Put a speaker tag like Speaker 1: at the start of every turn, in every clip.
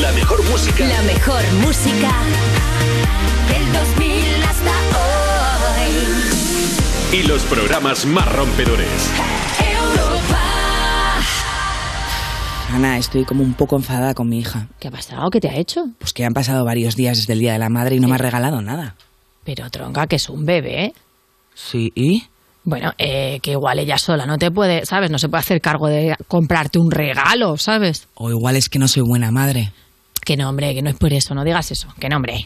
Speaker 1: La mejor música.
Speaker 2: La mejor música del 2000 hasta hoy.
Speaker 1: Y los programas más rompedores.
Speaker 2: Europa.
Speaker 3: Ana, estoy como un poco enfadada con mi hija.
Speaker 4: ¿Qué ha pasado? ¿Qué te ha hecho?
Speaker 3: Pues que han pasado varios días desde el Día de la Madre y no sí. me ha regalado nada.
Speaker 4: Pero tronca, que es un bebé. ¿eh?
Speaker 3: Sí, ¿y?
Speaker 4: Bueno, eh, que igual ella sola no te puede, ¿sabes? No se puede hacer cargo de comprarte un regalo, ¿sabes?
Speaker 3: O igual es que no soy buena madre.
Speaker 4: Que no, hombre, que no es por eso, no digas eso. Que no, hombre.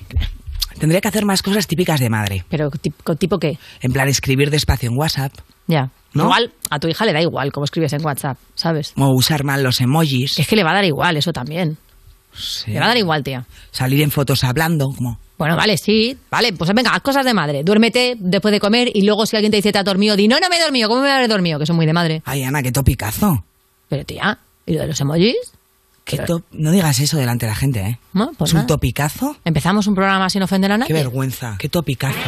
Speaker 3: Tendría que hacer más cosas típicas de madre.
Speaker 4: ¿Pero tipo, tipo qué?
Speaker 3: En plan, escribir despacio en WhatsApp.
Speaker 4: Ya. ¿No? Igual a tu hija le da igual cómo escribes en WhatsApp, ¿sabes?
Speaker 3: O usar mal los emojis.
Speaker 4: Es que le va a dar igual eso también. Sí. Le va a dar igual, tía.
Speaker 3: Salir en fotos hablando, como...
Speaker 4: Bueno, vale, sí. Vale, pues venga, haz cosas de madre. Duérmete después de comer y luego si alguien te dice te has dormido, di, no, no me he dormido, ¿cómo me habré dormido? Que son muy de madre.
Speaker 3: Ay, Ana, qué topicazo.
Speaker 4: Pero tía, ¿y lo de los emojis?
Speaker 3: ¿Qué top? No digas eso delante de la gente, ¿eh?
Speaker 4: No, pues
Speaker 3: ¿Es
Speaker 4: nada.
Speaker 3: un topicazo?
Speaker 4: ¿Empezamos un programa sin ofender a nadie?
Speaker 3: Qué vergüenza, qué topicazo.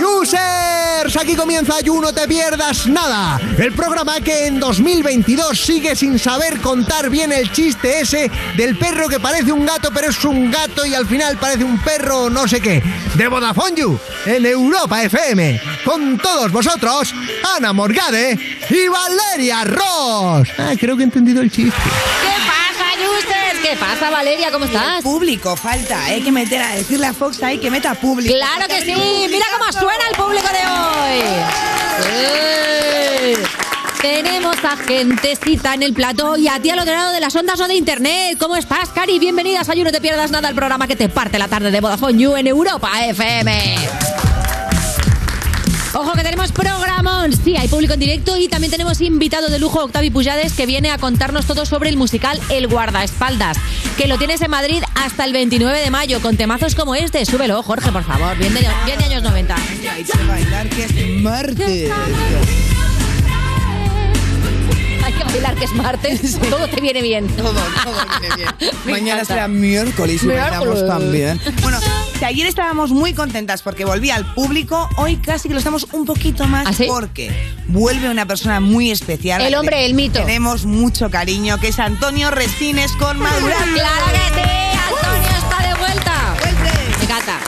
Speaker 5: Users, aquí comienza You No Te Pierdas Nada, el programa que en 2022 sigue sin saber contar bien el chiste ese del perro que parece un gato pero es un gato y al final parece un perro no sé qué, de Vodafone You, en Europa FM, con todos vosotros, Ana Morgade y Valeria Ross. Ah, creo que he entendido el chiste.
Speaker 4: ¿Qué pasa, users? ¿Qué pasa, Valeria? ¿Cómo estás? El
Speaker 6: público falta. Hay que meter a decirle a Fox hay que meta público.
Speaker 4: ¡Claro que sí! ¡Mira cómo suena el público de hoy! ¡Sí! Tenemos a gentecita en el plató y a ti al otro lado de las ondas o de internet. ¿Cómo estás, Cari? Bienvenidas a You No Te Pierdas Nada, el programa que te parte la tarde de Vodafone You en Europa FM. Ojo que tenemos programón. Sí, hay público en directo y también tenemos invitado de lujo Octavi Pujades que viene a contarnos todo sobre el musical El Guardaespaldas, que lo tienes en Madrid hasta el 29 de mayo con temazos como este. Súbelo, Jorge, por favor. Bien de, bien de años 90.
Speaker 6: Hay que bailar que es martes.
Speaker 4: Hay que bailar que es martes, todo te viene bien.
Speaker 6: Todo, todo viene bien. Mañana será miércoles y bailamos también. Bueno, ayer estábamos muy contentas porque volvía al público, hoy casi que lo estamos un poquito más
Speaker 4: ¿Ah, sí?
Speaker 6: porque vuelve una persona muy especial.
Speaker 4: El hombre, el mito.
Speaker 6: Tenemos mucho cariño, que es Antonio Resines con Madurando.
Speaker 4: ¡Claro que sí! ¡Antonio está de vuelta!
Speaker 6: ¡Vuelve!
Speaker 4: Me encanta.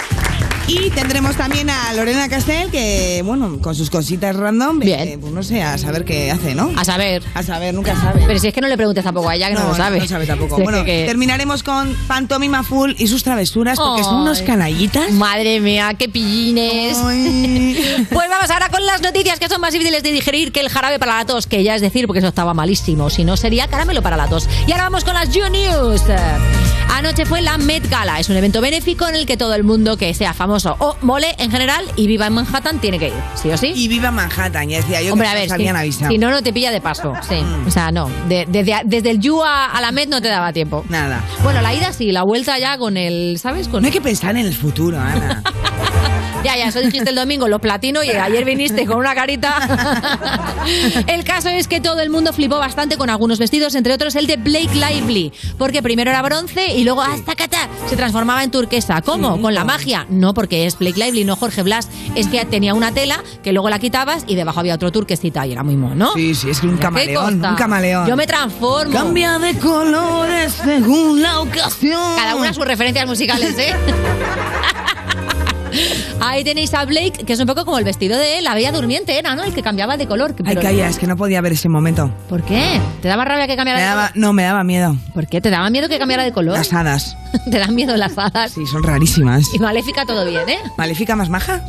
Speaker 6: Y tendremos también a Lorena Castel, que, bueno, con sus cositas random,
Speaker 4: Bien.
Speaker 6: Eh, pues no sé, a saber qué hace, ¿no?
Speaker 4: A saber.
Speaker 6: A saber, nunca sabe.
Speaker 4: Pero si es que no le preguntes tampoco a ella, que no, no lo sabe.
Speaker 6: No, no sabe tampoco.
Speaker 4: Si
Speaker 6: bueno,
Speaker 4: es que-
Speaker 6: terminaremos con Pantomima Full y sus travesuras, porque son
Speaker 4: Ay.
Speaker 6: unos canallitas.
Speaker 4: Madre mía, qué pillines.
Speaker 6: Ay.
Speaker 4: Pues vamos ahora con las noticias que son más difíciles de digerir que el jarabe para la tos, que ya es decir, porque eso estaba malísimo. Si no, sería caramelo para la tos. Y ahora vamos con las You News. Anoche fue la Met Gala. Es un evento benéfico en el que todo el mundo que sea famoso o mole en general y viva en Manhattan tiene que ir. ¿Sí o sí?
Speaker 6: Y viva Manhattan, ya decía yo
Speaker 4: Hombre,
Speaker 6: que
Speaker 4: a
Speaker 6: nos
Speaker 4: ver,
Speaker 6: habían
Speaker 4: si,
Speaker 6: avisado. Mm.
Speaker 4: si no, no te pilla de paso. Sí. O sea, no. De- desde, desde el You a, a la Met no te daba tiempo.
Speaker 6: Nada.
Speaker 4: Bueno, la ida sí, la vuelta ya con el, ¿sabes? Con
Speaker 6: No hay que pensar en el futuro, Ana.
Speaker 4: Ya, ya, eso dijiste el domingo, los platinos, y ayer viniste con una carita. El caso es que todo el mundo flipó bastante con algunos vestidos, entre otros el de Blake Lively, porque primero era bronce y luego hasta cata se transformaba en turquesa. ¿Cómo? ¿Con la magia? No, porque es Blake Lively, no Jorge Blas. Es que tenía una tela que luego la quitabas y debajo había otro turquesita y era muy mono.
Speaker 6: Sí, sí, es que un
Speaker 4: Mira, ¿qué
Speaker 6: camaleón,
Speaker 4: costa?
Speaker 6: un camaleón.
Speaker 4: Yo me transformo.
Speaker 6: Cambia de colores según la ocasión.
Speaker 4: Cada una sus referencias musicales, ¿eh? Ahí tenéis a Blake, que es un poco como el vestido de la Bella Durmiente, era, ¿no? El que cambiaba de color. que-
Speaker 6: Ay,
Speaker 4: pero-
Speaker 6: calla, es que no podía ver ese momento.
Speaker 4: ¿Por qué? ¿Te daba rabia que cambiara
Speaker 6: Me
Speaker 4: de
Speaker 6: daba,
Speaker 4: color?
Speaker 6: no, me daba miedo.
Speaker 4: ¿Por qué? ¿Te daba miedo que cambiara de color?
Speaker 6: Las hadas.
Speaker 4: Te dan miedo las hadas.
Speaker 6: Sí, son rarísimas.
Speaker 4: Y Maléfica todo bien, ¿eh?
Speaker 6: ¿Maléfica más maja?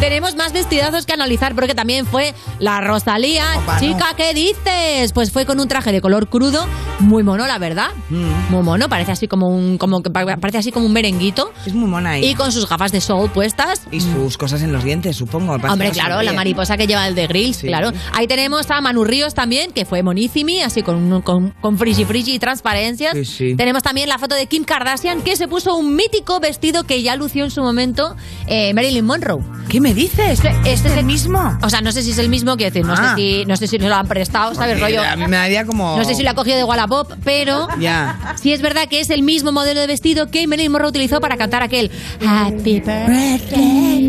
Speaker 4: Tenemos más vestidazos que analizar porque también fue la Rosalía.
Speaker 6: Opa, no.
Speaker 4: Chica, ¿qué dices? Pues fue con un traje de color crudo, muy mono, la verdad.
Speaker 6: Mm.
Speaker 4: Muy mono, parece así como un como que pa- parece así como un merenguito.
Speaker 6: Es muy mona
Speaker 4: Y
Speaker 6: ahí.
Speaker 4: con sus gafas de sol puestas.
Speaker 6: Y sus cosas en los dientes, supongo. Parece
Speaker 4: Mm. Hombre,
Speaker 6: que
Speaker 4: claro, la
Speaker 6: sonríe.
Speaker 4: mariposa que lleva el de Grills,
Speaker 6: Sí.
Speaker 4: claro. Ahí tenemos a Manu Ríos también, que fue monísimi, así con, un- con, con frigi frigi y transparencias.
Speaker 6: Sí, sí.
Speaker 4: Tenemos también la foto de Kim Kardashian, que se puso un mítico vestido que ya lució en su momento eh, Marilyn Monroe.
Speaker 6: ¿Qué me dices?
Speaker 4: Este- este es
Speaker 6: el
Speaker 4: el-
Speaker 6: mismo?
Speaker 4: O sea, no sé si es el mismo, quiero decir, no,
Speaker 6: Ah.
Speaker 4: sé, si, no sé si nos lo han prestado, ¿sabes, rollo?
Speaker 6: A mí me daría como...
Speaker 4: No sé si lo ha cogido de Wallapop, pero...
Speaker 6: Ya.
Speaker 4: Sí es verdad que es el mismo modelo de vestido que Marilyn Monroe utilizó para cantar aquel Happy Birthday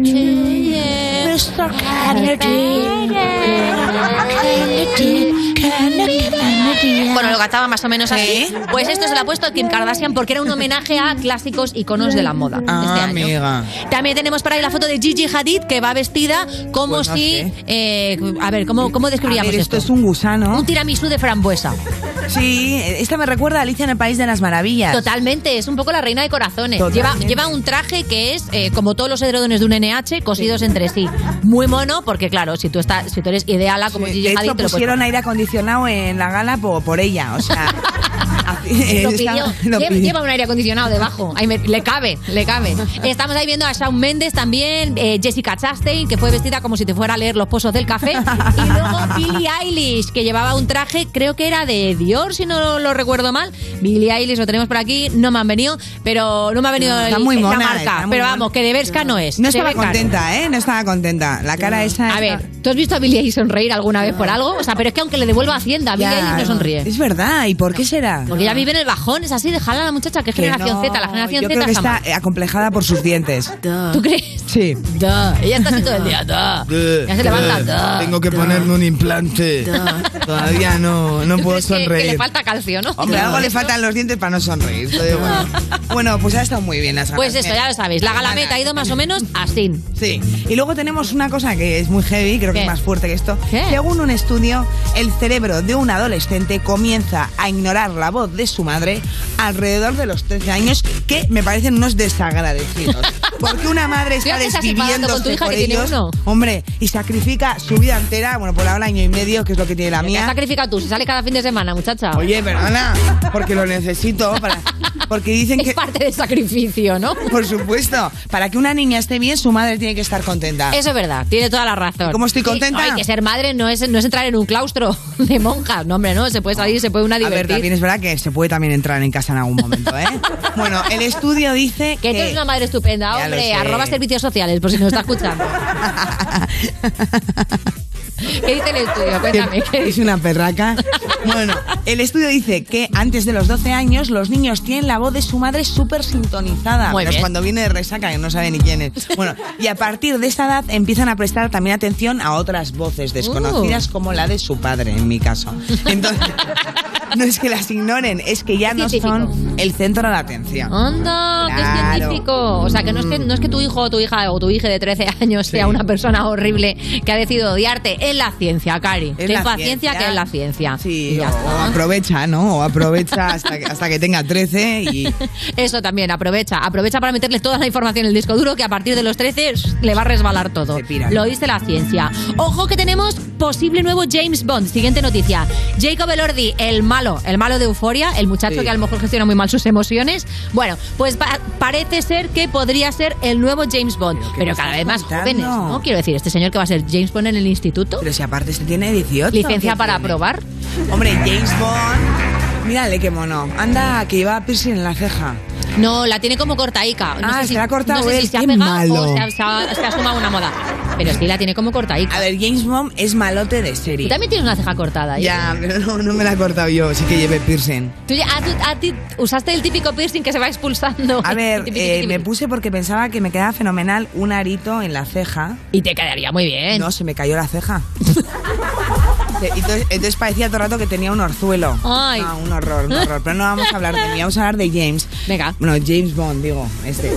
Speaker 4: to you, Happy birthday. Bueno, lo gastaba más o menos así. Pues esto se lo ha puesto a Kim Kardashian porque era un homenaje a clásicos iconos de la moda.
Speaker 6: Ah.
Speaker 4: este año.
Speaker 7: amiga.
Speaker 4: También tenemos por ahí la foto de Gigi Hadid que va vestida como
Speaker 7: Pues no
Speaker 4: si.
Speaker 7: sé.
Speaker 4: eh, a ver, ¿cómo, cómo describiríamos
Speaker 6: A ver,
Speaker 4: esto?
Speaker 6: esto es un gusano.
Speaker 4: Un tiramisú de frambuesa.
Speaker 6: Sí, esta me recuerda a Alicia Este en el País de las Maravillas.
Speaker 4: Totalmente, es un poco la reina de corazones. Lleva,
Speaker 6: Totalmente.
Speaker 4: lleva un traje que es eh, como todos los edredones de un NH cosidos entre sí. Muy mono, porque claro, si tú estás, si tú eres ideala como Gigi
Speaker 6: de
Speaker 4: Hadid,
Speaker 6: hecho,
Speaker 4: te lo puedes
Speaker 6: pusieron aire acondicionado en la gala po- por, ella, o sea... así-
Speaker 4: Lo
Speaker 6: Eh, está-
Speaker 4: pidió.
Speaker 6: lo
Speaker 4: lleva,
Speaker 6: pidió.
Speaker 4: lleva un aire acondicionado debajo. Ahí me- le cabe, le cabe. Estamos ahí viendo a Shawn Mendes también, eh, Jessica Chastain, que fue vestida como si te fuera a leer los pozos del café. Y luego Billie Eilish, que llevaba un traje, creo que era de Dior, si no lo recuerdo mal. Billie Eilish lo tenemos por aquí, no me han venido, pero no me ha venido
Speaker 6: Está
Speaker 4: el-
Speaker 6: muy
Speaker 4: la
Speaker 6: mona,
Speaker 4: marca.
Speaker 6: está muy
Speaker 4: pero
Speaker 6: mona.
Speaker 4: vamos, que de Berska no es.
Speaker 6: No
Speaker 4: Se
Speaker 6: estaba
Speaker 4: ve caro.
Speaker 6: contenta, ¿eh? No estaba contenta. La cara esa...
Speaker 4: A ver, ¿tú has visto a Billie Eilish sonreír alguna vez por algo? O sea, pero es que aunque le devuelva Hacienda, Billie
Speaker 6: Ya,
Speaker 4: Eilish no sonríe.
Speaker 6: Es verdad, ¿y por qué será?
Speaker 4: Porque ya vive en el bajón, es así, déjala a la muchacha, que es
Speaker 6: Que
Speaker 4: generación
Speaker 6: no,
Speaker 4: Z, la generación
Speaker 6: Yo
Speaker 4: Z
Speaker 6: creo que
Speaker 4: está
Speaker 6: está
Speaker 4: mal.
Speaker 6: eh, acomplejada por sus dientes.
Speaker 4: ¿Tú crees?
Speaker 6: Sí.
Speaker 4: Da. Ella está así todo el día, da. Ya se levanta, da.
Speaker 7: Ah. Tengo que ponerme un implante. Todavía no, no puedo
Speaker 4: Es que, que le
Speaker 7: sonreír.
Speaker 4: falta calcio, ¿no?
Speaker 6: Hombre, algo le faltan los dientes para no sonreír. Entonces, Bueno, bueno, pues ha estado muy bien las
Speaker 4: Pues
Speaker 6: galas.
Speaker 4: eso, ya lo sabéis. La galameta ha ido más o menos así.
Speaker 6: Sí. Y luego tenemos una cosa que es muy heavy, creo
Speaker 4: ¿Qué?
Speaker 6: que es más fuerte que esto.
Speaker 4: ¿Qué?
Speaker 6: Según un estudio, el cerebro de un adolescente comienza a ignorar la voz de su madre alrededor de los 13 años, que me parecen unos desagradecidos. Porque una madre está
Speaker 4: Cuidado que estás enfadando
Speaker 6: desviviendo
Speaker 4: con tu hija que tiene uno.
Speaker 6: Hombre, y sacrifica su vida entera, bueno, por ahora año y medio, que es lo que tiene la
Speaker 4: Te has
Speaker 6: mía.
Speaker 4: sacrificado tú, si sale cada fin de semana, muchacha.
Speaker 6: Oye, perdona, porque lo necesito para porque dicen que
Speaker 4: es parte del sacrificio, ¿no?
Speaker 6: por supuesto, para que una niña esté bien, su madre tiene que estar contenta.
Speaker 4: Eso es verdad, tiene toda la razón.
Speaker 6: ¿Cómo estoy
Speaker 4: Sí,
Speaker 6: contenta?
Speaker 4: Ay, que ser madre no es, no es entrar en un claustro de monjas. No, hombre, no, se puede salir, se puede una
Speaker 6: A ver,
Speaker 4: divertir.
Speaker 6: también es verdad que se puede también entrar en casa en algún momento, ¿eh? bueno, el estudio dice
Speaker 4: que
Speaker 6: que...
Speaker 4: tú eres una madre estupenda,
Speaker 6: Ya lo
Speaker 4: hombre.
Speaker 6: sé.
Speaker 4: Arroba servicios sociales, por si nos está escuchando. ¿Qué dice el estudio? Cuéntame. ¿qué
Speaker 6: Es
Speaker 4: dice?
Speaker 6: una perraca. Bueno, el estudio dice que antes de los 12 años los niños tienen la voz de su madre súper sintonizada.
Speaker 4: Muy
Speaker 6: menos
Speaker 4: bien.
Speaker 6: cuando viene de resaca que no sabe ni quién es. Bueno, y a partir de esa edad empiezan a prestar también atención a otras voces desconocidas
Speaker 4: Uh.
Speaker 6: como la de su padre, en mi caso. Entonces, no es que las ignoren, es que ya no
Speaker 4: científico. Ah.
Speaker 6: son el centro de la atención.
Speaker 4: Anda, qué
Speaker 6: Claro.
Speaker 4: científico. O sea, que no, es que no es que tu hijo o tu hija o tu hija de 13 años sea una persona horrible que ha decidido odiarte. Es la ciencia, Cari.
Speaker 6: Es
Speaker 4: Ten
Speaker 6: la
Speaker 4: paciencia
Speaker 6: ciencia.
Speaker 4: que es la ciencia.
Speaker 6: Sí,
Speaker 4: Y ya
Speaker 6: o
Speaker 4: está.
Speaker 6: aprovecha, ¿no? O aprovecha hasta que, hasta que tenga 13 y...
Speaker 4: Eso también, aprovecha. Aprovecha para meterle toda la información en el disco duro que a partir de los 13 le va a resbalar todo.
Speaker 6: Se pira.
Speaker 4: Lo dice la ciencia. Ojo que tenemos posible nuevo James Bond. Siguiente noticia. Jacob Elordi, el malo, el malo de Euforia, el muchacho
Speaker 6: Sí.
Speaker 4: que a lo mejor gestiona muy mal sus emociones. Bueno, pues pa- parece ser que podría ser el nuevo James Bond. Pero,
Speaker 6: qué me
Speaker 4: cada vez
Speaker 6: estás
Speaker 4: más jóvenes,
Speaker 6: contando?
Speaker 4: ¿no? Quiero decir, este señor que va a ser James Bond en el instituto.
Speaker 6: Pero si aparte se tiene 18.
Speaker 4: Licencia
Speaker 6: ¿qué
Speaker 4: para
Speaker 6: tiene?
Speaker 4: probar.
Speaker 6: Hombre, James Bond... Mírale qué mono. Anda, que lleva piercing en la ceja.
Speaker 4: No, la tiene como cortaica. No
Speaker 6: Ah,
Speaker 4: sé si,
Speaker 6: se la ha cortado
Speaker 4: no sé si
Speaker 6: él,
Speaker 4: se ha
Speaker 6: qué
Speaker 4: pegado
Speaker 6: malo.
Speaker 4: o se ha, se ha- se ha sumado una moda. Pero sí, la tiene como cortaica.
Speaker 6: A ver, James Bond es malote de
Speaker 4: Tú
Speaker 6: serie.
Speaker 4: también tienes una ceja cortada. ¿eh?
Speaker 6: Ya, pero no, no me la he cortado yo, sí que lleve piercing.
Speaker 4: Tú ya- a, tu- a ti usaste el típico piercing que se va expulsando.
Speaker 6: A ver,
Speaker 4: Tipi, tipi,
Speaker 6: eh,
Speaker 4: tipi.
Speaker 6: me puse porque pensaba que me quedaba fenomenal un arito en la ceja.
Speaker 4: Y te quedaría muy bien.
Speaker 6: No, se me cayó la ceja. Eh, Entonces, entonces parecía todo el rato que tenía un orzuelo.
Speaker 4: Ay.
Speaker 6: No, un horror, un horror. Pero no vamos a hablar de mí, vamos a hablar de James.
Speaker 4: Venga.
Speaker 6: Bueno, James Bond, digo, este.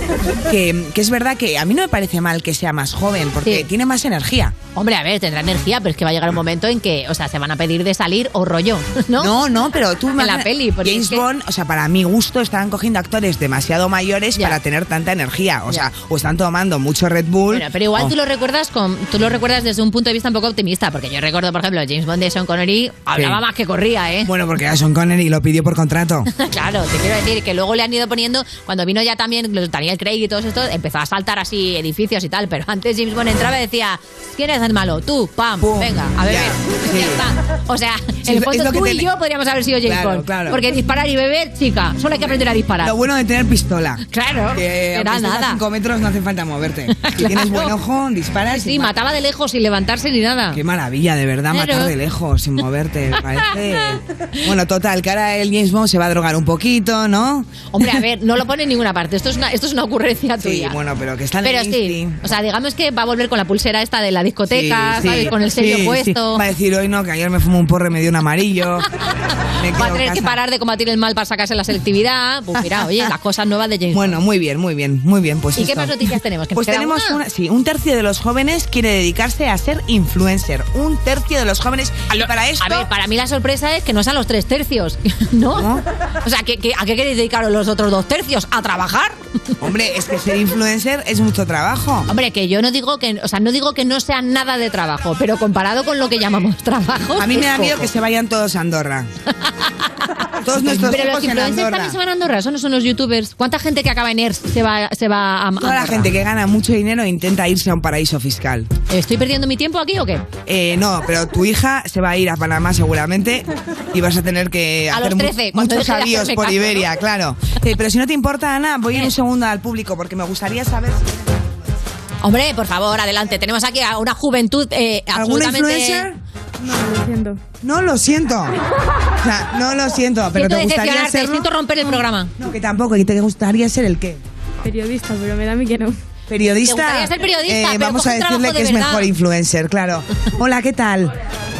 Speaker 6: Que, que es verdad que a mí no me parece mal que sea más joven, porque
Speaker 4: Sí.
Speaker 6: tiene más energía.
Speaker 4: Hombre, a ver, tendrá energía, pero es que va a llegar un momento en que, o sea, se van a pedir de salir o rollo, ¿no?
Speaker 6: No, no, pero tú
Speaker 4: la
Speaker 6: imagina-
Speaker 4: peli, porque
Speaker 6: James
Speaker 4: es que-
Speaker 6: Bond, o sea, para mi gusto estaban cogiendo actores demasiado mayores
Speaker 4: Ya.
Speaker 6: para tener tanta energía. O
Speaker 4: Ya.
Speaker 6: sea, o están tomando mucho Red Bull.
Speaker 4: Bueno, pero igual
Speaker 6: o-
Speaker 4: tú lo recuerdas con, tú lo recuerdas desde un punto de vista un poco optimista, porque yo recuerdo, por ejemplo, James Bond de Sean Connery hablaba
Speaker 6: Sí.
Speaker 4: más que corría, ¿eh?
Speaker 6: Bueno, porque era Sean Connery lo pidió por contrato.
Speaker 4: Claro, te quiero decir que luego le han ido poniendo, cuando vino ya también los Daniel Craig y todos estos, empezó a saltar así edificios y tal, pero antes James Bond entraba y decía, ¿quién es el malo? Tú, pam,
Speaker 6: Pum,
Speaker 4: venga, a beber.
Speaker 6: ya, sí.
Speaker 4: Ya está. O sea,
Speaker 6: Sí,
Speaker 4: en el
Speaker 6: es
Speaker 4: fondo
Speaker 6: lo que
Speaker 4: tú y
Speaker 6: tiene-
Speaker 4: yo podríamos haber sido James
Speaker 6: Claro,
Speaker 4: Bond.
Speaker 6: claro.
Speaker 4: Porque disparar y beber, chica, solo hay que aprender a disparar.
Speaker 6: Lo bueno de tener pistola.
Speaker 4: Claro,
Speaker 6: Que
Speaker 4: era
Speaker 6: aunque estés a
Speaker 4: nada.
Speaker 6: cinco metros no hace falta moverte. Si tienes buen ojo, disparas.
Speaker 4: Sí,
Speaker 6: y ma-
Speaker 4: mataba de lejos sin levantarse ni nada.
Speaker 6: Qué maravilla, de verdad,
Speaker 4: Claro.
Speaker 6: matar de lejos sin moverte. me Parece. Bueno, total, que ahora el James Bond se va a drogar un poquito, ¿no?
Speaker 4: Hombre, a ver, no lo pone en ninguna parte. Esto es una, esto es una ocurrencia
Speaker 6: Sí,
Speaker 4: tuya.
Speaker 6: bueno, pero que está en
Speaker 4: Pero
Speaker 6: el
Speaker 4: sí,
Speaker 6: listing.
Speaker 4: o sea, digamos que va a volver con la pulsera esta de la discoteca,
Speaker 6: Sí, sí,
Speaker 4: ¿sabes? Con el sello
Speaker 6: sí, sí.
Speaker 4: puesto.
Speaker 6: Va a decir hoy no, que ayer me fumé como un porre me dio un amarillo. me
Speaker 4: Va a
Speaker 6: quedo
Speaker 4: tener
Speaker 6: casa.
Speaker 4: que parar de combatir el mal para sacarse la selectividad. Pues mira, oye, las cosas nuevas de James
Speaker 6: Bueno, muy bien, muy bien, muy bien. Pues
Speaker 4: ¿Y qué
Speaker 6: esto.
Speaker 4: más noticias tenemos? ¿Que
Speaker 6: Pues
Speaker 4: nos queda
Speaker 6: tenemos
Speaker 4: una?
Speaker 6: una, sí, un tercio de los jóvenes quiere dedicarse a ser influencer. Un tercio de los jóvenes.
Speaker 4: A lo-
Speaker 6: Y para esto.
Speaker 4: A ver, para mí la sorpresa es que no sean los tres tercios, ¿no?
Speaker 6: ¿No?
Speaker 4: O sea, ¿qué, qué- a qué queréis dedicaros los otros dos tercios? ¿A trabajar?
Speaker 6: Hombre, es que ser influencer es mucho trabajo.
Speaker 4: Hombre, que yo no digo que, o sea, no digo que no sea nada de trabajo, pero comparado con lo que llamamos trabajo.
Speaker 6: A mí
Speaker 4: es
Speaker 6: me da miedo
Speaker 4: poco.
Speaker 6: que se vayan todos a Andorra. Todos nuestros
Speaker 4: Pero
Speaker 6: hijos
Speaker 4: los
Speaker 6: en
Speaker 4: influencers
Speaker 6: Andorra.
Speaker 4: también se van a Andorra, eso no son los youtubers. ¿Cuánta gente que acaba en ERS se va, se va a
Speaker 6: Toda la
Speaker 4: Andorra?
Speaker 6: gente que gana mucho dinero intenta irse a un paraíso fiscal.
Speaker 4: ¿Estoy perdiendo mi Eh, tiempo aquí o qué?
Speaker 6: Eh, no, pero tu hija se va a ir a Panamá seguramente y vas a tener que
Speaker 4: A
Speaker 6: hacer
Speaker 4: los
Speaker 6: mu-
Speaker 4: 13, cuando
Speaker 6: muchos
Speaker 4: deje de
Speaker 6: avíos
Speaker 4: hacerme
Speaker 6: por
Speaker 4: caso,
Speaker 6: Iberia, claro. Eh, pero si no te importa, Ana, voy a ir un segundo al público porque me gustaría saber
Speaker 4: Hombre, por favor, adelante. Tenemos aquí a una juventud eh,
Speaker 6: alguna
Speaker 4: absolutamente...
Speaker 6: influencer. No lo siento. No lo siento. O sea, no lo siento, pero
Speaker 4: Siento
Speaker 6: te gustaría
Speaker 4: decepcionarte,
Speaker 6: ser.
Speaker 4: siento romper el programa.
Speaker 6: No, que tampoco, que te gustaría ser el qué.
Speaker 8: Periodista, pero me da a mí que no.
Speaker 6: Periodista. eh,
Speaker 4: Te gustaría ser periodista, pero
Speaker 6: vamos
Speaker 4: coge
Speaker 6: a
Speaker 4: un trabajo
Speaker 6: decirle que
Speaker 4: de
Speaker 6: es
Speaker 4: verdad.
Speaker 6: mejor influencer, claro. Hola, ¿qué tal?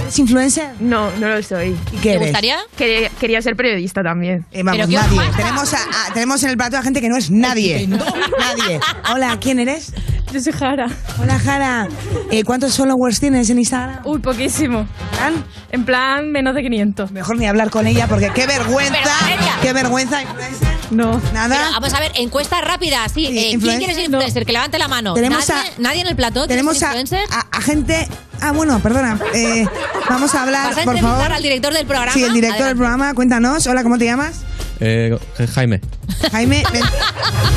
Speaker 6: ¿Es influencer?
Speaker 8: No, no lo soy.
Speaker 6: ¿Y qué
Speaker 4: ¿Te
Speaker 6: eres?
Speaker 4: gustaría?
Speaker 8: Quería, quería ser periodista también.
Speaker 6: Eh, vamos,
Speaker 4: ¿Pero qué os
Speaker 6: nadie.
Speaker 4: pasa?
Speaker 6: Tenemos, a- a- tenemos en el plato a gente que no es nadie. nadie. Hola, ¿quién eres?
Speaker 8: Yo soy Jara.
Speaker 6: Hola, Jara. Eh, ¿Cuántos followers tienes en Instagram?
Speaker 8: Uy, poquísimo.
Speaker 6: ¿Tan?
Speaker 8: En plan, menos de 500.
Speaker 6: Mejor ni hablar con ella porque qué vergüenza.
Speaker 4: Pero, Valeria.
Speaker 6: qué vergüenza, influencer.
Speaker 8: No.
Speaker 4: Pero
Speaker 6: Nada.
Speaker 4: vamos a ver, encuesta rápida,
Speaker 6: Sí,
Speaker 4: sí. eh, ¿Quién
Speaker 6: influencer,
Speaker 4: quiere ser influencer? Que levante la mano.
Speaker 6: Tenemos
Speaker 4: ¿Nadie,
Speaker 6: a-
Speaker 4: nadie en el plató? ¿Quieres
Speaker 6: Tenemos
Speaker 4: ser
Speaker 6: a,
Speaker 4: influencer?
Speaker 6: a- a gente. Ah, bueno, perdona. Eh, vamos a hablar,
Speaker 4: ¿Vas a
Speaker 6: por
Speaker 4: entrevistar
Speaker 6: favor.
Speaker 4: al director del programa?
Speaker 6: Sí, el director del
Speaker 4: Adelante.
Speaker 6: programa, cuéntanos. Hola, ¿cómo te llamas?
Speaker 9: Eh, Jaime.
Speaker 6: Jaime. men-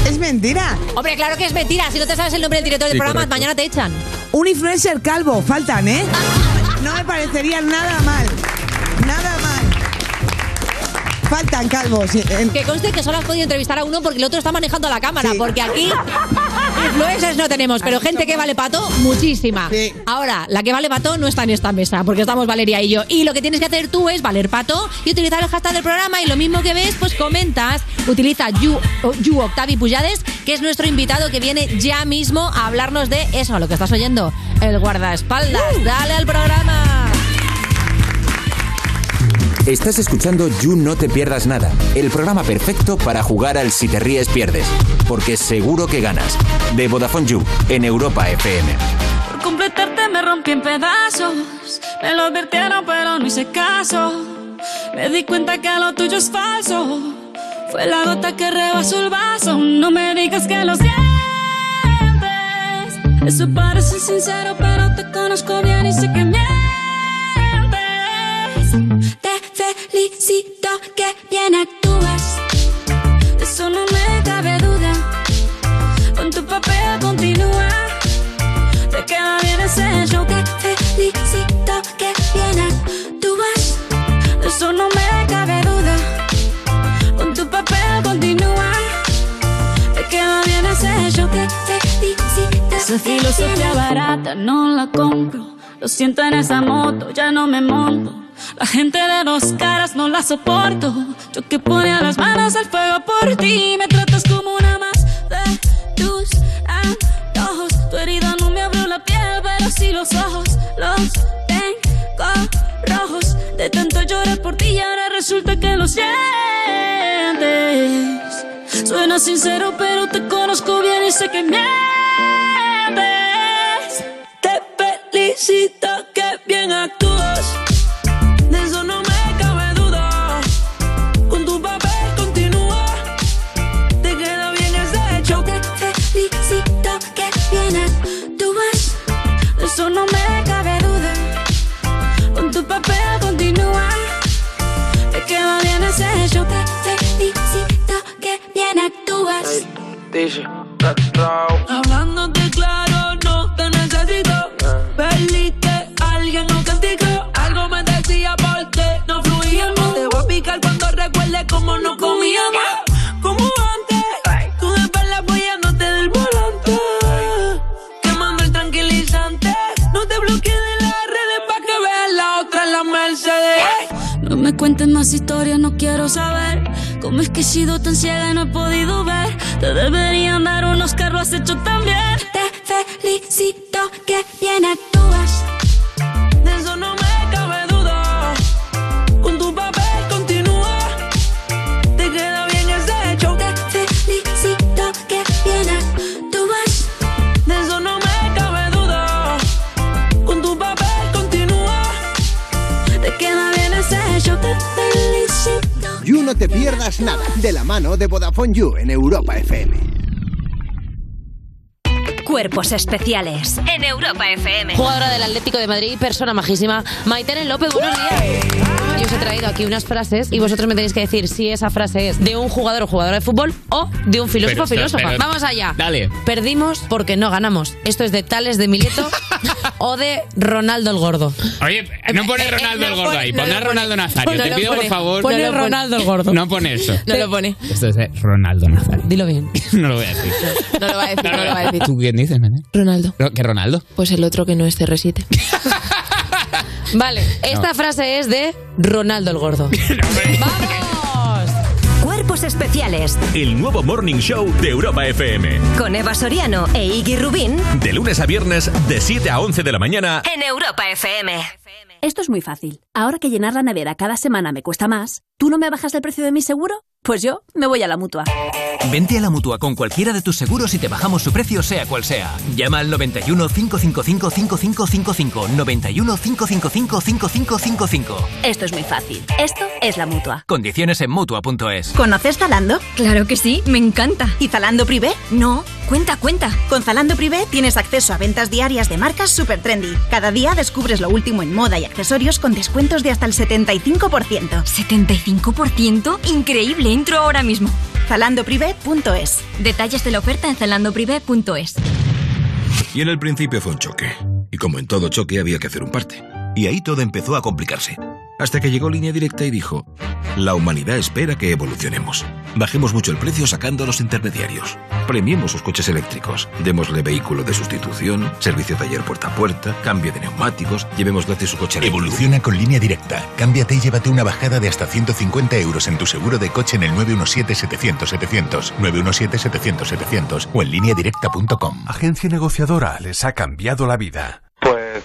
Speaker 6: es mentira.
Speaker 4: Hombre, claro que es mentira. Si no te sabes el nombre del director del
Speaker 9: Sí,
Speaker 4: programa,
Speaker 9: correcto.
Speaker 4: mañana te echan.
Speaker 6: Un influencer calvo, faltan, ¿eh?
Speaker 4: Ah,
Speaker 6: No me parecería nada mal. Nada mal. Faltan calvos. sí, en-
Speaker 4: Que conste que solo has podido entrevistar a uno porque el otro está manejando la cámara.
Speaker 6: Sí.
Speaker 4: Porque aquí influencers no tenemos, pero gente que vale pato, muchísima.
Speaker 6: Sí.
Speaker 4: Ahora, la que vale pato no está en esta mesa, porque estamos Valeria y yo. Y lo que tienes que hacer tú es valer pato y utilizar el hashtag del programa. Y lo mismo que ves, pues comentas. Utiliza you, o- you Octavi Pujades, que es nuestro invitado que viene ya mismo a hablarnos de eso, lo que estás oyendo, el guardaespaldas. Dale al programa.
Speaker 10: Estás escuchando You No Te Pierdas Nada, el programa perfecto para jugar al Si Te Ríes Pierdes, porque seguro que ganas. De Vodafone You, en Europa FM.
Speaker 11: Por completarte me rompí en pedazos. Me lo advirtieron, pero no hice caso. Me di cuenta que lo tuyo es falso. Fue la gota que rebasó el vaso. No me digas que lo sientes. Eso parece sincero, pero te conozco bien y sé que mientes. Te felicito que bien actúas. De eso no me cabe duda. Con tu papel continúa. Te queda bien ese show que felicito que viene Tú vas, de eso no me cabe duda Con tu papel continúa Te queda bien ese show que felicito Esa filosofía barata no la compro Lo siento en esa moto, ya no me monto La gente de dos caras no la soporto Yo que ponía las manos al fuego por ti Me tratas como una más de tus antojos Tu herida no me abrió la piel, pero sí los ojos Los tengo rojos De tanto llorar por ti y ahora resulta que lo sientes Suena sincero, pero te conozco bien y sé que mientes Te felicito que bien actúas de eso no me cabe duda. Con tu papel continúa. Te queda bien ese hecho. Te felicito que vienes. Tú vas. De eso no me cabe duda. Con tu papel continúa. Te queda bien ese hecho. Te felicito que bien actúas. Hablándote claro, no te necesito. Perdiste a alguien, no castigo. Algo me decía por ti, no fluíamos. Te voy a picar cuando recuerde cómo no comíamos. Como antes, tú de espalda apoyándote del volante. Quemando el tranquilizante. No te bloquees de las redes pa' que veas la otra en la Mercedes. No me cuentes más historias, no quiero saber. ¿Cómo es que he sido tan ciega y no he podido ver? Te deberían dar unos carros has hecho también. Te felicito que bien actúas. De eso no me cabe duda.
Speaker 5: No Te Pierdas Nada, de la mano de Vodafone You en Europa FM.
Speaker 12: Cuerpos especiales en Europa FM.
Speaker 13: Jugadora del Atlético de Madrid, persona majísima, Maitene López, buenos días. Yo os he traído aquí unas frases y vosotros me tenéis que decir si esa frase es de un jugador o jugadora de fútbol o de un filósofo o
Speaker 14: Pero,
Speaker 13: filósofa.
Speaker 14: pero-
Speaker 13: Vamos allá.
Speaker 14: Dale.
Speaker 13: Perdimos porque no ganamos. Esto es de Tales de Mileto o de Ronaldo el Gordo.
Speaker 14: Oye, no pones Ronaldo el gordo ahí, pon a Ronaldo Nazario.
Speaker 13: No
Speaker 14: Te
Speaker 13: lo
Speaker 14: pido, por
Speaker 13: pone.
Speaker 14: favor.
Speaker 13: Pone No lo pone. Ronaldo el gordo.
Speaker 14: No pone eso.
Speaker 13: No lo pone.
Speaker 14: Esto es eh, Ronaldo Nazario.
Speaker 13: Dilo bien.
Speaker 14: No lo voy a decir.
Speaker 13: No lo va a decir, no lo va a decir.
Speaker 14: ¿Tú quién dices, Mene?
Speaker 13: Ronaldo.
Speaker 14: No, ¿Qué Ronaldo?
Speaker 13: Pues el otro que no es CR7. vale, esta frase es de Ronaldo el Gordo.
Speaker 12: Cuerpos especiales
Speaker 15: El nuevo Morning Show de Europa FM.
Speaker 12: con Eva Soriano e Iggy Rubín
Speaker 15: De lunes a viernes, de 7 a 11 de la mañana.
Speaker 12: en Europa FM.
Speaker 16: Esto es muy fácil. Ahora que llenar la nevera cada semana me cuesta más, ¿tú no me bajas el precio de mi seguro? Pues yo me voy a la mutua.
Speaker 17: Vente a la mutua con cualquiera de tus seguros y te bajamos su precio, sea cual sea. Llama al 91 555 5555. 91 555 5555.
Speaker 16: Esto es muy fácil. Esto es la mutua.
Speaker 17: Condiciones en mutua.es.
Speaker 4: ¿Conoces Zalando? Claro que sí, me encanta. ¿Y Zalando Privé? No, cuenta, cuenta. Con Zalando Privé tienes acceso a ventas diarias de marcas super trendy. Cada día descubres lo último en moda y accesorios con descuentos de hasta el 75%. ¿75%? Increíble, entro ahora mismo. ZalandoPrivé.es. Detalles de la oferta en ZalandoPrivé.es.
Speaker 1: Y en el principio fue un choque. Y como en todo choque había que hacer un parte. Y ahí todo empezó a complicarse. Hasta que llegó Línea Directa y dijo, la humanidad espera que evolucionemos. Bajemos mucho el precio sacando a los intermediarios. Premiemos sus coches eléctricos. Démosle vehículo de sustitución, servicio taller puerta a puerta, cambio de neumáticos, llevemos gratis su coche eléctrico.
Speaker 18: Evoluciona con línea directa. Cámbiate y llévate una bajada de hasta 150 euros en tu seguro de coche en el 917-700-700, 917-700-700 o en lineadirecta.com.
Speaker 19: Agencia negociadora les ha cambiado la vida.
Speaker 20: Pues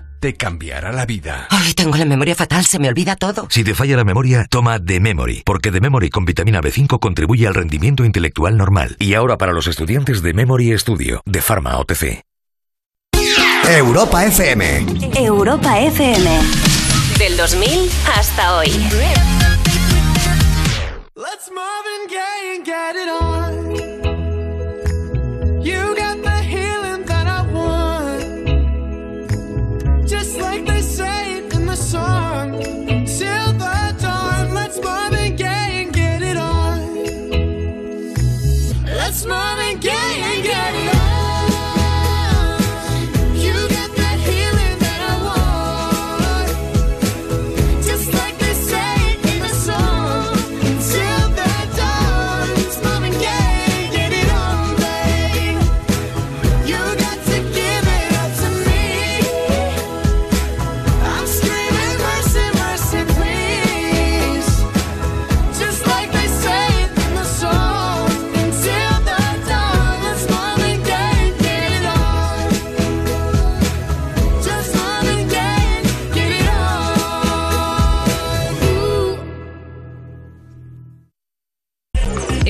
Speaker 19: Te cambiará la vida.
Speaker 21: Ay, tengo la memoria fatal, se me olvida todo.
Speaker 22: Si te falla la memoria, toma The Memory, porque The Memory con vitamina B5 contribuye al rendimiento intelectual normal. Y ahora para los estudiantes de Memory Studio, de Pharma OTC.
Speaker 23: Europa FM.
Speaker 12: Europa FM. Del 2000 hasta hoy.
Speaker 24: Let's Marvin Gaye and get it on. You got the healing that I want. Just like they say it in the song. Till the dawn, let's Marvin Gaye and get it on. Let's Marvin Gaye and get it on. You got the healing that I want. Just like they say it in the song. Till the dawn, let's Marvin Gaye, get it on, babe. You got to give it up to me. I'm screaming mercy, mercy, please. Just like they say it in the song. Until the dawn, let's Marvin Gaye, get it on. Just Marvin Gaye, get it on. Ooh.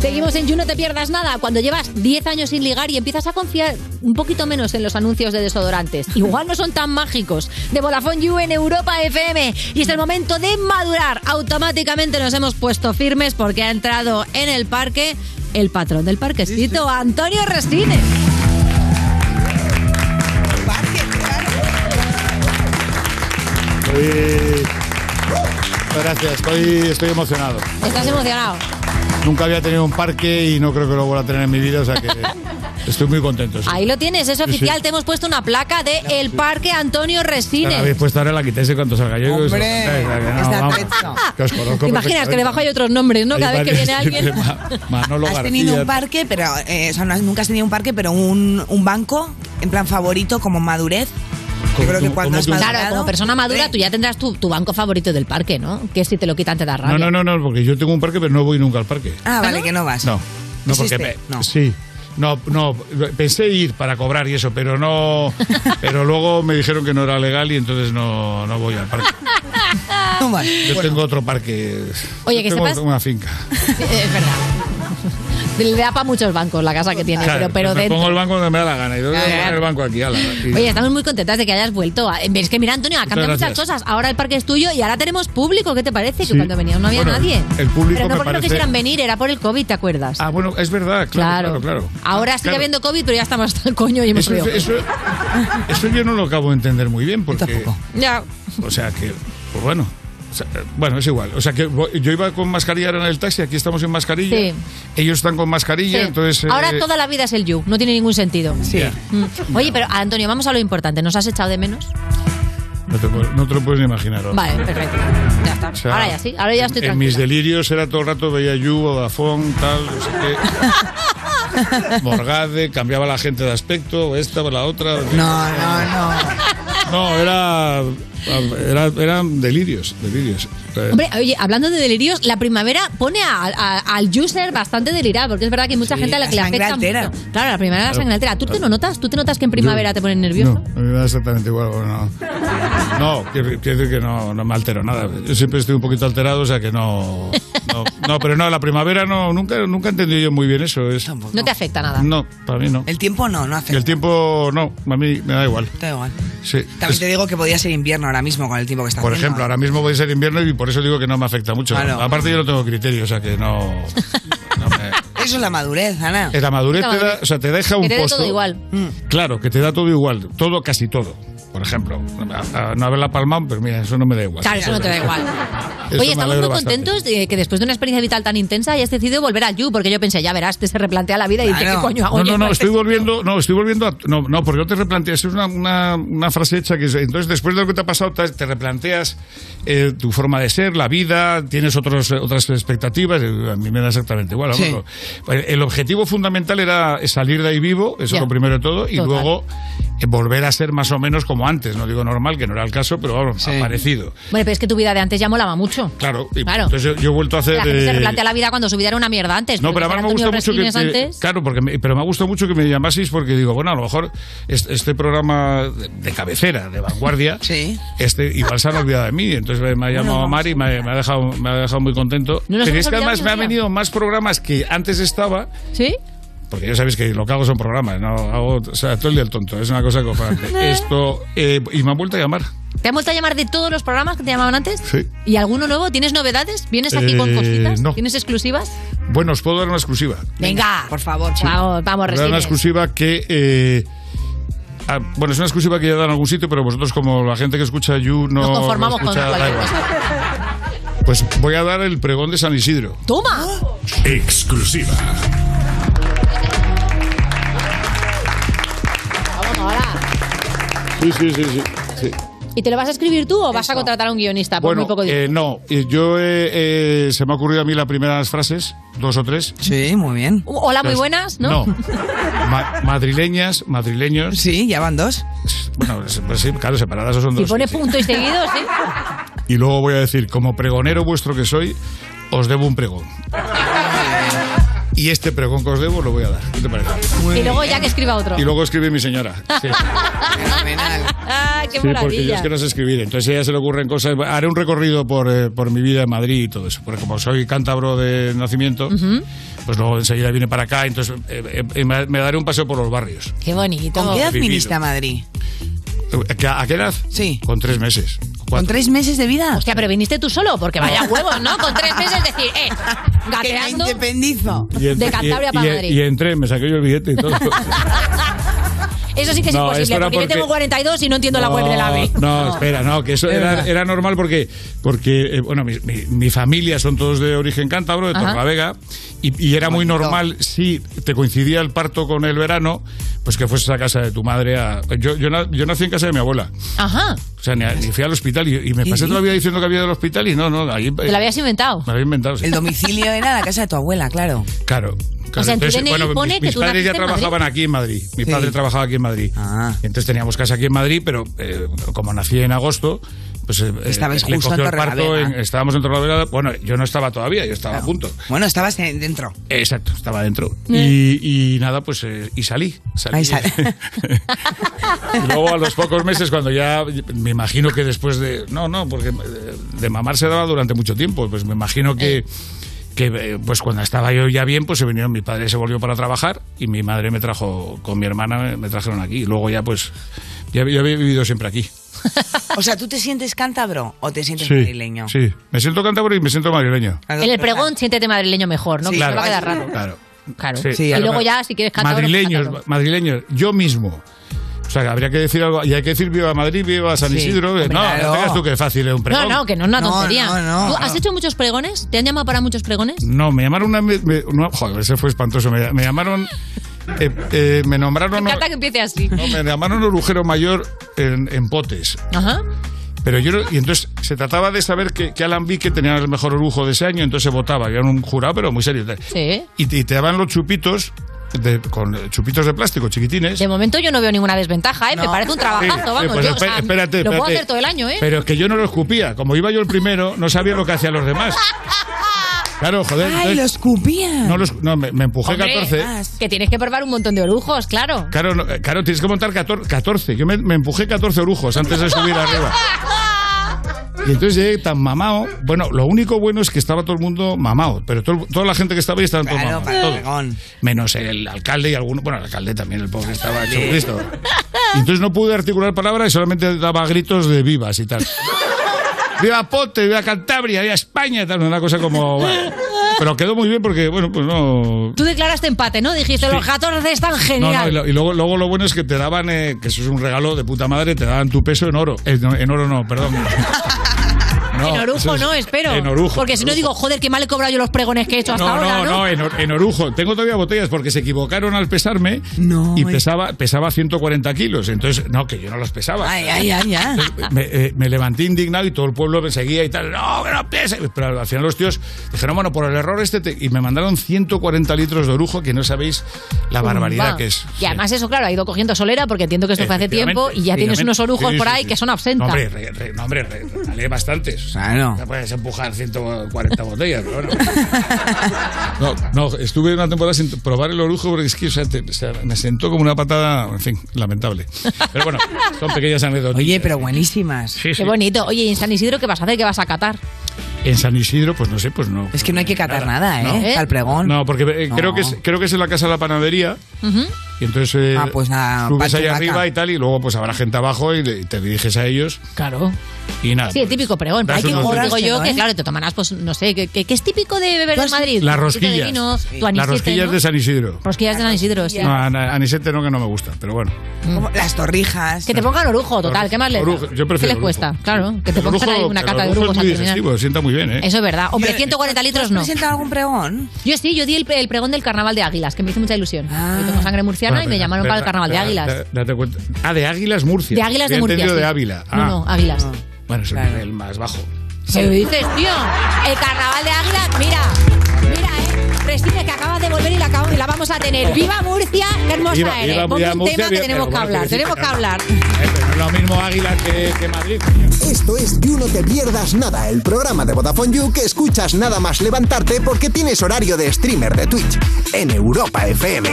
Speaker 25: Seguimos en You No Te Pierdas Nada. Cuando llevas 10 años sin ligar y empiezas a confiar un poquito menos en los anuncios de desodorantes. Igual no son tan mágicos. De Vodafone You en Europa FM. Y es el momento de madurar. Automáticamente nos hemos puesto firmes porque ha entrado en el parque el patrón del parquecito, Antonio Resines.
Speaker 26: Estoy- Gracias, estoy, estoy emocionado.
Speaker 25: Estás emocionado. Nunca había tenido un parque y no creo que lo vuelva a tener en mi vida, o sea que estoy muy contento. sí.
Speaker 4: Ahí lo tienes, es
Speaker 25: Sí, sí.
Speaker 4: oficial. Te hemos puesto una placa de El Parque Antonio
Speaker 25: La habéis
Speaker 4: Resines.
Speaker 25: puesto ahora la quitéis cuando salga yo.
Speaker 4: Hombre,
Speaker 25: Eh, no,
Speaker 4: es de
Speaker 25: vamos,
Speaker 4: atrezo.
Speaker 25: que os conozco
Speaker 4: ¿Te imaginas que
Speaker 25: perfectamente.
Speaker 4: debajo hay otros nombres, no?
Speaker 25: Hay
Speaker 4: Cada vez que
Speaker 25: varios
Speaker 4: viene alguien.
Speaker 25: de Ma- Manolo
Speaker 6: Has tenido
Speaker 25: García.
Speaker 6: un parque, pero eh, o sea, no has- nunca has tenido un parque, pero un, un banco en plan favorito como madurez. Yo creo que cuando has madurado,
Speaker 4: Claro, como persona madura, tú ya tendrás tu, tu banco favorito del parque, ¿no? Que si te lo quitan te da rabia.
Speaker 25: No, no, no, no, porque yo tengo un parque, pero no voy nunca al parque.
Speaker 6: Ah, vale, que no vas.
Speaker 25: No, no
Speaker 6: ¿Existe?
Speaker 25: porque pe- sí. No, no, pensé ir para cobrar y eso, pero no, pero luego me dijeron que no era legal y entonces no, no voy al parque. Yo tengo otro parque.
Speaker 4: Oye,
Speaker 25: Yo
Speaker 4: que
Speaker 25: tengo
Speaker 4: sepas-
Speaker 25: una finca.
Speaker 4: Sí, es verdad. Le da para muchos bancos la casa que tiene,
Speaker 25: Claro,
Speaker 4: pero, pero
Speaker 25: me
Speaker 4: dentro.
Speaker 25: pongo el banco donde me da la gana. Y yo voy a
Speaker 4: Claro.
Speaker 25: poner el banco aquí. ala, y-
Speaker 4: Oye, estamos muy contentas de que hayas vuelto. A... Es que mira, Antonio, ha cambiado
Speaker 25: Muchas
Speaker 4: muchas
Speaker 25: gracias.
Speaker 4: cosas. Ahora el parque es tuyo y ahora tenemos público. ¿Qué te parece?
Speaker 25: Sí.
Speaker 4: Que cuando veníamos no había
Speaker 25: Bueno,
Speaker 4: nadie.
Speaker 25: el público
Speaker 4: pero no
Speaker 25: me
Speaker 4: porque
Speaker 25: parece-
Speaker 4: no quisieran venir, era por el COVID, ¿te acuerdas?
Speaker 25: Ah, bueno, es verdad, claro, claro, claro.
Speaker 4: Ahora sigue
Speaker 25: Claro.
Speaker 4: habiendo COVID, pero ya estamos hasta el coño y hemos
Speaker 25: Eso,
Speaker 4: ido.
Speaker 25: eso, eso yo no lo acabo de entender muy bien porque,
Speaker 4: Ya.
Speaker 25: o sea que, pues bueno, o sea, bueno es igual. O sea que voy- yo iba con mascarilla ahora en el taxi, aquí estamos en mascarilla,
Speaker 4: Sí.
Speaker 25: ellos están con mascarilla,
Speaker 4: Sí.
Speaker 25: entonces. eh,
Speaker 4: Ahora toda la vida es el you, no tiene ningún sentido.
Speaker 25: ya,
Speaker 4: Mm. Oye, pero Antonio, vamos a lo importante. ¿Nos has echado de menos?
Speaker 25: no, te, puedo- no te lo puedes ni imaginar. ahora.
Speaker 4: Vale, perfecto. Ya está.
Speaker 25: O sea,
Speaker 4: ahora ya sí, ahora ya estoy
Speaker 25: En
Speaker 4: tranquila.
Speaker 25: mis delirios era todo el rato veía Yu, Vodafone, tal, no sé qué. Morgade, cambiaba la gente de aspecto, esta por la otra.
Speaker 6: No, no, no.
Speaker 25: No, era, era- eran delirios, delirios. Eh,
Speaker 4: Hombre, oye, hablando de delirios, la primavera pone a- a- al user bastante delirado, porque es verdad que hay mucha
Speaker 25: Sí,
Speaker 4: gente a la
Speaker 25: la
Speaker 4: que le
Speaker 25: sangre
Speaker 4: afecta
Speaker 25: altera.
Speaker 4: mucho. Claro, la primavera la
Speaker 25: Claro.
Speaker 4: sangre altera. ¿Tú te lo notas? ¿Tú te notas que en primavera
Speaker 25: Yo-
Speaker 4: te ponen nervioso?
Speaker 25: No, a mí me da exactamente igual, bueno, no. No, quiero quiero decir que no, no me altero nada. Yo siempre estoy un poquito alterado, o sea que no. No, no, pero no, la primavera no, nunca, nunca he entendido yo muy bien eso. Es,
Speaker 4: No, te afecta nada.
Speaker 25: no, para mí no.
Speaker 6: El tiempo no, no
Speaker 25: Y
Speaker 6: hace.
Speaker 25: el tiempo no, a mí me da igual.
Speaker 6: Da igual.
Speaker 25: Sí.
Speaker 6: También te digo que podía ser invierno ahora mismo con el tiempo que está
Speaker 25: Por
Speaker 6: haciendo.
Speaker 25: ejemplo, ahora mismo puede ser invierno y por eso digo que no me afecta mucho.
Speaker 6: Claro.
Speaker 25: Aparte yo no tengo criterio, o sea que no...
Speaker 6: Eso es la madurez, Ana.
Speaker 25: La madurez te da, o sea, te deja un
Speaker 6: Que
Speaker 25: Mm.
Speaker 6: te dé todo
Speaker 25: posto.
Speaker 6: igual.
Speaker 25: Claro, que te da todo igual, todo, casi todo. Por ejemplo, a- a no haberla palmado, pero mira, eso no me da igual.
Speaker 4: Claro, eso no te da igual.
Speaker 25: Eso
Speaker 4: Oye,
Speaker 25: me
Speaker 4: estamos muy
Speaker 25: alegro bastante.
Speaker 4: contentos de que después de una experiencia vital tan intensa hayas decidido volver al You, porque yo pensé, ya verás, te se replantea la vida y dice, ¿qué coño hago
Speaker 25: No,
Speaker 4: yo
Speaker 25: no,
Speaker 4: con
Speaker 25: no,
Speaker 4: este
Speaker 25: estoy volviendo, no, estoy volviendo a, no, no, porque no te replanteas, es una, una, una frase hecha que es- entonces después de lo que te ha pasado te, te replanteas eh, tu forma de ser, la vida, tienes otros, otras expectativas, eh, a mí me da exactamente igual. vamos,
Speaker 1: Sí.
Speaker 25: no. Pues El objetivo fundamental era salir de ahí vivo, eso
Speaker 1: Ya.
Speaker 25: lo primero de todo, y
Speaker 1: Total.
Speaker 25: luego eh, volver a ser más o menos como antes, no digo normal, que no era el caso, pero vamos, ha parecido.
Speaker 4: Bueno, pero es que tu vida de antes ya molaba mucho.
Speaker 25: Claro, y
Speaker 4: Claro.
Speaker 25: entonces yo, yo he vuelto a hacer...
Speaker 4: La gente se
Speaker 25: eh,
Speaker 4: replantea la vida cuando su vida era una mierda antes.
Speaker 25: no, pero
Speaker 4: porque
Speaker 25: además me
Speaker 4: ser
Speaker 25: gusta mucho
Speaker 4: Antonio
Speaker 25: que
Speaker 4: Resines
Speaker 25: que-
Speaker 4: antes-
Speaker 25: claro, porque me- pero me ha gustado mucho que me llamaseis porque digo, bueno, a lo mejor es- este programa de, de cabecera, de vanguardia, este igual se han olvidado de mí, entonces me ha llamado
Speaker 1: no,
Speaker 25: Mari, me, me ha dejado me ha dejado muy contento.
Speaker 1: No nos
Speaker 25: pero es
Speaker 1: hemos
Speaker 25: que además
Speaker 1: olvidado
Speaker 25: me
Speaker 1: ni
Speaker 25: han
Speaker 1: un día.
Speaker 25: venido más programas que antes estaba.
Speaker 4: ¿Sí?
Speaker 25: Porque ya sabéis que lo que hago son programas, no hago, o sea, todo el día el tonto, es una cosa constante. Esto eh, y me han vuelto a llamar.
Speaker 4: ¿Te han vuelto a llamar de todos los programas que te llamaban antes?
Speaker 25: Sí.
Speaker 4: ¿Y alguno nuevo? ¿Tienes novedades? ¿Vienes aquí con
Speaker 25: Eh,
Speaker 4: cositas?
Speaker 25: no.
Speaker 4: ¿Tienes exclusivas?
Speaker 25: Bueno, os puedo dar una exclusiva.
Speaker 4: Venga, por favor. Vamos, vamos,
Speaker 25: Era una
Speaker 4: Resines.
Speaker 25: exclusiva que. eh, ah, bueno, es una exclusiva que ya dan en algún sitio, pero vosotros, como la gente que escucha You, no.
Speaker 4: Nos conformamos
Speaker 25: no
Speaker 4: con
Speaker 25: escucha, da
Speaker 4: cualquier
Speaker 25: igual.
Speaker 4: cosa.
Speaker 25: Pues voy a dar el pregón de San Isidro.
Speaker 4: ¡Toma!
Speaker 25: Exclusiva.
Speaker 4: Vamos ahora.
Speaker 25: Sí, sí, sí. sí, sí.
Speaker 4: ¿Y te lo vas a escribir tú o vas a contratar a un guionista? Por
Speaker 25: Bueno,
Speaker 4: muy poco dinero.
Speaker 25: eh, no, eh, yo eh, eh, se me ha ocurrido a mí las primeras frases, dos o tres.
Speaker 6: Sí, muy bien.
Speaker 4: Uh, Hola, muy buenas, ¿no?
Speaker 25: pues, No. Ma- madrileñas, madrileños.
Speaker 6: Sí, ya van dos.
Speaker 25: Bueno, pues sí, claro, separadas son
Speaker 4: Si
Speaker 25: dos.
Speaker 4: pone punto y seguido, sí.
Speaker 25: Y luego voy a decir, como pregonero vuestro que soy, os debo un pregón. Y este pregón que os debo lo voy a dar. ¿Qué te parece?
Speaker 4: y luego ya que escriba otro.
Speaker 25: Y luego escribe mi señora. Sí,
Speaker 4: Ah, ¡Qué
Speaker 25: Sí, porque yo
Speaker 4: maravilla!
Speaker 25: es que no sé escribir. Entonces a ella se le ocurren cosas. Haré un recorrido por, eh, por mi vida en Madrid y todo eso. Porque como soy cántabro de nacimiento,
Speaker 4: Ujú.
Speaker 25: pues luego enseguida viene para acá. Entonces eh, eh, me me daré un paseo por los barrios.
Speaker 4: ¡Qué bonito!
Speaker 6: ¿Con qué edad
Speaker 25: Vivido.
Speaker 6: viniste a Madrid?
Speaker 25: Eh, ¿A a qué edad? Sí. Con tres meses.
Speaker 6: ¿Con tres meses de vida?
Speaker 4: Hostia, pero viniste tú solo, porque vaya huevos, ¿no? Con tres meses decir, eh, gateando.
Speaker 6: independizo.
Speaker 25: Y entré-
Speaker 4: De Cantabria
Speaker 25: y-
Speaker 4: para
Speaker 25: y-
Speaker 4: Madrid.
Speaker 25: Y entré, me saqué yo el billete y todo.
Speaker 4: Eso sí que es
Speaker 25: No, esto
Speaker 4: imposible,
Speaker 25: era
Speaker 4: porque, yo
Speaker 25: porque-
Speaker 4: tengo 42 y no entiendo la web del AVE.
Speaker 25: No, espera, no, que eso
Speaker 4: Es
Speaker 25: era,
Speaker 4: verdad.
Speaker 25: era normal porque, porque eh, bueno, mi, mi- mi familia son todos de origen cántabro, de
Speaker 4: Ajá.
Speaker 25: Torlavega, y, y era muy normal si te coincidía el parto con el verano, pues que fueses a casa de tu madre. A, yo, yo, na- yo nací en casa de mi abuela,
Speaker 4: Ajá.
Speaker 25: o sea, ni, a- ni fui al hospital y, y me
Speaker 4: ¿Y-
Speaker 25: pasé
Speaker 4: y?
Speaker 25: todavía diciendo que había del hospital y no, no, ahí
Speaker 4: Te lo habías inventado.
Speaker 25: me había inventado. sí.
Speaker 6: El domicilio era la casa de tu abuela, claro.
Speaker 25: Claro. claro.
Speaker 4: O sea, en tu
Speaker 25: Entonces,
Speaker 4: DNI
Speaker 25: bueno,
Speaker 4: pone
Speaker 25: mis,
Speaker 4: que
Speaker 25: mis
Speaker 4: tú
Speaker 25: padres
Speaker 4: naciste
Speaker 25: ya
Speaker 4: en Madrid.
Speaker 25: trabajaban aquí en Madrid. Mi
Speaker 4: Sí.
Speaker 25: padre trabajaba aquí en Madrid.
Speaker 6: Ah.
Speaker 25: Entonces teníamos casa aquí en Madrid, pero eh, como nací en agosto, pues eh,
Speaker 6: Estabais
Speaker 25: eh, le
Speaker 6: justo en
Speaker 25: cogió el parto.
Speaker 6: Torrelavega.
Speaker 25: en- estábamos en Torrelavega. Bueno, yo no estaba todavía, yo estaba a punto.
Speaker 6: Bueno, estabas en- dentro.
Speaker 25: Exacto, estaba dentro.
Speaker 6: Eh.
Speaker 25: Y, y nada, pues eh, y salí. salí.
Speaker 6: Ahí sale.
Speaker 25: Y luego a los pocos meses, cuando ya me imagino que después de. No, no, porque eh, de mamar se daba durante mucho tiempo. Pues me imagino que. que eh, pues cuando estaba yo ya bien, pues se vinieron, mi padre se volvió para trabajar y mi madre me trajo con mi hermana, me- me trajeron aquí. Y luego ya pues, ya, ya había vivido siempre aquí.
Speaker 6: O sea, ¿tú te sientes cántabro o te sientes madrileño?
Speaker 25: sí. Me siento cántabro y me siento madrileño.
Speaker 4: En el pregón siéntete madrileño mejor, ¿no? Que
Speaker 25: Claro.
Speaker 4: se va a quedar raro.
Speaker 25: Claro.
Speaker 4: Claro.
Speaker 25: Sí.
Speaker 4: y luego ya, si quieres cantar.
Speaker 25: madrileños, madrileños, yo mismo. O sea, que habría que decir algo, y hay que decir viva Madrid, viva San
Speaker 4: Sí.
Speaker 25: Isidro. eh,
Speaker 4: Hombre,
Speaker 25: no,
Speaker 4: claro.
Speaker 25: no tengas tú que es fácil, es un
Speaker 4: No,
Speaker 25: pregón.
Speaker 4: no, que no es una tontería.
Speaker 25: No, no,
Speaker 4: ¿Tú
Speaker 25: no.
Speaker 4: ¿Has hecho muchos pregones? ¿Te han llamado para muchos pregones?
Speaker 25: No, me llamaron una... me- me- no, joder, ese fue espantoso. Me, me llamaron... eh, eh, me
Speaker 4: Me
Speaker 25: nombraron...
Speaker 4: encanta que empiece así.
Speaker 25: no, me llamaron orujero mayor en, en potes.
Speaker 4: Ajá.
Speaker 25: Pero yo no- y entonces se trataba de saber qué que alambique tenía el mejor orujo de ese año, entonces se votaba, que era un jurado, pero muy serio.
Speaker 4: Sí.
Speaker 25: Y te, y te daban los chupitos, de- con eh, chupitos de plástico, chiquitines.
Speaker 4: De momento yo no veo ninguna desventaja, ¿eh? Me parece un
Speaker 25: Sí,
Speaker 4: trabajazo,
Speaker 25: sí,
Speaker 4: vamos.
Speaker 25: pues
Speaker 4: yo, o sea,
Speaker 25: espé- espérate,
Speaker 4: Lo puedo
Speaker 25: espérate.
Speaker 4: hacer todo el año, ¿eh?
Speaker 25: Pero es que yo no lo escupía. Como iba yo el primero, no sabía lo que hacían los demás. Claro, joder.
Speaker 4: Ay,
Speaker 25: entonces-
Speaker 4: lo escupía. Ah,
Speaker 25: No, lo escu- no, me, me empujé
Speaker 4: Hombre,
Speaker 25: 14.
Speaker 4: Que tienes que probar un montón de orujos, claro.
Speaker 25: Claro, no, eh, claro, tienes que montar 14. 14. Yo me, me empujé 14 orujos antes de subir arriba. Y entonces llegué tan mamado. Bueno, lo único bueno es que estaba todo el mundo mamado, pero todo- toda la gente que estaba ahí estaba todo
Speaker 6: Claro, para el
Speaker 25: Menos el alcalde y alguno. Bueno, el alcalde también, el pobre estaba hecho un Cristo. Y entonces no pude articular palabras y solamente daba gritos de vivas y tal. ¡Viva Pote! ¡Viva Cantabria! ¡Viva España! Tal, una cosa como. bueno. Pero quedó muy bien porque, bueno, pues no.
Speaker 4: Tú declaraste empate, ¿no? Dijiste, los 14 están
Speaker 25: No,
Speaker 4: genial.
Speaker 25: no, y, lo- y luego, luego lo bueno es que te daban, eh, que eso es un regalo de puta madre, te daban tu peso en oro. Eh, no, en oro no, perdón. No,
Speaker 4: en
Speaker 25: eso
Speaker 4: orujo,
Speaker 25: es-
Speaker 4: ¿no? Espero.
Speaker 25: En orujo.
Speaker 4: Porque si no digo, joder, qué mal he cobrado yo los pregones que he hecho hasta
Speaker 25: no,
Speaker 4: ahora,
Speaker 25: no,
Speaker 4: ¿no?
Speaker 25: no, en, or- en orujo. Tengo todavía botellas porque se equivocaron al pesarme
Speaker 4: eh.
Speaker 25: y pesaba, pesaba 140 kilos. Entonces, no, que yo no los pesaba.
Speaker 6: Ay, ay, ay, ay.
Speaker 25: Me, eh, me levanté indignado y todo el pueblo me seguía y tal. No, que no pienses. Pero al final los tíos dijeron, bueno, por el error este. te-". Y me mandaron 140 litros de orujo, que no sabéis la barbaridad
Speaker 4: Va.
Speaker 25: que es.
Speaker 4: Y además eso, claro, ha ido cogiendo solera porque entiendo que esto fue hace tiempo y ya tienes unos orujos por ahí que son
Speaker 25: No,
Speaker 4: absentas.
Speaker 25: hombre, re- re- no, hombre re- regalé bastantes.
Speaker 6: Claro.
Speaker 25: Ya puedes empujar 140 botellas, pero bueno. No, no, estuve una temporada sin probar el orujo porque es que o sea, te- o sea, me sentó como una patada, en fin, lamentable. Pero bueno, son pequeñas anécdotas.
Speaker 6: Oye, pero buenísimas.
Speaker 25: Sí, sí.
Speaker 4: Qué bonito. Oye, ¿y en San Isidro qué vas a hacer? ¿Qué vas a catar?
Speaker 25: En San Isidro, pues no sé, pues no.
Speaker 6: Es que no hay que catar nada,
Speaker 25: No.
Speaker 6: ¿eh? Al pregón.
Speaker 25: No, porque eh,
Speaker 6: No.
Speaker 25: Creo, que es, creo que es en la casa de la panadería.
Speaker 6: Ujú.
Speaker 25: Y entonces eh,
Speaker 6: Ah, pues nada,
Speaker 25: subes ahí
Speaker 6: pachumaca.
Speaker 25: arriba y tal, y luego pues habrá gente abajo y, le- y te diriges a ellos.
Speaker 4: Claro.
Speaker 25: Y nada.
Speaker 4: Sí, el típico pregón.
Speaker 25: das
Speaker 4: Hay que
Speaker 25: unos
Speaker 4: digo
Speaker 25: besos.
Speaker 4: yo que,
Speaker 25: ¿eh?
Speaker 4: claro, te tomarás, pues, no sé, que, que- que es típico de beber
Speaker 6: Pues
Speaker 4: en Madrid.
Speaker 25: Las
Speaker 4: Un poquito de
Speaker 25: rosquillas.
Speaker 4: vino, tu
Speaker 25: Las
Speaker 4: anisete,
Speaker 25: rosquillas
Speaker 4: ¿no?
Speaker 25: de San Isidro.
Speaker 4: Rosquillas de San Isidro, sí.
Speaker 25: No, ana- anisete no, que no me gusta, pero bueno.
Speaker 6: Como Las torrijas.
Speaker 4: Que te pongan orujo, total, ¿qué más les da?
Speaker 25: Ah. Orujo, yo prefiero
Speaker 4: ¿Qué les
Speaker 25: orujo.
Speaker 4: cuesta? Claro, que te
Speaker 25: El
Speaker 4: pongan
Speaker 25: orujo-
Speaker 4: ahí una
Speaker 25: el
Speaker 4: cata de
Speaker 25: orujo
Speaker 4: orujos
Speaker 25: es
Speaker 4: al
Speaker 25: muy
Speaker 4: final.
Speaker 25: digestivo, sienta muy bien, ¿eh?
Speaker 4: Eso es verdad. Hombre, 140 litros no.
Speaker 6: ¿Presentan algún pregón?
Speaker 4: Yo sí, yo di el, el pregón del carnaval de Águilas, que me hizo mucha ilusión.
Speaker 6: Ah.
Speaker 4: Yo tengo sangre murciana y me llamaron para el carnaval de Águilas.
Speaker 25: Date cuenta. Ah, de Águilas Murcia.
Speaker 4: de Águilas de
Speaker 25: Había
Speaker 4: Murcia.
Speaker 25: entendido
Speaker 4: sí.
Speaker 25: de Ávila. Ah,
Speaker 4: No, no, Águilas.
Speaker 25: Bueno, es el nivel más bajo. Eh,
Speaker 4: ¿Qué dices, tío? El carnaval de Águilas, mira, mira, eh. Prestige, que acabas de volver y la, acabamos- y la vamos a tener. ¡Viva Murcia! ¡Qué hermosa
Speaker 25: Viva-
Speaker 4: eres!
Speaker 25: viva-
Speaker 4: Ponte
Speaker 25: viva
Speaker 4: un
Speaker 25: Murcia,
Speaker 4: tema que
Speaker 25: viva-
Speaker 4: tenemos
Speaker 25: pero
Speaker 4: que
Speaker 25: bueno,
Speaker 4: hablar,
Speaker 25: que sí,
Speaker 4: tenemos que
Speaker 25: caramba.
Speaker 4: hablar.
Speaker 25: Eh, pero no es lo mismo Águila que, que Madrid.
Speaker 5: Esto es You No Te Pierdas Nada, el programa de Vodafone You que escuchas nada más levantarte porque tienes horario de streamer de Twitch en Europa FM.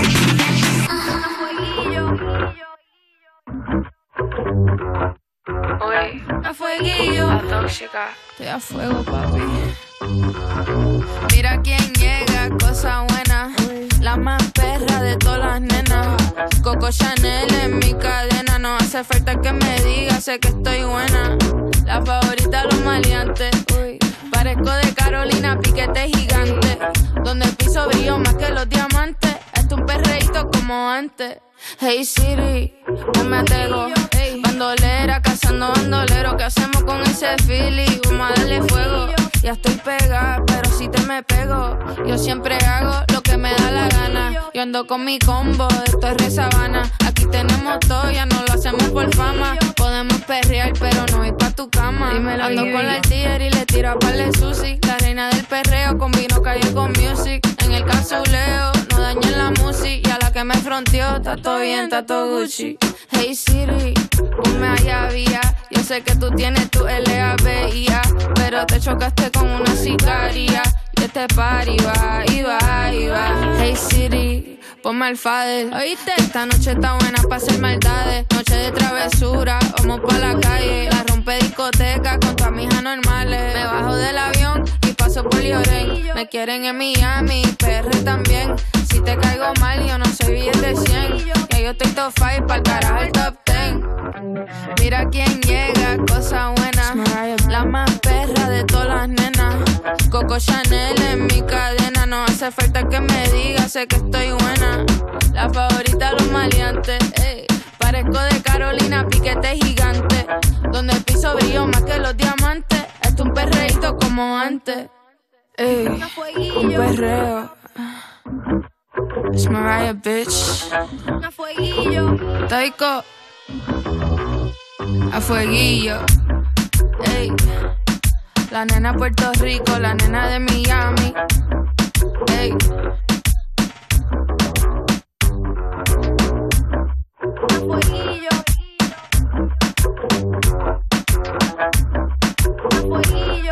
Speaker 8: Hoy a fueguillo. La tóxica. Estoy a fuego, papi. Mira quién llega, cosa buena. La más perra de todas las nenas. Coco Chanel en mi cadena. No hace falta que me digas, sé que estoy buena. La favorita de los maleantes. Uy, Parezco de Carolina, piquete gigante. Donde el piso brilló más que los diamantes. Esto es un perreíto como antes. Hey Siri, no me atrevo. Bandolera, cazando bandolero. ¿Qué hacemos con ese fili? Vamos a darle fuego. Ya estoy pegada, pero si te me pego. Yo siempre hago lo que me da la gana. Yo ando con mi combo, esto es re sabana. Aquí tenemos todo, ya no lo hacemos por fama. Podemos perrear, pero no ir pa' tu cama.
Speaker 27: Dímelo,
Speaker 8: ando
Speaker 27: Ivy.
Speaker 8: con la tigre y le tiro a pa'l sushi. La reina del perreo combinó calle con music. En el casuleo, no dañen la music. Y a la que me fronteó, está todo bien, está todo Gucci. Hey Siri, ponme allá vía. Yo sé que tú tienes tu LABIA, pero te chocaste con una sicaria. Y este party va, y va, y va. Hey Siri, ponme al fadel. ¿Oíste? Esta noche está buena para hacer maldades. Noche de travesura, vamos pa' la calle. La rompe discoteca con todas mis anormales. Me bajo del avión y paso por Lloren. Me quieren en Miami, PR también. Si te caigo mal, yo no soy billete 100. Ya yo estoy top 5 pa'l carajo el top 10. Mira quién llega, cosa buena. La más perra de todas las nenas. Coco Chanel en mi cadena. No hace falta que me diga, sé que estoy buena. La favorita de los maleantes. ey. Parezco de Carolina, piquete gigante. Donde el piso brillo más que los diamantes. Esto es un perreíto como antes. Ey, un perreo. It's Mariah, bitch. A fueguillo. Taiko. A fueguillo. Ey. La nena Puerto Rico, la nena de Miami. Ey. A fueguillo. A fueguillo.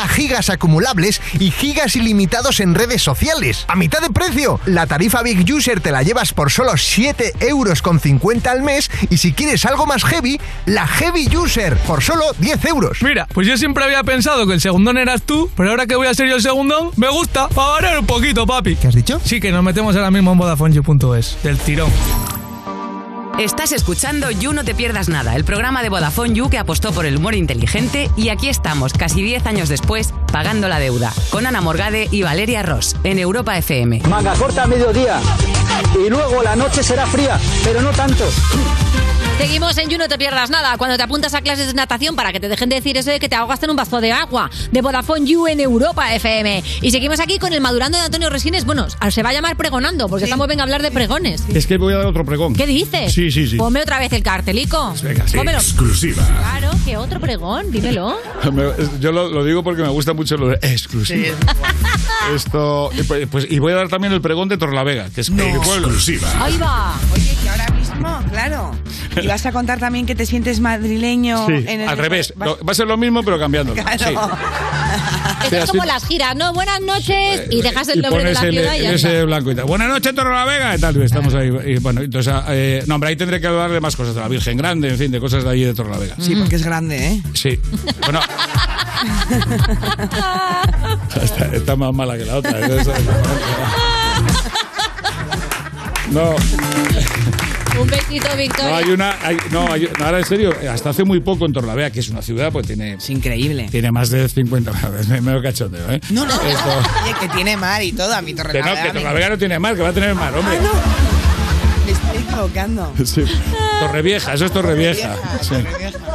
Speaker 5: gigas acumulables y gigas ilimitados en redes sociales. ¡A mitad de precio! La tarifa Big User te la llevas por solo 7,50 euros al mes y si quieres algo más heavy, la Heavy User por solo 10 euros.
Speaker 9: Mira, pues yo siempre había pensado que el segundón eras tú, pero ahora que voy a ser yo el segundón, me gusta, para variar un poquito, papi. ¿Qué
Speaker 5: has dicho?
Speaker 9: Sí, que nos metemos ahora mismo en VodafoneYou.es, del tirón.
Speaker 28: Estás escuchando You No Te Pierdas Nada, el programa de Vodafone You que apostó por el humor inteligente y aquí estamos, casi 10 años después, pagando la deuda, con Ana Morgade y Valeria Ross, en Europa FM.
Speaker 9: Manga corta a mediodía. Y luego la noche será fría, pero no tanto.
Speaker 4: Seguimos en You, no te pierdas nada. Cuando te apuntas a clases de natación para que te dejen de decir eso de que te ahogaste en un vaso de agua. De Vodafone You en Europa FM. Y seguimos aquí con el madurando de Antonio Resines. Bueno, se va a llamar pregonando, porque estamos venga a hablar de pregones.
Speaker 25: Es que voy a dar otro pregón.
Speaker 4: ¿Qué dices? Pues
Speaker 25: Sí, sí, sí.
Speaker 4: Ponme otra vez el cartelico.
Speaker 25: Venga, sí.
Speaker 4: Pónmelo.
Speaker 25: Exclusiva.
Speaker 4: Claro, que otro pregón, dímelo.
Speaker 25: Me- Yo lo, lo digo porque me gusta mucho lo de exclusiva. Esto, y pues- pues, y voy a dar también el pregón de Torlavega, que es exclusiva.
Speaker 6: Ahí va. Oye, que ahora mismo, claro. Y vas a contar también que te sientes madrileño.
Speaker 25: Sí,
Speaker 6: en el-
Speaker 25: al revés.
Speaker 6: Vas-
Speaker 25: No, va a ser lo mismo, pero cambiando.
Speaker 6: Claro.
Speaker 4: Esto es
Speaker 25: así- Eh,
Speaker 4: como las giras, ¿no? Buenas noches. Y dejas el
Speaker 25: Y
Speaker 4: nombre de
Speaker 25: pones
Speaker 4: la
Speaker 25: el-
Speaker 4: ciudad y ya
Speaker 25: ese
Speaker 4: está.
Speaker 25: blanco y tal. Buenas noches, Torlavega. y Tal, y estamos ahí. y bueno, entonces, ah, eh, no, hombre, ahí tendré que hablar de más cosas, de la Virgen Grande, en fin, de cosas de allí de Torlavega.
Speaker 6: Sí, porque es grande, ¿eh?
Speaker 25: Sí. Bueno. está, está más mala que la otra. ¿eh? Eso- No,
Speaker 4: Un besito,
Speaker 25: no,
Speaker 4: Victoria.
Speaker 25: hay una. hay- no, hay- no, ahora en serio, hasta hace muy poco en Torlavea, que es una ciudad, pues tiene. Es
Speaker 6: increíble.
Speaker 25: Tiene más de 50. Me, me lo cachondeo, ¿eh?
Speaker 6: No, no.
Speaker 25: Esto-
Speaker 6: Oye, que tiene mar y todo. A mi torre
Speaker 25: que no,
Speaker 6: Lavega
Speaker 25: que
Speaker 6: me-
Speaker 25: Torlavega no tiene mar, que va a tener mar, hombre.
Speaker 6: Me estoy equivocando.
Speaker 25: Sí. Torrevieja, eso es Torrevieja. Sí.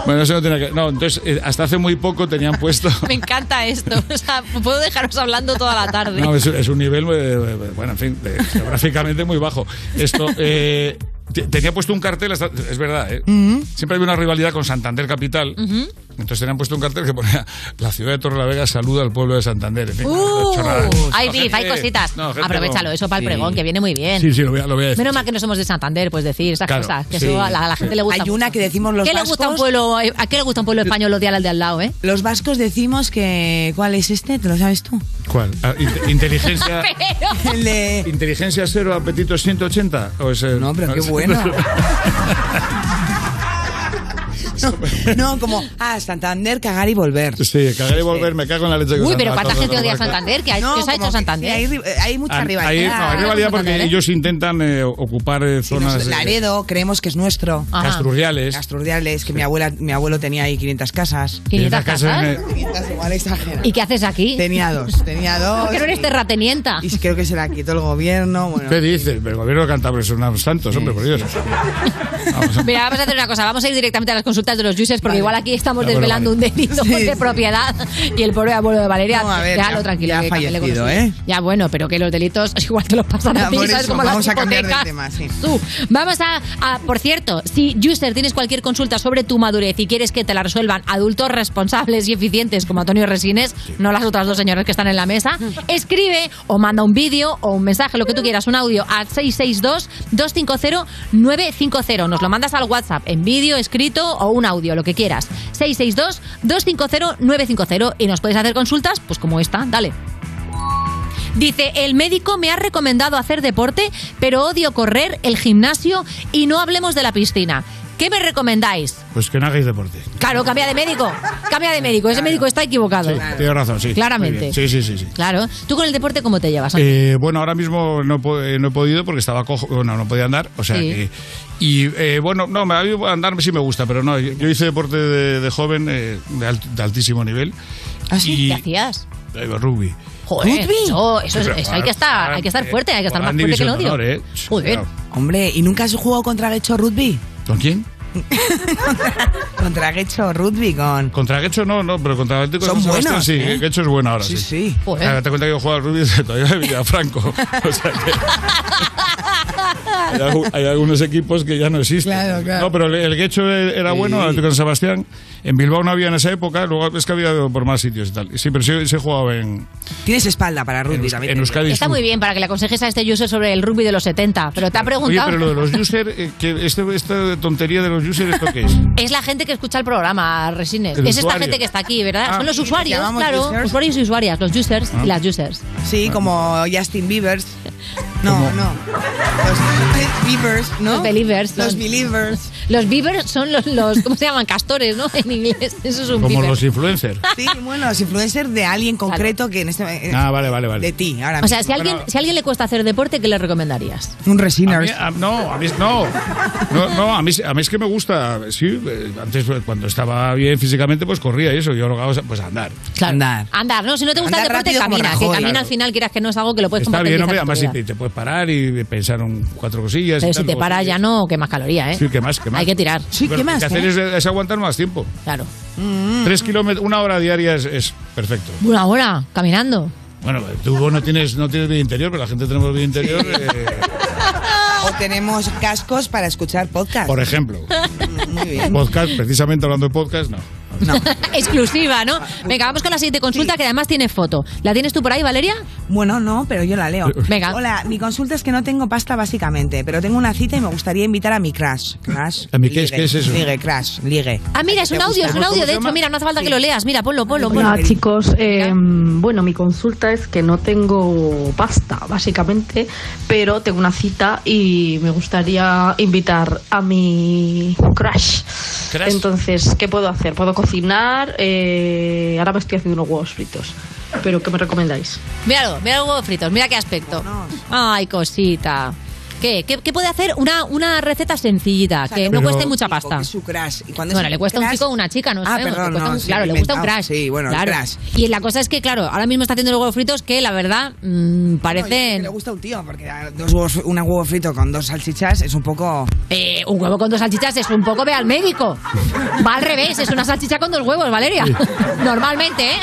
Speaker 25: Bueno, eso no tiene que. No, entonces, eh, hasta hace muy poco tenían puesto.
Speaker 4: Me encanta esto. O sea, puedo dejaros hablando toda la tarde.
Speaker 25: No, es, es un nivel, eh, bueno, en fin, eh, geográficamente muy bajo. Esto. eh, te- Tenía puesto un cartel, hasta- es verdad, ¿eh? siempre había una rivalidad con Santander Capital,
Speaker 4: Ujú.
Speaker 25: Entonces tenían puesto un cartel que ponía la ciudad de Torrelavega saluda al pueblo de Santander. En fin,
Speaker 4: Uh,
Speaker 25: chorradas.
Speaker 4: hay
Speaker 25: No,
Speaker 4: beef,
Speaker 25: gente-
Speaker 4: hay cositas.
Speaker 25: no, gente
Speaker 4: Aprovechalo,
Speaker 25: no.
Speaker 4: eso para el
Speaker 25: Sí.
Speaker 4: pregón, que viene muy bien.
Speaker 25: Sí, sí, lo voy a, lo voy a decir.
Speaker 4: Menos mal que no somos de Santander, pues decir esas
Speaker 25: Claro,
Speaker 4: cosas. Que
Speaker 25: sí.
Speaker 4: eso a, la, a la gente le gusta.
Speaker 6: Hay una que decimos los
Speaker 4: ¿Qué le gusta un pueblo, eh, ¿A qué le gusta un pueblo español odiar al de al lado, eh?
Speaker 6: Los vascos decimos que. ¿Cuál es este? ¿Te lo sabes tú?
Speaker 25: ¿Cuál? Ah, inte- inteligencia.
Speaker 4: Pero-
Speaker 6: El de.
Speaker 25: ¿Inteligencia cero, apetito 180? ¿O es, no,
Speaker 6: pero qué bueno. No, como. Ah, Santander, cagar y volver.
Speaker 25: Sí, cagaré y volver, me cago en la leche. que
Speaker 4: Uy,
Speaker 25: os
Speaker 4: pero
Speaker 25: han
Speaker 4: ¿cuánta
Speaker 25: dado.
Speaker 4: gente odia a Santander? ¿Qué, ha- qué os ha hecho Santander?
Speaker 6: hay, ri- hay mucha
Speaker 25: Ah,
Speaker 6: rivalidad.
Speaker 25: Hay, no, hay rivalidad porque ellos intentan eh, ocupar eh, zonas. eh,
Speaker 6: Laredo, creemos que es nuestro.
Speaker 25: Ajá. Casturriales.
Speaker 6: Casturriales, que mi abuela, mi abuelo tenía ahí 500 casas.
Speaker 4: 500 casas.
Speaker 6: 500 igual exagera.
Speaker 4: ¿Y qué haces aquí?
Speaker 6: Tenía dos, tenía dos.
Speaker 4: Porque no eres
Speaker 6: y-
Speaker 4: terratenienta.
Speaker 6: Y creo que se la quitó el gobierno. Bueno,
Speaker 25: ¿Qué dices? El gobierno de Cantabria son unos santos, hombre, por Dios.
Speaker 4: Mira, vamos a hacer una cosa, vamos a ir directamente a las consultas de los juicers porque igual aquí estamos
Speaker 25: De acuerdo,
Speaker 4: desvelando un delito de propiedad y el pobre abuelo de Valeria,
Speaker 6: No, a ver,
Speaker 4: déjalo
Speaker 6: ya-
Speaker 4: tranquilo.
Speaker 6: ya
Speaker 4: que
Speaker 6: ha
Speaker 4: también le
Speaker 6: fallecido,
Speaker 4: conocí.
Speaker 6: ¿eh?
Speaker 4: Ya bueno, pero que los delitos igual te los pasan
Speaker 6: Ya,
Speaker 4: a ti,
Speaker 6: por
Speaker 4: ¿sabes?
Speaker 6: eso,
Speaker 4: Como las
Speaker 6: vamos a cambiar de
Speaker 4: hipotecas.
Speaker 6: tema, sí.
Speaker 4: Tú. Vamos a, a- por cierto, si user tienes cualquier consulta sobre tu madurez y quieres que te la resuelvan adultos responsables y eficientes como Antonio Resines, no las otras dos señoras que están en la mesa, escribe o manda un vídeo o un mensaje, lo que tú quieras, un audio a 662-250-950. Nos lo mandas al WhatsApp, en vídeo, escrito o un audio, lo que quieras. 662-250-950 y nos puedes hacer consultas, pues como esta, dale. Dice, el médico me ha recomendado hacer deporte, pero odio correr, el gimnasio y no hablemos de la piscina. ¿Qué me recomendáis?
Speaker 25: Pues que no hagáis deporte.
Speaker 4: Claro, cambia de médico. Cambia de médico. Ese médico está equivocado.
Speaker 25: Tienes razón, sí.
Speaker 4: Claramente.
Speaker 25: Muy bien. Sí, sí, sí. sí.
Speaker 4: Claro. ¿Tú con el deporte cómo te llevas? Ángel?
Speaker 25: Eh, bueno, ahora mismo no, po- eh, no he podido porque estaba cojo, bueno, no podía andar, o sea
Speaker 4: Sí.
Speaker 25: que- Y eh, bueno, no, me- a mí andar sí me gusta, pero no, yo, yo hice deporte de, de joven eh, de, alt- de altísimo nivel.
Speaker 4: ¿Qué
Speaker 25: Y,
Speaker 4: hacías?
Speaker 25: eh, rugby.
Speaker 4: Joder, eso, eso, es-
Speaker 25: Pero,
Speaker 4: eso hay, que estar, hay que estar fuerte, hay que estar más fuerte
Speaker 25: Jugaban
Speaker 4: que el
Speaker 25: División de
Speaker 4: odio.
Speaker 25: Honor, ¿eh?
Speaker 4: Joder.
Speaker 25: Claro.
Speaker 6: Hombre, ¿y nunca has jugado contra Gecho Rugby?
Speaker 25: ¿Con quién?
Speaker 6: Contra Gecho Rugby, con.
Speaker 25: Contra Guecho no, no, pero contra Atlético
Speaker 6: Son
Speaker 25: de San Sebastián
Speaker 6: buenos,
Speaker 25: sí.
Speaker 6: ¿eh?
Speaker 25: Guecho es bueno ahora.
Speaker 6: Sí,
Speaker 25: Sí,
Speaker 6: sí. Joder.
Speaker 25: Ah, te cuenta que yo jugaba al rugby desde todavía de Villafranco. O sea que. Hay, algu- hay algunos equipos que ya no existen.
Speaker 6: Claro, claro.
Speaker 25: No, pero el- el Guecho e- era bueno, el Atlético de San Sebastián. En Bilbao no había en esa época, luego es que había por más sitios y tal. Sí, pero sí, sí he jugado en.
Speaker 6: Tienes espalda para rugby ¿eh?
Speaker 25: también. En Euskadi.
Speaker 4: Está
Speaker 25: sí.
Speaker 4: muy bien para que le aconsejes a este user sobre el rugby de los 70, pero te ha
Speaker 25: Oye,
Speaker 4: preguntado.
Speaker 25: pero lo de los users, este, esta tontería de los users, ¿esto qué es?
Speaker 4: Es la gente que escucha el programa, Resines.
Speaker 25: El
Speaker 4: es esta
Speaker 25: usuario.
Speaker 4: gente que está aquí, ¿verdad?
Speaker 6: Ah.
Speaker 4: Son los
Speaker 6: Sí,
Speaker 4: usuarios,
Speaker 6: llamamos
Speaker 4: claro.
Speaker 6: users.
Speaker 4: Usuarios y usuarias, los users
Speaker 25: Ah.
Speaker 4: y las users.
Speaker 6: Sí, como Justin Bieber. No, no. Los Beavers, ¿no?
Speaker 4: Los believers.
Speaker 6: Los
Speaker 4: son-
Speaker 6: believers.
Speaker 4: Los beavers son los, los- ¿cómo se llaman? Castores, ¿no? En inglés. Eso es un
Speaker 25: Como
Speaker 4: beaver.
Speaker 25: los influencers.
Speaker 6: Sí, bueno, los influencers de alguien concreto que en este.
Speaker 25: Ah, vale, vale, vale.
Speaker 6: De ti, ahora
Speaker 4: O sea,
Speaker 6: mismo.
Speaker 4: si a alguien, si a alguien le cuesta hacer deporte, ¿qué le recomendarías?
Speaker 6: Un
Speaker 25: A
Speaker 6: resiner.
Speaker 25: mí- a- no, a mí no. No, no, a mí, a mí es que me gusta. Sí, eh, antes pues, cuando estaba bien físicamente, pues corría y eso. Yo lo que hago es pues, andar.
Speaker 6: Andar.
Speaker 4: Andar, ¿no? Si no te gusta
Speaker 6: Andar
Speaker 4: el deporte,
Speaker 6: rápido como
Speaker 4: camina. Que
Speaker 25: Rajoy.
Speaker 4: camina
Speaker 25: Claro.
Speaker 4: al final, quieras que no es algo que lo puedes
Speaker 25: Está bien, hombre.
Speaker 4: compatibilizar
Speaker 25: Además, si
Speaker 4: con tu
Speaker 25: te,
Speaker 4: vida.
Speaker 25: te puedes parar y pensar un, cuatro cosillas. y
Speaker 4: Pero si
Speaker 25: tal,
Speaker 4: te
Speaker 25: luego-
Speaker 4: paras ya no, que más caloría, ¿eh?
Speaker 25: Sí, que más, que más. ¿eh?
Speaker 4: Hay que tirar.
Speaker 25: Pero lo que hacer es, es aguantar más tiempo.
Speaker 4: Claro.
Speaker 6: Mm.
Speaker 25: Tres kilómetros, una hora diaria es, es perfecto.
Speaker 4: Una hora caminando.
Speaker 25: Bueno, tú no tienes, no tienes vida interior, pero la gente tenemos vida interior, eh,
Speaker 6: O tenemos cascos para escuchar podcast.
Speaker 25: por ejemplo.
Speaker 6: Muy bien.
Speaker 25: Podcast, precisamente hablando de podcast, no.
Speaker 4: Exclusiva, ¿no? Venga, vamos con la siguiente consulta que además tiene foto. ¿La tienes tú por ahí, Valeria?
Speaker 6: Bueno, no, pero yo la leo.
Speaker 4: Venga.
Speaker 6: Hola, mi consulta es que no tengo pasta básicamente, pero tengo una cita y me gustaría invitar a mi crush. Crush.
Speaker 25: ¿A mi qué es-
Speaker 6: ligue,
Speaker 25: qué es eso?
Speaker 6: Ligue, crush, ligue.
Speaker 4: Ah, mira, es un
Speaker 6: ¿Te
Speaker 4: audio,
Speaker 6: gusta?
Speaker 4: es un
Speaker 6: ¿Cómo
Speaker 4: audio.
Speaker 6: se
Speaker 4: De
Speaker 6: llama?
Speaker 4: hecho, mira, no hace falta que lo leas. Mira, ponlo, ponlo, ponlo.
Speaker 13: Hola chicos, Eh, bueno, mi consulta es que no tengo pasta, básicamente, pero tengo una cita y me gustaría invitar a mi crush.
Speaker 24: Crush.
Speaker 13: Entonces, ¿qué puedo hacer? ¿Puedo cocinar? Eh, ahora me estoy haciendo unos huevos fritos, pero ¿qué me recomendáis?
Speaker 4: Míralo, mira los huevos fritos, mira qué aspecto. Ay, cosita. ¿Qué? ¿Qué, qué puede hacer una, una receta sencillita?
Speaker 6: sea,
Speaker 4: que
Speaker 6: que
Speaker 4: no
Speaker 6: un
Speaker 4: cueste
Speaker 6: chico
Speaker 4: mucha
Speaker 6: que
Speaker 4: pasta.
Speaker 6: es su crush. Y cuando es
Speaker 4: Bueno,
Speaker 6: un
Speaker 4: le cuesta un
Speaker 6: crush-
Speaker 4: chico o una chica, no
Speaker 6: Ah,
Speaker 4: sabemos,
Speaker 6: perdón,
Speaker 4: le cuesta
Speaker 6: no,
Speaker 4: un-
Speaker 6: sí,
Speaker 4: claro,
Speaker 6: me
Speaker 4: le gusta un
Speaker 6: inventaba.
Speaker 4: crash.
Speaker 6: Sí, bueno, el
Speaker 4: claro.
Speaker 6: crush.
Speaker 4: Y la cosa es que, claro, ahora mismo está haciendo los huevos fritos que la verdad mm,
Speaker 6: Que
Speaker 4: parecen.
Speaker 6: Le gusta un tío, porque ah, dos huevos, un huevo frito con dos salchichas es un poco.
Speaker 4: Eh, un huevo con dos salchichas es un poco ve al médico. Va al revés, es una salchicha con dos huevos, Valeria.
Speaker 25: Sí.
Speaker 4: Normalmente, ¿eh?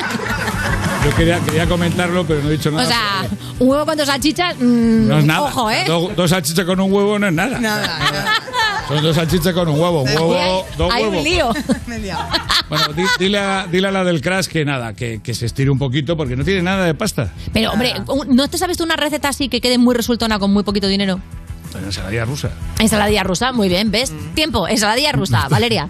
Speaker 25: Yo quería, quería comentarlo, pero no he dicho
Speaker 4: O
Speaker 25: nada.
Speaker 4: sea, un huevo con dos salchichas, mm,
Speaker 25: No es nada.
Speaker 4: ojo, ¿eh?
Speaker 25: Do- Dos salchichas con un huevo no es nada. Nada, Son dos salchichas con un huevo. Huevo, dos
Speaker 4: Hay un
Speaker 25: huevos.
Speaker 4: lío.
Speaker 25: Bueno, di- dile, a, dile a la del crash que nada, que, que se estire un poquito porque no tiene nada de pasta.
Speaker 4: Pero, hombre, ¿no te sabes tú una receta así que quede muy resultona con muy poquito dinero?
Speaker 25: Una ensaladilla rusa.
Speaker 4: Ensaladilla rusa, muy bien, ¿ves? Tiempo, ensaladilla rusa, Valeria.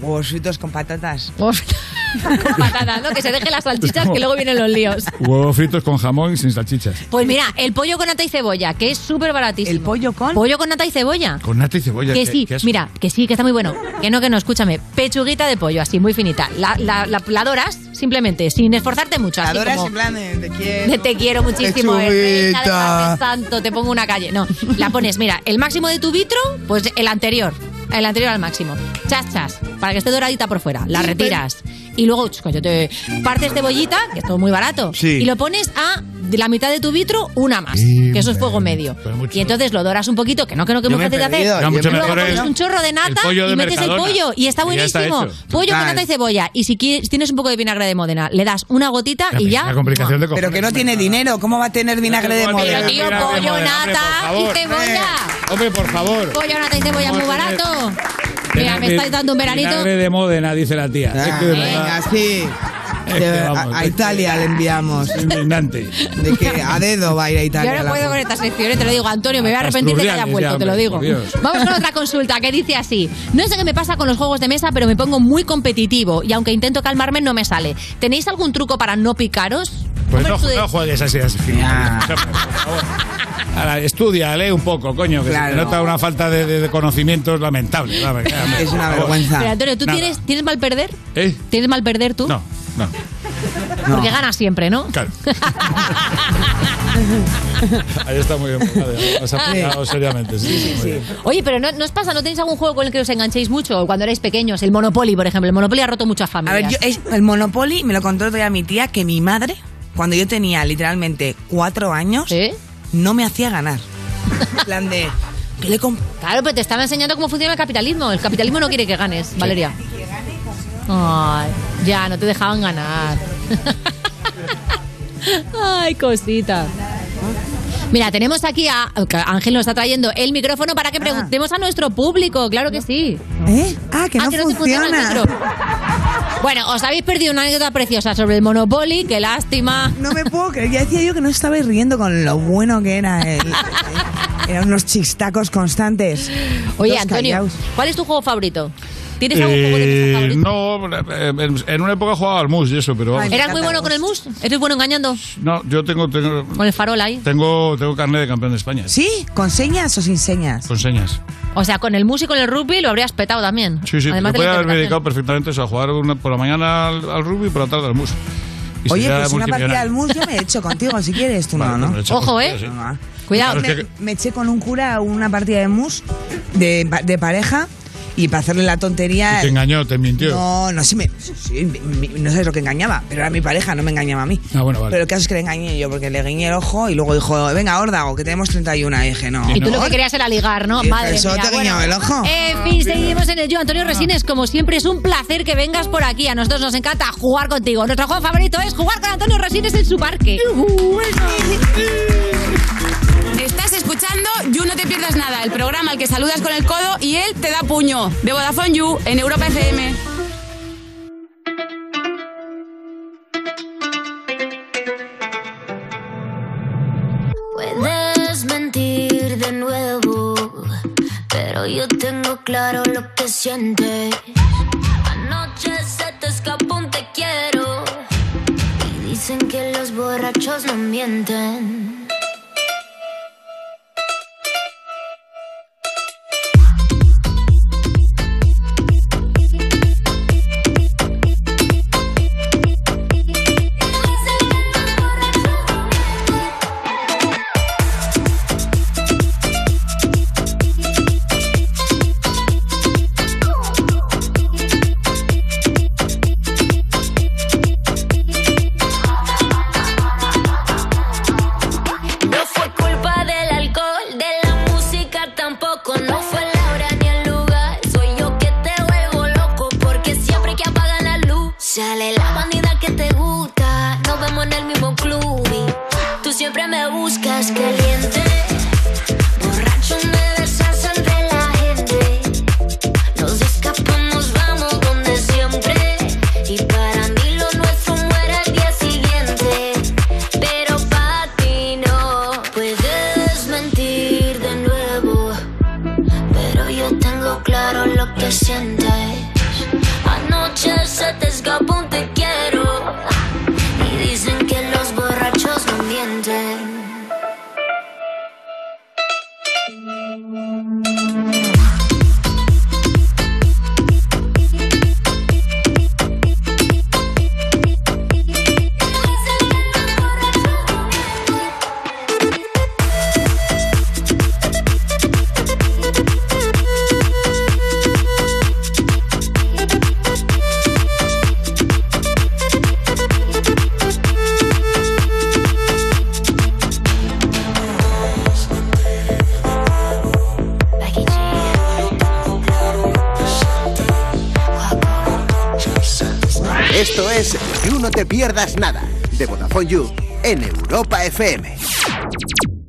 Speaker 6: Huevos fritos con patatas.
Speaker 4: Pues- Con patatas, ¿no? Que se deje las salchichas que luego vienen los líos.
Speaker 25: Huevos fritos con jamón y sin salchichas.
Speaker 4: Pues mira, el pollo con nata y cebolla, que es súper baratísimo. ¿El pollo con? Pollo con nata y cebolla.
Speaker 25: Con nata y cebolla.
Speaker 4: Que
Speaker 25: ¿qué-
Speaker 4: sí,
Speaker 25: qué has-
Speaker 4: mira, que sí, que está muy bueno. Que no, que no, escúchame. Pechuguita de pollo, así, muy finita. La, la, la- la doras simplemente, sin esforzarte mucho. así
Speaker 6: Adoras
Speaker 4: como-
Speaker 6: en plan de, te
Speaker 4: de
Speaker 6: quiero.
Speaker 4: te quiero muchísimo,
Speaker 6: Pechuguita.
Speaker 4: Ernesto, de Padre santo, te pongo una calle. No, la pones, mira, el máximo de tu vitro, pues el anterior, el anterior al máximo. Chachas, para que esté doradita por fuera, la retiras. Y luego, chus, coño, te partes cebollita, que es todo muy barato,
Speaker 25: Sí.
Speaker 4: y lo pones a de la mitad de tu vitro, una más, que eso es fuego medio. Y entonces lo doras un poquito, que no, que no, que
Speaker 25: Yo
Speaker 4: muy
Speaker 25: me he
Speaker 4: fácil de hacer.
Speaker 25: perdido, No, yo mucho me he
Speaker 4: luego
Speaker 25: mejor
Speaker 4: pones
Speaker 25: el-
Speaker 4: un chorro de nata
Speaker 25: el pollo de
Speaker 4: y metes
Speaker 25: Mercadona.
Speaker 4: el pollo y está
Speaker 25: Y ya está
Speaker 4: buenísimo.
Speaker 25: hecho.
Speaker 4: pollo con
Speaker 25: Total.
Speaker 4: nata y cebolla. Y si quieres, tienes un poco de vinagre de Modena, le das una gotita y ya. ¡mua!
Speaker 6: Pero que no tiene dinero, ¿cómo va a tener vinagre de
Speaker 4: Pero,
Speaker 6: modelo?
Speaker 4: tío, pollo, nata y cebolla.
Speaker 25: Hombre, por favor.
Speaker 4: Pollo, nata y cebolla, muy barato. Mira, me estáis dando un veranito.
Speaker 25: Vinagre de Módena, dice la tía.
Speaker 6: Ah,
Speaker 25: Es que de verdad, Eh,
Speaker 6: venga, sí.
Speaker 25: es que
Speaker 6: De- a-
Speaker 25: vamos,
Speaker 6: a,
Speaker 25: es
Speaker 6: Italia le enviamos.
Speaker 25: indignante.
Speaker 6: De que a dedo va a ir a Italia.
Speaker 4: Yo no
Speaker 6: la
Speaker 4: puedo con estas secciones, te lo digo, Antonio, me voy a arrepentir de que haya
Speaker 6: Asturianes,
Speaker 4: vuelto,
Speaker 6: ya,
Speaker 4: te lo
Speaker 6: hombre,
Speaker 4: digo.
Speaker 6: por Dios.
Speaker 4: Vamos con otra consulta que dice así. No sé qué me pasa con los juegos de mesa, pero me pongo muy competitivo y aunque intento calmarme no me sale. ¿Tenéis algún truco para no picaros?
Speaker 25: Pues
Speaker 4: Hombre,
Speaker 25: no,
Speaker 4: tú de-
Speaker 25: no juegues así, así. Ahora, estudia, lee un poco, coño, que se te
Speaker 6: Claro.
Speaker 25: nota una falta de, de- de conocimientos lamentable. Es
Speaker 6: una
Speaker 4: Pero Antonio, ¿tú tienes, tienes mal perder?
Speaker 25: ¿Eh?
Speaker 4: ¿Tienes mal perder tú?
Speaker 25: No, no.
Speaker 4: Porque ganas siempre, ¿no?
Speaker 25: Claro. Ahí está muy bien. Vale, lo has aplicado seriamente. Sí, sí, muy bien.
Speaker 4: Oye, pero ¿no, ¿no os pasa? ¿No tenéis algún juego con el que os enganchéis mucho? Cuando erais pequeños, el Monopoly, por ejemplo. El Monopoly ha roto muchas
Speaker 6: A ver,
Speaker 4: familias.
Speaker 6: yo, es- el Monopoly me lo contó todavía mi tía que mi madre, cuando yo tenía literalmente cuatro años, no me hacía ganar. En plan de. ¿qué le comp-
Speaker 4: Claro, pero te estaba enseñando cómo funciona el capitalismo. El capitalismo no quiere que ganes, Valeria. Ay, ya, no te dejaban ganar. Ay, cosita. Mira, tenemos aquí a... que Ángel nos está trayendo el micrófono para que preguntemos a nuestro público. Claro que sí.
Speaker 6: Ah. ¿Eh? Ah, que
Speaker 4: Ah,
Speaker 6: no,
Speaker 4: que no te
Speaker 6: funciona.
Speaker 4: funciona el micro. Bueno, os habéis perdido una anécdota preciosa sobre el Monopoly. Qué lástima.
Speaker 6: No me puedo creer. Ya decía yo que no estabais riendo con lo bueno que era. el- eran unos chistacos constantes.
Speaker 4: Oye,
Speaker 6: Dos
Speaker 4: Antonio,
Speaker 6: callaos.
Speaker 4: ¿cuál es tu juego favorito? ¿Tienes algún juego de
Speaker 25: Eh,
Speaker 4: mesa favorito?
Speaker 25: No, eh, en una época jugaba al mus y eso, pero vamos.
Speaker 4: ¿Eras muy bueno con el mus? ¿Eres bueno engañando?
Speaker 25: No, yo tengo, tengo,
Speaker 4: Con el farol ahí.
Speaker 25: tengo, tengo carne de campeón de España.
Speaker 6: ¿Sí? ¿Con señas o sin señas?
Speaker 25: Con señas.
Speaker 4: O sea, con el mus y con el rugby lo habrías petado también.
Speaker 25: Sí, sí,
Speaker 4: Además
Speaker 25: me
Speaker 4: de la
Speaker 25: podía haber
Speaker 4: interpretación.
Speaker 25: dedicado perfectamente eso, a jugar una- por la mañana al, al rugby y por la tarde al mus. Y
Speaker 6: Oye,
Speaker 25: sería
Speaker 6: pues una partida
Speaker 25: multimillonario.
Speaker 6: al mus yo me he hecho contigo, si quieres, tú no,
Speaker 25: Vale,
Speaker 6: ¿no?
Speaker 25: pues me lo echamos,
Speaker 4: Ojo, ¿eh?
Speaker 25: sí.
Speaker 4: Cuidado.
Speaker 25: Claro, es
Speaker 6: Me, me eché con un cura una partida de mus de, de pareja y para hacerle la tontería.
Speaker 25: Te engañó, te mintió.
Speaker 6: No, no sé, me- sí, me- me- no sabes lo que engañaba, pero era mi pareja, no me engañaba a mí.
Speaker 25: Ah, bueno, vale.
Speaker 6: Pero el caso es que le engañé yo, porque le guiñé el ojo y luego dijo, venga, órdago, que tenemos 31. Y dije, no.
Speaker 4: Y tú lo que querías era ligar, ¿no?
Speaker 6: Sí,
Speaker 4: Madre
Speaker 6: eso
Speaker 4: mía,
Speaker 6: te ha guiñado
Speaker 4: bueno.
Speaker 6: el ojo.
Speaker 4: En fin, seguimos en el Yo, Antonio Resines. Como siempre, es un placer que vengas por aquí. A nosotros nos encanta jugar contigo. Nuestro juego favorito es jugar con Antonio Resines en su parque.
Speaker 27: Estás escuchando You No Te Pierdas Nada, el programa al que saludas con el codo y él te da puño. De Vodafone You en Europa FM.
Speaker 2: Puedes mentir de nuevo, pero yo tengo claro lo que sientes. Anoche se te escapó un te quiero y dicen que los borrachos no mienten.
Speaker 29: Esto es You No Te Pierdas Nada, de Vodafone You, en Europa FM.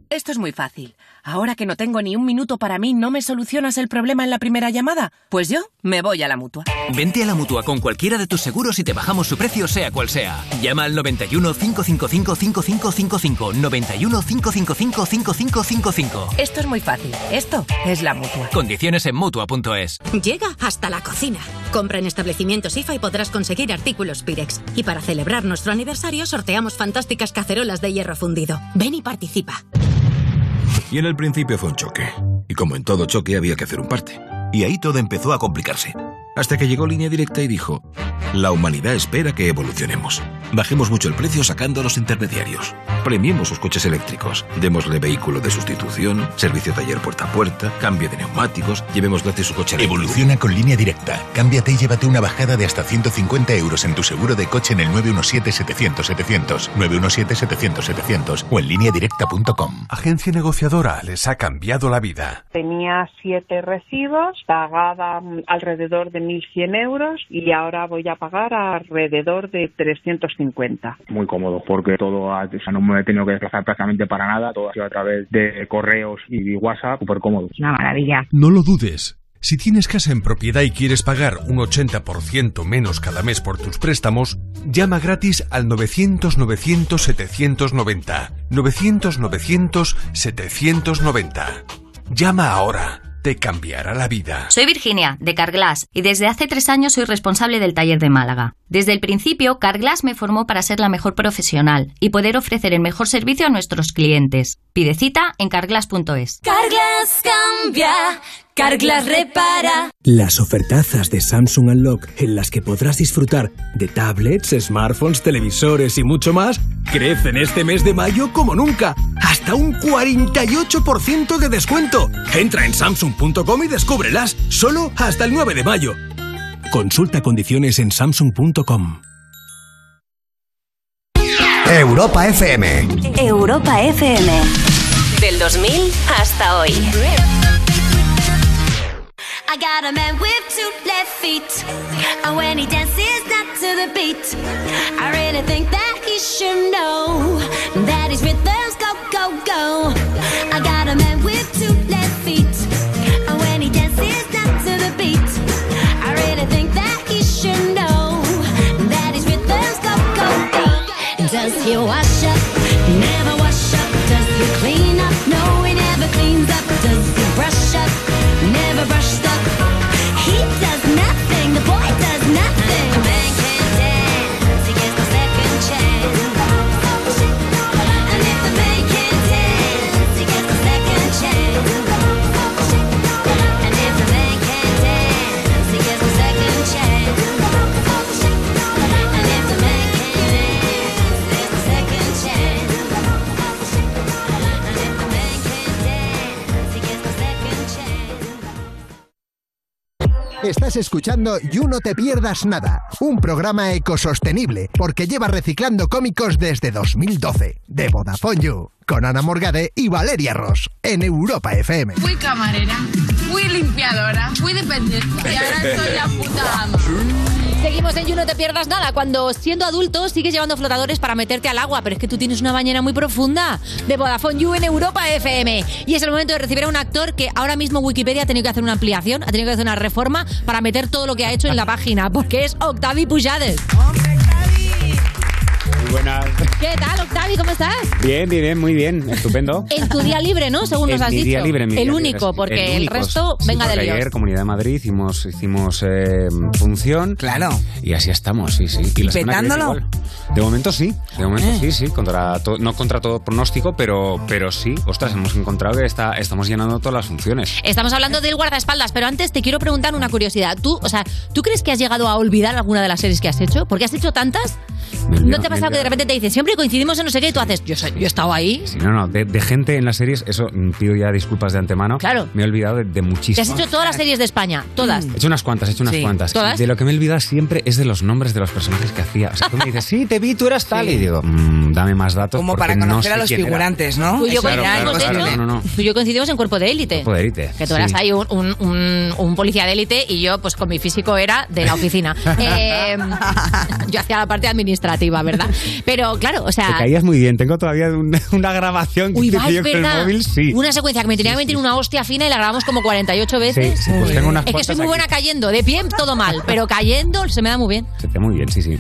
Speaker 30: Esto es muy fácil. Ahora que no tengo ni un minuto para mí, ¿no me solucionas el problema en la primera llamada? Pues yo me voy a la mutua.
Speaker 17: Vente a la mutua con cualquiera de tus seguros y te bajamos su precio, sea cual sea. Llama al 91 555 5555. 91 555 5555.
Speaker 30: Esto es muy fácil. Esto es la mutua.
Speaker 17: Condiciones en mutua.es.
Speaker 28: Llega hasta la cocina. Compra en establecimientos IFA y podrás conseguir artículos Pirex. Y para celebrar nuestro aniversario sorteamos fantásticas cacerolas de hierro fundido. Ven y participa.
Speaker 1: Y en el principio fue un choque. Y como en todo choque había que hacer un parte. Y ahí todo empezó a complicarse. Hasta que llegó Línea Directa y dijo, la humanidad espera que evolucionemos. Bajemos mucho el precio sacando a los intermediarios. Premiemos sus coches eléctricos. Démosle vehículo de sustitución, servicio taller puerta a puerta, cambio de neumáticos, llevemos gratis su coche eléctrico.
Speaker 31: Evoluciona con línea directa. Cámbiate y llévate una bajada de hasta 150 euros en tu seguro de coche en el 917-700-700, 917-700-700 o en línea directa.com.
Speaker 19: Agencia negociadora les ha cambiado la vida.
Speaker 32: Tenía siete recibos, pagaba mm, alrededor de 1.100 euros y ahora voy a pagar alrededor de 350.
Speaker 33: Muy cómodo, porque todo, ha- o sea, no me he tenido que desplazar prácticamente para nada, todo ha sido a través de correos y WhatsApp, súper cómodo.
Speaker 32: Una maravilla.
Speaker 19: No lo dudes. Si tienes casa en propiedad y quieres pagar un 80% menos cada mes por tus préstamos, llama gratis al 900-900-790. 900-900-790. Llama ahora. Te cambiará la vida.
Speaker 34: Soy Virginia, de Carglass, y desde hace tres años soy responsable del taller de Málaga. Desde el principio, Carglass me formó para ser la mejor profesional y poder ofrecer el mejor servicio a nuestros clientes. Pide cita en carglass.es.
Speaker 35: Carglass cambia, Carglass repara. Las ofertazas de Samsung Unlock en las que podrás disfrutar de tablets, smartphones, televisores y mucho más crecen este mes de mayo como nunca. Hasta un 48% de descuento. Entra en samsung.com y descúbrelas solo hasta el 9 de mayo. Consulta condiciones en samsung.com.
Speaker 31: Europa FM.
Speaker 36: Europa FM. Del 2000 hasta hoy.
Speaker 35: I got a man with two left feet. And when he dances not to the beat, I really think that he should know that his rhythms go, go, go. I got a man with two left feet. And when he dances not to the beat, I really think that he should know that his rhythms go, go, go. Does he wash up? Never wash up. Does he clean up? No, he never cleans up. Does he brush up? Never brushed up. He does nothing. The boy does nothing. A man can dance. He gets the second chance. And if the man can dance, he gets the second chance. And if the man can dance, he gets the second chance. And if the man can dance, there's the second chance. And if the man can dance, he gets the second chance.
Speaker 5: Estás escuchando You No Te Pierdas Nada, un programa ecosostenible porque lleva reciclando cómicos desde 2012. De Vodafone You, con Ana Morgade y Valeria Ross, en Europa FM.
Speaker 6: Fui camarera, fui limpiadora, fui dependiente y ahora soy la puta ama.
Speaker 4: Seguimos en You, no te pierdas nada. Cuando siendo adulto sigues llevando flotadores para meterte al agua, pero es que tú tienes una bañera muy profunda de Vodafone You en Europa FM. Y es el momento de recibir a un actor que ahora mismo Wikipedia ha tenido que hacer una ampliación, ha tenido que hacer una reforma para meter todo lo que ha hecho en la página, porque es Octavi Pujades.
Speaker 37: Muy buenas.
Speaker 4: ¿Qué tal, Octavi? ¿Cómo estás?
Speaker 37: Bien, bien, bien, muy bien. Estupendo.
Speaker 4: En tu día libre, ¿no? Según
Speaker 37: En
Speaker 4: nos has
Speaker 37: mi
Speaker 4: dicho.
Speaker 37: día libre, en mi
Speaker 4: el
Speaker 37: día libre,
Speaker 4: único,
Speaker 37: sí.
Speaker 4: porque el,
Speaker 37: único,
Speaker 4: resto
Speaker 37: sí,
Speaker 4: venga
Speaker 37: porque
Speaker 4: de
Speaker 37: Ayer,
Speaker 4: líos.
Speaker 37: Comunidad de Madrid, hicimos, hicimos eh, función. Claro. Y así estamos, sí, sí. Y la semana que viene
Speaker 38: petándolo?
Speaker 37: igual. De momento sí, de momento sí, sí. Contra to- no contra todo pronóstico, pero, pero sí. Ostras, hemos encontrado que está, estamos llenando todas las funciones.
Speaker 4: Estamos hablando del guardaespaldas, pero antes te quiero preguntar una curiosidad. ¿Tú, o sea, ¿tú crees que has llegado a olvidar alguna de las series que has hecho? Porque has hecho tantas ¿No te ha pasado que de repente te dicen, siempre coincidimos en no sé qué y tú haces, yo, soy- yo he estado ahí?
Speaker 37: Sí, no, no, de, de gente en las series, eso mm, pido ya disculpas de antemano.
Speaker 4: Claro.
Speaker 37: Me he olvidado de, de
Speaker 4: Te has
Speaker 37: muchísimas.
Speaker 4: hecho todas las series de España, todas.
Speaker 37: He hecho unas cuantas, he hecho unas
Speaker 4: Sí.
Speaker 37: cuantas.
Speaker 4: ¿Todas?
Speaker 37: De lo que me he olvidado siempre es de los nombres de los personajes que hacía. O sea, tú me dices, sí, te vi, tú eras tal. Y digo, "Mm, dame más datos.
Speaker 6: Como para conocer a los figurantes, ¿no?
Speaker 4: Tú y yo
Speaker 37: Claro, claro,
Speaker 4: coincidimos, de
Speaker 37: claro,
Speaker 4: hecho,
Speaker 37: no, no, no.
Speaker 4: tú y yo coincidimos en Cuerpo de Élite.
Speaker 37: Cuerpo de Élite,
Speaker 4: Que tú
Speaker 37: sí.
Speaker 4: eras ahí un, un- un- un policía de élite y yo, pues con mi físico, era de la oficina. Eh, yo hacía la parte administrativa, ¿verdad? Pero claro, o
Speaker 37: Te
Speaker 4: sea.
Speaker 37: caías muy bien. Tengo todavía un- una grabación que
Speaker 4: Uy,
Speaker 37: te
Speaker 4: va,
Speaker 37: pillo
Speaker 4: es
Speaker 37: con el
Speaker 4: verdad.
Speaker 37: móvil, sí.
Speaker 4: Una secuencia que me tenía que meter una hostia fina y la grabamos como 48 veces.
Speaker 37: Sí, sí, pues tengo unas
Speaker 4: es que soy
Speaker 37: cuantas
Speaker 4: muy
Speaker 37: aquí.
Speaker 4: buena cayendo. De pie todo mal, pero cayendo se me da muy bien.
Speaker 37: Se te muy bien, sí, sí.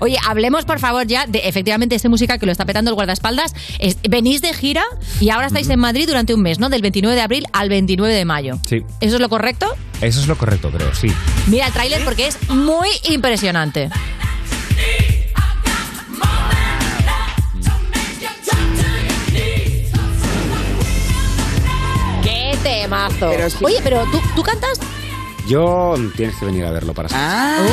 Speaker 4: Oye, hablemos por favor ya de efectivamente este musical que lo está petando el guardaespaldas. Es- venís de gira y ahora estáis en Madrid durante un mes, ¿no? Del 29 de abril al 29 de mayo.
Speaker 37: Sí.
Speaker 4: ¿Eso es lo correcto?
Speaker 37: Eso es lo correcto, creo, sí.
Speaker 4: Mira el tráiler porque es muy impresionante. ¡Qué temazo! Oye, pero ¿tú, tú cantas?
Speaker 37: Yo tienes que venir a verlo para saber.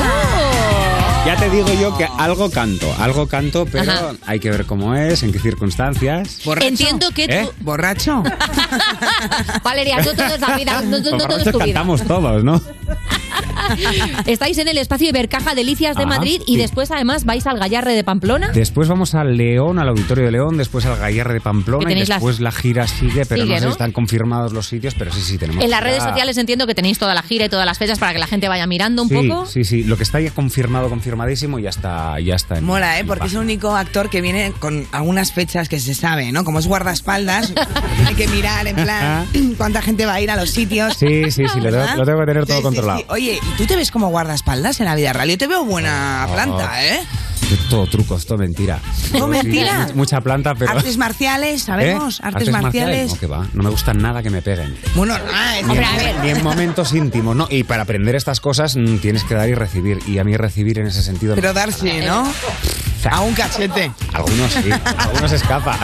Speaker 37: Ya te digo yo que algo canto, algo canto, pero
Speaker 4: Ah. Ajá.
Speaker 37: hay que ver cómo es, en qué circunstancias.
Speaker 4: Entiendo que tú...
Speaker 37: ¿Eh?
Speaker 6: ¿Borracho?
Speaker 4: Valeria, tú todo es la vida, no, no, no, todo es
Speaker 37: Borrachos
Speaker 4: tu vida.
Speaker 37: cantamos todos, ¿no?
Speaker 4: Estáis en el espacio Ibercaja Delicias de
Speaker 37: Ah,
Speaker 4: Madrid y
Speaker 37: sí.
Speaker 4: después además vais al Gallarre de Pamplona.
Speaker 37: Después vamos al León, al Auditorio de León, después al Gallarre de
Speaker 4: Que
Speaker 37: Pamplona y
Speaker 4: tenéis las-
Speaker 37: después la gira sigue, pero
Speaker 4: Sigue,
Speaker 37: no sé
Speaker 4: ¿no?
Speaker 37: si están confirmados los sitios, pero sí, sí, tenemos.
Speaker 4: En las redes
Speaker 37: gira.
Speaker 4: sociales entiendo que tenéis toda la gira y todas las fechas para que la gente vaya mirando un
Speaker 37: sí,
Speaker 4: poco.
Speaker 37: Sí, sí, lo que está ya confirmado, confirmadísimo, ya está, ya está. en-
Speaker 6: Mola, ¿eh?
Speaker 37: en
Speaker 6: Porque es el
Speaker 37: página.
Speaker 6: único actor que viene con algunas fechas que se sabe, ¿no? Como es guardaespaldas, hay que mirar en plan cuánta gente va a ir a los sitios.
Speaker 37: Sí, sí, sí, lo tengo,
Speaker 6: ¿Verdad?
Speaker 37: lo tengo que tener todo
Speaker 6: Sí, sí,
Speaker 37: controlado.
Speaker 6: sí. Oye, ¿y tú te ves como guardaespaldas en la vida real? Yo te veo buena
Speaker 37: Oh.
Speaker 6: planta, ¿eh?
Speaker 37: Todo trucos, todo mentira.
Speaker 6: ¿Todo mentira?
Speaker 37: mu- Mucha planta, pero.
Speaker 6: Artes marciales, sabemos,
Speaker 37: ¿Eh?
Speaker 6: artes, marciales.
Speaker 37: No, que va. No me gusta nada que me peguen.
Speaker 6: Bueno, ah, es-
Speaker 37: Ni en- Ni en momentos íntimos, ¿no? Y para aprender estas cosas mm, tienes que dar y recibir. Y a mí recibir en ese sentido.
Speaker 6: Pero
Speaker 37: no me gusta
Speaker 6: darse,
Speaker 37: nada.
Speaker 6: ¿no?
Speaker 37: O sea,
Speaker 6: A un cachete.
Speaker 37: Algunos sí, algunos escapa.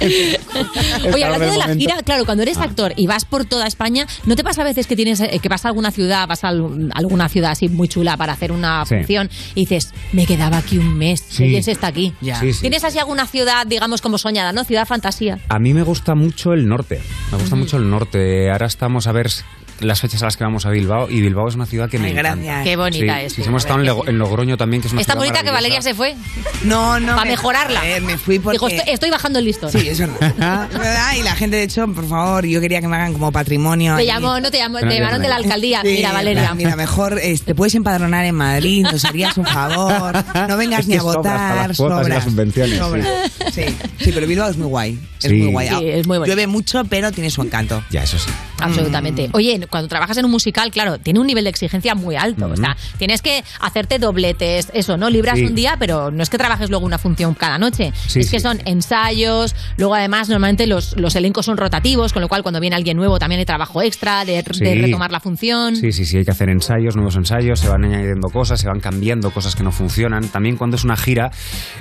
Speaker 4: Oye, hablando
Speaker 37: el
Speaker 4: de la
Speaker 37: momento. Ah.
Speaker 4: gira, claro, cuando eres actor y vas por toda España, ¿no te pasa a veces que tienes eh, que vas a alguna ciudad, vas a al- alguna ciudad así muy chula para hacer una
Speaker 37: Sí.
Speaker 4: función y dices, me quedaba aquí un mes,
Speaker 37: Sí.
Speaker 4: qué bien se está aquí?
Speaker 37: Ya. Sí, sí.
Speaker 4: ¿Tienes así alguna ciudad, digamos, como soñada, ¿no? Ciudad fantasía.
Speaker 37: A mí me gusta mucho el norte. Me gusta mucho el norte. Ahora estamos a ver s- las fechas a las que vamos a Bilbao. Y Bilbao es una ciudad que me encanta.
Speaker 4: Qué bonita
Speaker 37: Sí,
Speaker 4: es.
Speaker 37: sí, hemos estado en, Lego- en Logroño también, que es una
Speaker 4: Es tan
Speaker 37: ciudad
Speaker 4: bonita que Valeria se fue.
Speaker 6: No, no.
Speaker 4: Para
Speaker 6: me-
Speaker 4: mejorarla.
Speaker 6: eh, me fui porque...
Speaker 4: Dijo, estoy, estoy bajando el listón.
Speaker 6: Sí, es verdad. Es verdad, Y la gente, de hecho, por favor, yo quería que me hagan como patrimonio.
Speaker 4: Te
Speaker 6: ahí.
Speaker 4: llamó, no te llamó,
Speaker 37: Ah,
Speaker 6: Pero
Speaker 4: te
Speaker 6: no llamo.
Speaker 4: llamaron de la alcaldía.
Speaker 6: Sí,
Speaker 4: Mira, Valeria.
Speaker 6: Mira, mejor eh, te puedes empadronar en Madrid, nos harías un favor. No vengas
Speaker 37: Es
Speaker 6: ni
Speaker 37: que
Speaker 6: a
Speaker 37: sobras para
Speaker 6: votar,
Speaker 37: las cuotas y las subvenciones, sí.
Speaker 6: sobras. Sí. sí, pero Bilbao es muy guay. Es
Speaker 37: Sí.
Speaker 6: muy guay.
Speaker 37: Sí,
Speaker 4: es muy
Speaker 6: Llueve mucho, pero tiene su encanto.
Speaker 37: Ya, eso sí.
Speaker 4: Absolutamente.
Speaker 37: Mm.
Speaker 4: Oye, cuando trabajas en un musical, claro, tiene un nivel de exigencia muy alto. O sea, tienes que hacerte dobletes, eso, ¿no? Libras
Speaker 37: Sí.
Speaker 4: un día, pero no es que trabajes luego una función cada noche.
Speaker 37: Sí,
Speaker 4: es que
Speaker 37: sí.
Speaker 4: son ensayos, luego además normalmente los, los elencos son rotativos, con lo cual cuando viene alguien nuevo también hay trabajo extra de, de
Speaker 37: Sí.
Speaker 4: retomar la función.
Speaker 37: Sí, sí, sí, hay que hacer ensayos, nuevos ensayos, se van añadiendo cosas, se van cambiando cosas que no funcionan. También cuando es una gira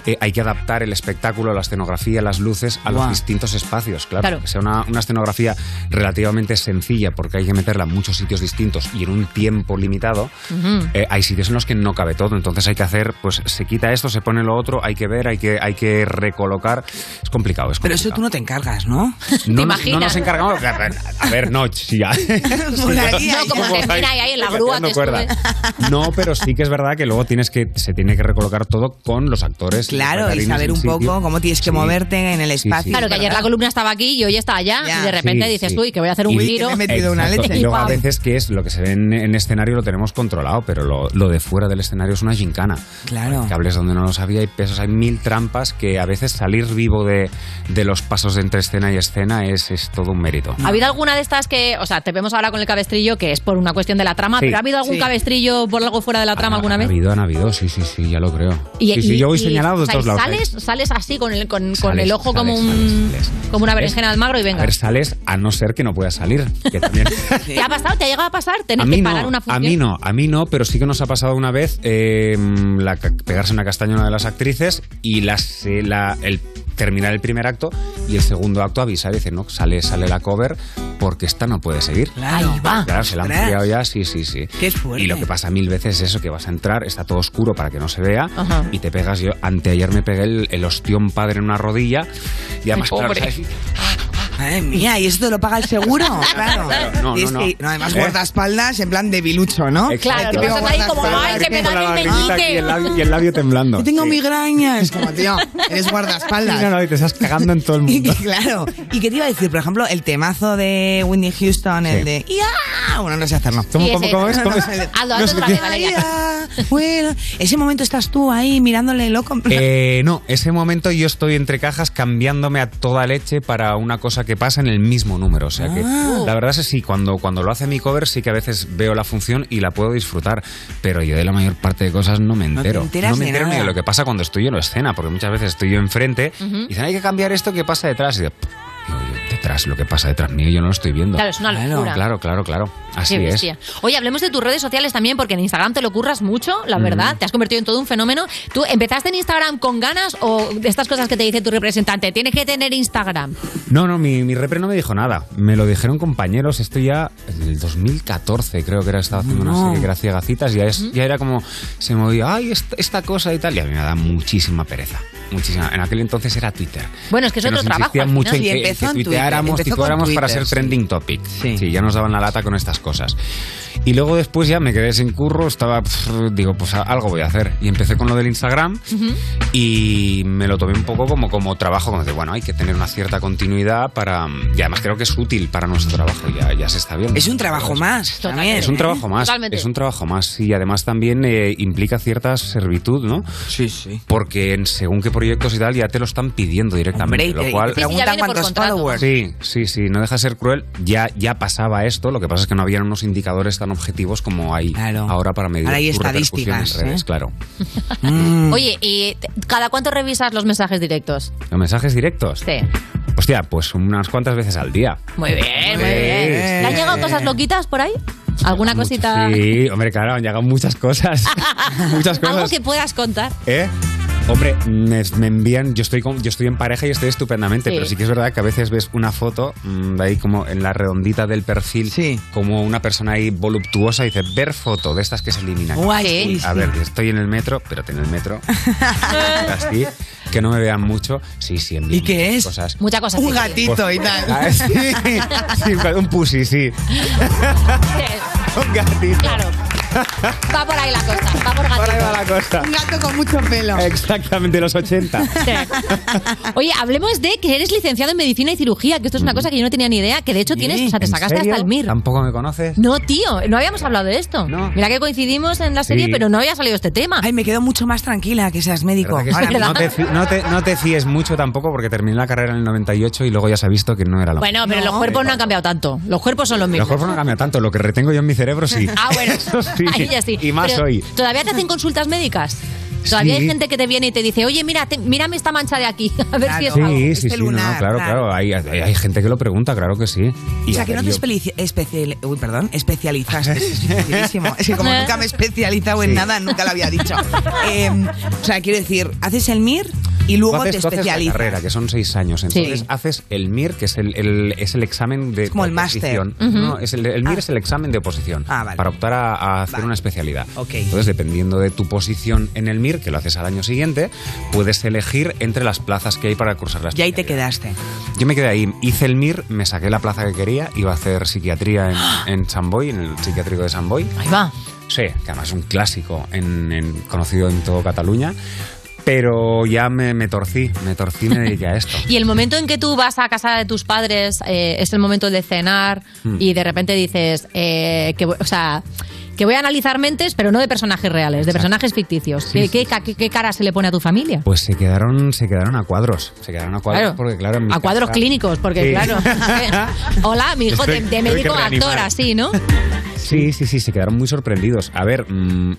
Speaker 37: eh, hay que adaptar el espectáculo, la escenografía, las luces a
Speaker 4: Guau.
Speaker 37: los distintos espacios, claro.
Speaker 4: Claro.
Speaker 37: Que sea una, una escenografía relativamente sencilla porque hay que meterla en muchos sitios distintos y en un tiempo limitado.
Speaker 4: Ujú.
Speaker 37: Eh, hay sitios en los que no cabe todo, entonces hay que hacer, pues se quita esto, se pone lo otro, hay que ver, hay que, hay que recolocar. Es complicado, es complicado.
Speaker 6: Pero eso tú no te encargas, ¿no?
Speaker 37: No nos-
Speaker 4: imaginas?
Speaker 37: no nos encargamos. A ver, no, ya.
Speaker 6: Por aquí, ahí.
Speaker 4: No, como te mira ahí en la grúa, te
Speaker 37: Tirando cuerda.
Speaker 4: sube.
Speaker 37: No, pero sí que es verdad que luego tienes que se tiene que recolocar todo con los actores.
Speaker 6: Claro, y
Speaker 37: bailarinas
Speaker 6: saber
Speaker 37: en
Speaker 6: un
Speaker 37: sitio.
Speaker 6: poco cómo tienes que
Speaker 37: Sí.
Speaker 6: moverte en el
Speaker 37: Sí,
Speaker 6: espacio.
Speaker 37: sí.
Speaker 4: Claro, que ayer la columna estaba aquí y hoy está allá, y de repente
Speaker 37: Sí,
Speaker 4: dices,
Speaker 37: sí.
Speaker 4: uy, que voy a hacer un
Speaker 37: Y-
Speaker 4: giro.
Speaker 37: Exacto. Y luego a
Speaker 4: Pam.
Speaker 37: veces que es lo que se ve en, en escenario lo tenemos controlado, pero lo, lo de fuera del escenario es una gincana.
Speaker 6: Claro.
Speaker 37: Hay Cables donde no los había, hay pesos, hay mil trampas que a veces salir vivo de, de los pasos de entre escena y escena es, es todo un mérito.
Speaker 4: ¿Ha habido alguna de estas que, o sea, te vemos ahora con el cabestrillo, que es por una cuestión de la trama,
Speaker 37: Sí.
Speaker 4: pero ¿ha habido algún
Speaker 37: Sí.
Speaker 4: cabestrillo por algo fuera de la trama alguna
Speaker 37: Han
Speaker 4: vez?
Speaker 37: habido, han habido, sí, sí, sí, ya lo creo. sí, sí, yo voy señalado de
Speaker 4: o sea,
Speaker 37: todos
Speaker 4: y
Speaker 37: lados. ¿eh?
Speaker 4: Sales, sales así con el, con, con
Speaker 37: Sales,
Speaker 4: el ojo como,
Speaker 37: sales,
Speaker 4: un,
Speaker 37: sales,
Speaker 4: como una berenjena al magro y
Speaker 37: A
Speaker 4: venga.
Speaker 37: ver, sales a no ser que no puedas salir. que también-
Speaker 4: ¿Te ha pasado? ¿Te ha llegado a pasar?
Speaker 37: a
Speaker 4: Tener
Speaker 37: mí
Speaker 4: que
Speaker 37: no,
Speaker 4: parar una
Speaker 37: a
Speaker 4: función.
Speaker 37: mí no, a mí no, pero sí que nos ha pasado una vez eh, la ca- pegarse una castaña a una de las actrices y las, eh, la- el terminar el primer acto y el segundo acto avisar y decir, no, sale, sale la cover, porque esta no puede seguir.
Speaker 6: Claro. Ahí va.
Speaker 37: Claro, se la han
Speaker 6: Ostras.
Speaker 37: pillado ya, sí, sí, sí.
Speaker 6: Qué fuerte.
Speaker 37: Y lo que pasa mil veces es eso, que vas a entrar, está todo oscuro para que no se vea,
Speaker 6: Ajá.
Speaker 37: y te pegas. Yo anteayer me pegué el, el ostión padre en una rodilla, y además, claro,
Speaker 6: Pobre.
Speaker 37: ¿sabes?
Speaker 6: Madre mía, y eso te lo paga el seguro. Claro.
Speaker 37: Claro, no,
Speaker 6: Y es
Speaker 37: no, no.
Speaker 6: que, además,
Speaker 37: ¿Eh?
Speaker 6: guardaespaldas en plan debilucho, ¿no?
Speaker 4: Claro,
Speaker 6: Típico
Speaker 4: que estás ahí como,
Speaker 6: guardaespaldas
Speaker 4: ay, que me
Speaker 6: que-
Speaker 4: dan el
Speaker 37: garganta aquí y el labio, y el labio temblando.
Speaker 6: Yo tengo migrañas. Como, tío, eres guardaespaldas.
Speaker 37: Sí, No, no, y te estás cagando en todo el
Speaker 6: Y
Speaker 37: mundo.
Speaker 6: que, claro. ¿Y qué te iba a decir? Por ejemplo, el temazo de Whitney Houston, el
Speaker 37: Sí.
Speaker 6: de ¡Ya! Bueno, no sé hacerlo.
Speaker 37: ¿Cómo, Sí, cómo, ese. cómo es? ¿Cómo es?
Speaker 6: El de-
Speaker 37: Hazlo, hazlo otra vez, Valeria.
Speaker 6: "Ya, Bueno, ese momento estás tú ahí mirándole loco.
Speaker 37: Eh, no, ese momento yo estoy entre cajas cambiándome a toda leche para una cosa que pasa en el mismo número. O sea que
Speaker 6: Ah.
Speaker 37: la verdad es que sí, cuando, cuando lo hace mi cover sí que a veces veo la función y la puedo disfrutar, pero yo de la mayor parte de cosas no me
Speaker 6: te
Speaker 37: entero.
Speaker 6: enteras
Speaker 37: me
Speaker 6: de
Speaker 37: entero ni
Speaker 6: nada.
Speaker 37: de lo que pasa cuando estoy yo en la escena, porque muchas veces estoy yo enfrente
Speaker 4: Ujú.
Speaker 37: y dicen hay que cambiar esto que pasa detrás. Y digo, "Pff, digo, yo, detrás, lo que pasa detrás mío yo no lo estoy viendo.
Speaker 4: Claro, es una locura.
Speaker 37: Claro, claro, claro. Así
Speaker 4: Qué
Speaker 37: es.
Speaker 4: bestia. Oye, hablemos de tus redes sociales también, porque en Instagram te lo curras mucho, la
Speaker 37: Mm.
Speaker 4: verdad. Te has convertido en todo un fenómeno. ¿Tú empezaste en Instagram con ganas o de estas cosas que te dice tu representante? Tienes que tener Instagram.
Speaker 37: No, no, mi, mi repre no me dijo nada. Me lo dijeron compañeros, esto ya en el 2014 creo que era, estaba haciendo
Speaker 20: No.
Speaker 37: una serie que era Ciegacitas y ya, es- ya era como, se movía, ay, esta, esta cosa y tal, y a mí me da muchísima pereza. Muchísima. En aquel entonces era Twitter.
Speaker 4: Bueno, es que es
Speaker 37: nos
Speaker 4: otro trabajo.
Speaker 37: insistían
Speaker 4: al
Speaker 37: mucho en
Speaker 4: final.
Speaker 37: que, en que tuiteáramos, tituáramos para ser trending topic. Sí. ya nos daban la lata con estas cosas. Y luego después ya me quedé sin curro, estaba, pff, digo, pues a- algo voy a hacer. Y empecé con lo del Instagram
Speaker 4: Ujú.
Speaker 37: y me lo tomé un poco como, como trabajo, como de, bueno, hay que tener una cierta continuidad para... Y además creo que es útil para nuestro trabajo, ya, ya se está viendo.
Speaker 6: Es un trabajo
Speaker 4: Pues,
Speaker 6: más. también,
Speaker 37: Es un
Speaker 6: ¿eh?
Speaker 37: trabajo más. Es un trabajo más. Y además también eh, implica cierta servitud, ¿no? Sí, sí. Porque en según qué proyectos y tal ya te lo están pidiendo directamente.
Speaker 6: Hombre, y
Speaker 37: lo
Speaker 6: te-
Speaker 37: cual,
Speaker 6: te preguntan cuántos followers.
Speaker 37: Sí, sí, sí, no deja de ser cruel. Ya, ya pasaba esto, lo que pasa es que no había unos indicadores tan objetivos como hay ahora para medir
Speaker 6: Ahora hay
Speaker 37: tu repercusión
Speaker 6: estadísticas,
Speaker 37: en redes,
Speaker 6: ¿eh?
Speaker 37: claro. Mm.
Speaker 4: Oye, ¿y te- cada cuánto revisas los mensajes directos?
Speaker 37: Los mensajes directos.
Speaker 4: Sí.
Speaker 37: Hostia, pues unas cuantas veces al día.
Speaker 4: Muy bien, muy
Speaker 37: Sí,
Speaker 4: bien.
Speaker 37: sí.
Speaker 4: ¿Te han llegado cosas loquitas por ahí? ¿Alguna cosita?
Speaker 37: Sí, hombre, claro, han llegado muchas cosas. muchas cosas.
Speaker 4: Algo que puedas contar.
Speaker 37: ¿Eh? Hombre, me, me envían, yo estoy, con- yo estoy en pareja y estoy estupendamente,
Speaker 4: Sí.
Speaker 37: pero sí que es verdad que a veces ves una foto mm, de ahí como en la redondita del perfil, como una persona ahí voluptuosa y dice, ver foto de estas que se eliminan.
Speaker 6: Guay, sí,
Speaker 37: A
Speaker 6: sí.
Speaker 37: ver, estoy en el metro, pero en el metro, así, que no me vean mucho. Sí, sí, ¿Y qué es? Cosas.
Speaker 4: Mucha cosa.
Speaker 6: Un
Speaker 4: así.
Speaker 6: gatito y tal.
Speaker 37: Ah, sí, sí, un pussy, sí. Un gatito.
Speaker 4: Claro. Va por ahí la cosa, va por gatito.
Speaker 37: Por ahí va la cosa. Un
Speaker 6: gato con mucho pelo.
Speaker 37: Exactamente, los 80.
Speaker 4: Oye, hablemos de que eres licenciado en medicina y cirugía, que esto es una cosa que yo no tenía ni idea, que de hecho tienes, o sea, te
Speaker 37: Mm. ¿En
Speaker 4: sacaste
Speaker 37: serio?
Speaker 4: hasta el MIR.
Speaker 37: ¿Tampoco me conoces?
Speaker 4: No, tío, no habíamos hablado de esto. Mira que coincidimos en la serie,
Speaker 37: Sí.
Speaker 4: pero no había salido este tema.
Speaker 6: Ay, me quedo mucho más tranquila que seas médico.
Speaker 37: ¿Verdad que sí?
Speaker 6: Ahora
Speaker 37: no,
Speaker 6: mismo.
Speaker 37: te, fi- no te- no te fíes mucho tampoco porque terminé la carrera en el 98 y luego ya se ha visto que no era lo
Speaker 4: Bueno, pero los cuerpos no han cambiado tanto. Los cuerpos son los
Speaker 37: Los
Speaker 4: mismos.
Speaker 37: cuerpos no cambian tanto, lo que retengo yo en mi cerebro sí.
Speaker 4: Ah, bueno.
Speaker 37: Eso sí.
Speaker 4: Ahí ya sí.
Speaker 37: Y más
Speaker 4: Pero,
Speaker 37: hoy.
Speaker 4: ¿Todavía te hacen consultas médicas? Todavía
Speaker 37: Sí.
Speaker 4: hay gente que te viene y te dice, oye, mira, te- mírame esta mancha de aquí, a ver si es algo.
Speaker 37: Sí, sí, sí, no, claro, claro. Hay, hay- hay gente que lo pregunta, claro que sí. Y
Speaker 6: O sea,
Speaker 37: a
Speaker 6: que
Speaker 37: ver,
Speaker 6: no te
Speaker 37: yo-
Speaker 6: espeli- especial- uy, perdón, especializaste. Es dificilísimo. Es que como
Speaker 4: ¿Eh?
Speaker 6: nunca me he especializado en
Speaker 37: Sí.
Speaker 6: nada, nunca lo había dicho. Eh, o sea, quiero decir, haces el MIR y
Speaker 37: tú
Speaker 6: luego
Speaker 37: haces-
Speaker 6: te
Speaker 37: tú haces la
Speaker 6: especializas.
Speaker 37: carrera, que son seis años. Entonces haces el MIR, que es el, el- es el examen de
Speaker 6: como el máster.
Speaker 37: oposición.
Speaker 6: Ujú. Ah.
Speaker 37: No, es el, el MIR es el examen de oposición para optar a, a hacer una especialidad. Entonces, dependiendo de tu posición en el MIR, que lo haces al año siguiente, puedes elegir entre las plazas que hay para cursar la
Speaker 6: Y ahí te quedaste.
Speaker 37: Yo me quedé ahí, hice el MIR, me saqué la plaza que quería, iba a hacer psiquiatría en, en San Boi, en el psiquiátrico de San Boi.
Speaker 4: Ahí va.
Speaker 37: Sí, que además es un clásico en- en- conocido en todo Cataluña. Pero ya me, me torcí, me torcí y me dediqué a esto.
Speaker 4: Y el momento en que tú vas a casa de tus padres eh, es el momento de cenar
Speaker 37: Hmm.
Speaker 4: y de repente dices eh, que, voy- o sea, que voy a analizar mentes, pero no de personajes reales, de personajes ficticios. ¿Qué, qué ca- qué- qué cara se le pone a tu familia?
Speaker 37: Pues se quedaron, se quedaron a cuadros. Se quedaron a cuadros
Speaker 4: Claro.
Speaker 37: porque, claro, en mi
Speaker 4: A cuadros
Speaker 37: casa-
Speaker 4: clínicos, porque
Speaker 37: Sí.
Speaker 4: claro. Hola, mi hijo de,
Speaker 37: Estoy-
Speaker 4: de
Speaker 37: estoy
Speaker 4: médico
Speaker 37: que
Speaker 4: actor,
Speaker 37: reanimar.
Speaker 4: así, ¿no?
Speaker 37: Sí, sí, sí, se quedaron muy sorprendidos. A ver, mm,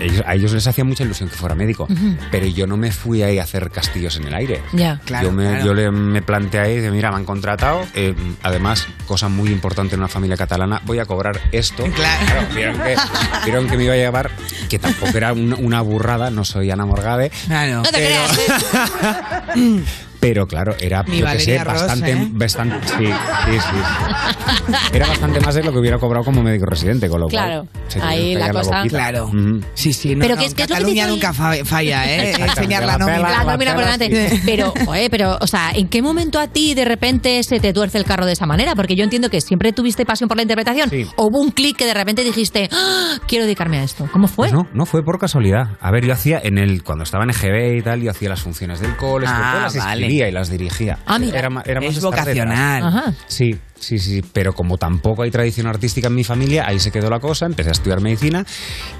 Speaker 37: ellos- a ellos les hacía mucha ilusión que fuera médico,
Speaker 4: Ujú.
Speaker 37: pero yo no me fui ahí a hacer castillos en el aire.
Speaker 4: Ya. Claro,
Speaker 37: yo me,
Speaker 4: claro.
Speaker 37: yo le, me planteé ahí, de, mira, me han contratado, eh, además, cosa muy importante en una familia catalana, voy a cobrar esto. Claro. vieron, que, vieron que me iba a llevar, que
Speaker 24: ¿eh?
Speaker 37: tampoco era un- una burrada, no soy Ana Morgade,
Speaker 6: Claro.
Speaker 4: ¿eh?
Speaker 37: pero, Pero claro, era
Speaker 6: Mi
Speaker 37: yo que sé,
Speaker 6: Valeria Ross,
Speaker 37: bastante,
Speaker 6: ¿eh?
Speaker 37: bastante- sí, sí, sí. Era bastante más de lo que hubiera cobrado como médico residente, con lo cual
Speaker 4: Claro.
Speaker 37: se te
Speaker 4: Ahí la
Speaker 37: caía
Speaker 4: cosa-
Speaker 37: boquita.
Speaker 4: Claro.
Speaker 37: Ujú.
Speaker 6: Sí, sí,
Speaker 4: Pero que es- que es lo que te
Speaker 6: Cataluña
Speaker 4: hizo el-
Speaker 6: nunca fa- falla, ¿eh?
Speaker 37: Exactamente,
Speaker 6: Enseñar la
Speaker 37: la
Speaker 6: nómina.
Speaker 37: pela,
Speaker 4: La nómina por delante. Pero, joder, pero, o sea, ¿en qué momento a ti de repente se te tuerce el carro de esa manera? Porque yo entiendo que siempre tuviste pasión por la interpretación. O hubo un clic que de repente dijiste, "Ah, quiero dedicarme a esto. ¿Cómo fue?
Speaker 37: Pues no, no fue por casualidad. A ver, yo hacía en el cuando estaba en EGB y tal, yo hacía las funciones del cole, sobre
Speaker 6: Ah,
Speaker 37: todo las
Speaker 6: vale.
Speaker 37: escribía y las dirigía.
Speaker 6: Ah, mira.
Speaker 37: Era, ma- era más
Speaker 6: Es
Speaker 37: estar detrás.
Speaker 6: vocacional. Ajá.
Speaker 37: Sí, sí, sí, pero como tampoco hay tradición artística en mi familia, ahí se quedó la cosa, empecé a estudiar medicina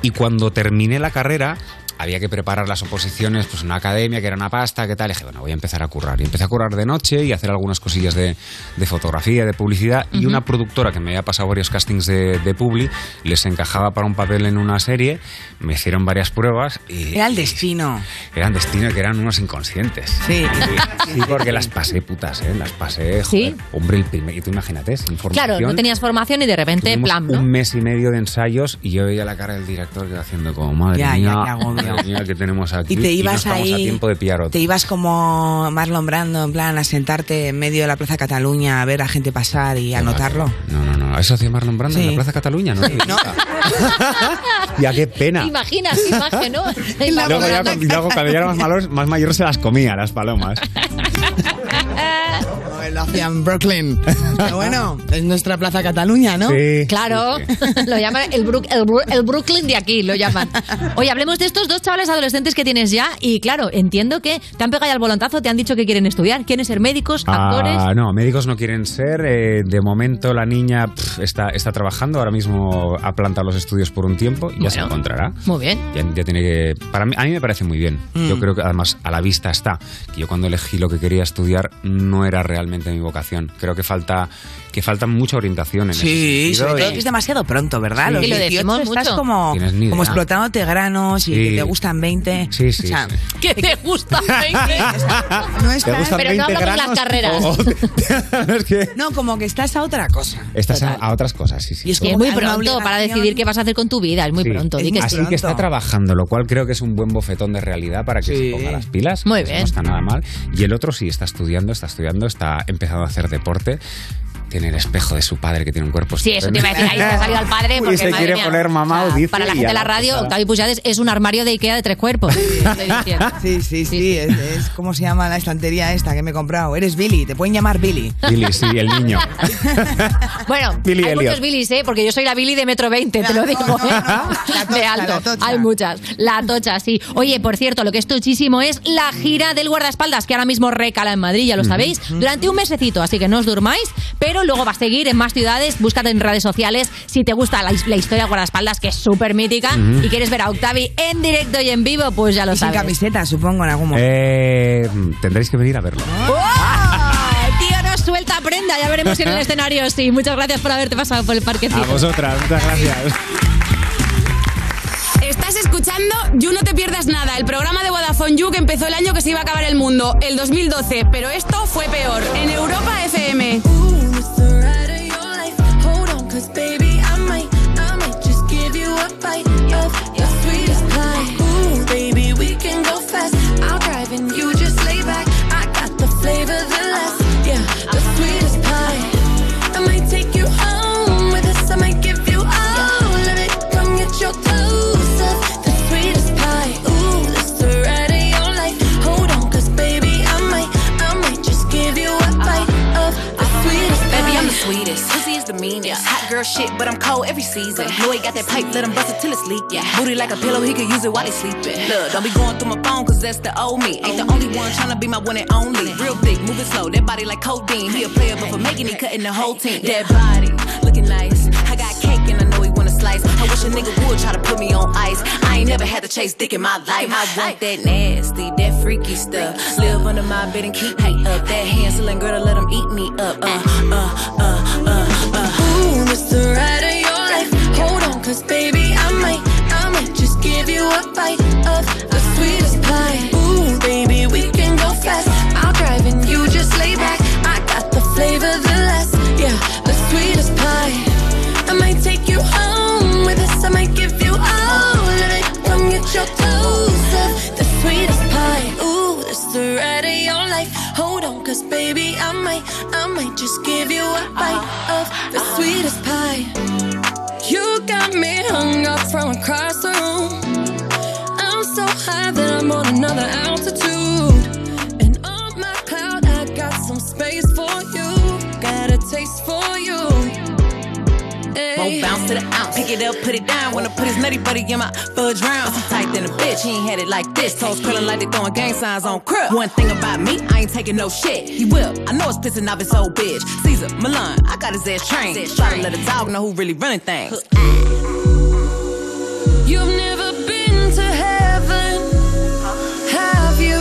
Speaker 37: y cuando terminé la carrera había que preparar las oposiciones pues en una academia que era una pasta, qué tal, y dije, bueno, voy a empezar a currar. Y empecé a currar de noche y a hacer algunas cosillas de, de fotografía, de publicidad y
Speaker 39: Ujú.
Speaker 37: una productora que me había pasado varios castings de, de Publi, les encajaba para un papel en una serie, me hicieron varias pruebas y
Speaker 6: Era el destino.
Speaker 37: eran destino que eran unos inconscientes.
Speaker 6: Sí.
Speaker 37: Sí, porque las pasé putas, ¿eh? Las pasé, joder.
Speaker 4: Sí.
Speaker 37: Hombre, el primer, y tú imagínate, sin formación.
Speaker 4: Claro, no tenías formación y de repente,
Speaker 37: Tuvimos
Speaker 4: plan, ¿no?
Speaker 37: Un mes y medio de ensayos y yo veía la cara del director que iba haciendo como, madre
Speaker 6: Ya, ya,
Speaker 37: mía,
Speaker 6: qué agobio.
Speaker 37: madre mía, que tenemos aquí.
Speaker 6: Y te
Speaker 37: no
Speaker 6: ibas
Speaker 37: estamos
Speaker 6: ahí.
Speaker 37: a tiempo de pillar otro.
Speaker 6: Te ibas como Marlon Brando, en plan, a sentarte en medio de la Plaza Cataluña a ver a gente pasar y a anotarlo.
Speaker 37: No, no, no. Eso hacía Marlon Brando en
Speaker 6: Sí.
Speaker 37: la Plaza Cataluña, ¿no? no. ya, qué pena.
Speaker 4: Imagina esa imagen, ¿no? Imagina-
Speaker 37: Luego, ya, cu- luego cuando ya era más mayor, más mayor se las comía, las palomas.
Speaker 6: Lo hacía en Brooklyn. Pero bueno, es nuestra Plaza Cataluña, ¿no?
Speaker 37: Sí.
Speaker 4: Claro, lo llaman el, Brook- el Bru- el Brooklyn de aquí, lo llaman. Oye, hablemos de estos dos chavales adolescentes que tienes ya y claro, entiendo que te han pegado ya al volantazo, te han dicho que quieren estudiar, quieren ser médicos, actores.
Speaker 37: Ah, no, médicos no quieren ser. eh, de momento la niña pf, está, está trabajando, ahora mismo ha plantado los estudios por un tiempo y ya se encontrará.
Speaker 4: Muy bien.
Speaker 37: Ya, ya tiene que. Para mí, a mí me parece muy bien.
Speaker 4: Mm.
Speaker 37: Yo creo que además a la vista está. Que yo cuando elegí lo que quería estudiar no era realmente mi vocación. Creo que falta que falta mucha orientación en
Speaker 6: Sí,
Speaker 37: ese
Speaker 6: sobre
Speaker 37: sentido.
Speaker 6: todo que es demasiado pronto, ¿verdad?
Speaker 37: Sí.
Speaker 6: Los
Speaker 37: Y lo
Speaker 6: 18
Speaker 37: decimos
Speaker 6: estás
Speaker 37: mucho.
Speaker 6: como,
Speaker 37: Tienes ni
Speaker 6: como
Speaker 37: idea.
Speaker 6: explotándote granos y
Speaker 37: Sí.
Speaker 6: que te gustan 20.
Speaker 37: Sí, sí,
Speaker 6: O sea,
Speaker 37: sí.
Speaker 4: ¿Qué te gusta?
Speaker 6: no
Speaker 37: ¿Te
Speaker 6: estás,
Speaker 37: gustan 20 granos Oh, o- o te- es que
Speaker 6: No, como que estás a otra cosa.
Speaker 37: estás a, a otras cosas, sí, sí.
Speaker 4: Y es que es muy pronto para decidir qué vas a hacer con tu vida, es muy
Speaker 37: Sí.
Speaker 4: pronto. di que
Speaker 37: Así
Speaker 4: sí.
Speaker 37: que está trabajando, lo cual creo que es un buen bofetón de realidad para que
Speaker 4: Sí.
Speaker 37: se ponga las pilas.
Speaker 4: Muy
Speaker 37: Eso
Speaker 4: bien.
Speaker 37: No está nada mal. Y el otro sí está estudiando, está estudiando, está empezando a hacer deporte. Tiene el espejo de su padre que tiene un cuerpo.
Speaker 4: Sí, eso te iba a
Speaker 37: estupendo.
Speaker 4: decir, ahí te ha salido al padre.
Speaker 37: Y
Speaker 4: Porque,
Speaker 37: se
Speaker 4: madre
Speaker 37: quiere
Speaker 4: mía,
Speaker 37: poner mamado, dice,
Speaker 4: Para la
Speaker 37: y
Speaker 4: gente
Speaker 37: a
Speaker 4: de la
Speaker 37: la
Speaker 4: radio,
Speaker 37: tostada.
Speaker 4: David Pujades es un armario de Ikea de tres cuerpos. estoy diciendo.
Speaker 6: Sí, sí, sí, Es, es- ¿Cómo se llama la estantería esta que me he comprado? Eres Billy, te pueden llamar Billy.
Speaker 37: Billy, sí, el niño.
Speaker 4: Bueno,
Speaker 37: Billy
Speaker 4: hay
Speaker 37: Elliot.
Speaker 4: muchos Billys, ¿eh? Porque yo soy la Billy de metro 20, te lo digo. ¿eh? de alto. Hay muchas. La tocha, sí. Oye, por cierto, lo que es tochísimo es la gira del guardaespaldas, que ahora mismo recala en Madrid, ya lo
Speaker 40: Ujú.
Speaker 4: sabéis, durante un mesecito, así que no os durmáis, pero luego va a seguir en más ciudades, búscate en redes sociales si te gusta la, his- la historia del guardaespaldas, que es súper mítica,
Speaker 37: Ujú.
Speaker 4: y quieres ver a Octavi en directo y en vivo, pues ya lo sabes.
Speaker 6: camiseta, supongo, en algún momento.
Speaker 37: Eh, tendréis que venir a verlo.
Speaker 4: Tío, no suelta prenda, ya veremos si en el escenario sí. Muchas gracias por haberte pasado por el parquecito.
Speaker 37: A vosotras, muchas gracias.
Speaker 27: Estás escuchando You No Te Pierdas Nada, el programa de Vodafone You que empezó el año que se iba a acabar el mundo, el 2012, pero esto fue peor, en Europa FM.
Speaker 40: Hold on, cause baby, I might, I might just give you a bite of your sweetest pie. Ooh, baby, we can go fast. I'll drive and you just lay back. I got the flavor, the last, yeah, the sweetest pie. I might take you home with us. I might give you all of it. Come get your dose of the sweetest pie. Ooh, it's the ride of your life. Hold on, cause baby, I might, I might just give you a bite of the sweetest pie.
Speaker 41: Baby, I'm the sweetest. Pussy is the meanest. Hot girl shit, but I'm cold every season. Know he got that pipe, let him bust it till it's leaking. Booty like a pillow, he could use it while he's sleeping. Look, don't be going through my phone, cause that's the old me. Ain't the only one tryna be my one and only. Real thick, moving slow, that body like codeine. He a player, but for making he cutting the whole team. That body, looking nice. I got cake and I know he wanna slice. I wish a nigga would try to put me on ice. I ain't never had to chase dick in my life. I want that nasty, that freaky stuff. Live under my bed and keep me up. That Hansel and Gretel, let him eat me up. Uh, uh, uh, uh, uh.
Speaker 40: Ooh, it's the ride of your life. Hold on, cause baby, I might, I might just give you a bite of the sweetest pie. Ooh, baby, we can go fast. I'll drive and you just lay back. I got the flavor, the last, yeah, the sweetest pie. I might take you home with us. I might give you all of it. Come get your dose of the sweetest pie. Ooh, it's the ride of your life. Hold Cause baby, I might, I might just give you a bite of the sweetest pie. You got me hung up from across the room. I'm so high that I'm on another altitude. And on my cloud, I got some space for you. Got a taste for you.
Speaker 41: Won't bounce to the ounce. Pick it up, put it down. Wanna put his nutty buddy in my fudge round. I'm so tight than a bitch. He ain't had it like this. Toes curling like they throwing gang signs on crib. One thing about me, I ain't taking no shit. He will. I know it's pissing off his old bitch. Caesar, Milan, I got his ass trained. Try to let a dog know who really running things.
Speaker 40: You've never been to heaven, have you?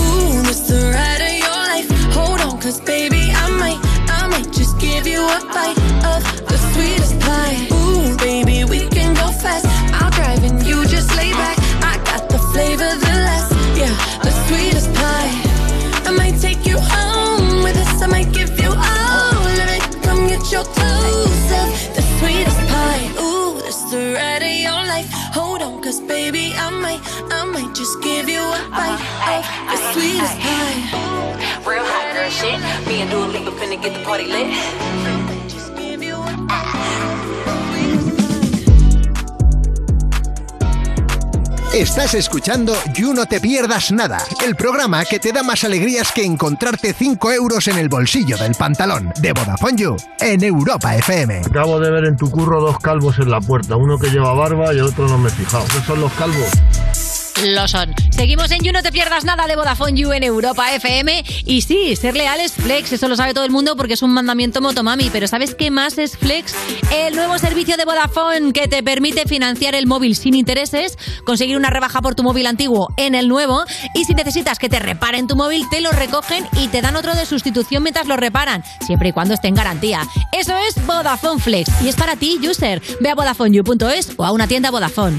Speaker 40: Ooh, this the ride of your life. Hold on, cause baby, I might, I might just give you a bite of the sweetest pie. Ooh, baby, we can go fast. I'll drive and you just lay back. I got the flavor, the last, yeah, the sweetest pie. I might take you home with us. I might give you all of it. Come get your toes up. The sweetest pie. Ooh, that's the ride of your life. Hold on, cause baby, I might, I might just give you a bite of the sweetest pie.
Speaker 41: Real hot girl shit. Me and Dua Lipa finna get the party lit.
Speaker 5: Estás escuchando You No Te Pierdas Nada, el programa que te da más alegrías que encontrarte 5 euros en el bolsillo del pantalón de Vodafone You en Europa FM.
Speaker 42: Acabo de ver en tu curro dos calvos en la puerta, uno que lleva barba y otro no me he fijado. ¿Qué son los calvos?
Speaker 4: Lo son. Seguimos en You, no te pierdas nada de Vodafone You en Europa FM. Y sí, ser leal es flex, eso lo sabe todo el mundo porque es un mandamiento motomami. Pero ¿sabes qué más es flex? El nuevo servicio de Vodafone que te permite financiar el móvil sin intereses, conseguir una rebaja por tu móvil antiguo en el nuevo. Y si necesitas que te reparen tu móvil, te lo recogen y te dan otro de sustitución mientras lo reparan, siempre y cuando esté en garantía. Eso es Vodafone Flex. Y es para ti, user. Ve a vodafoneyou.es o a una tienda Vodafone.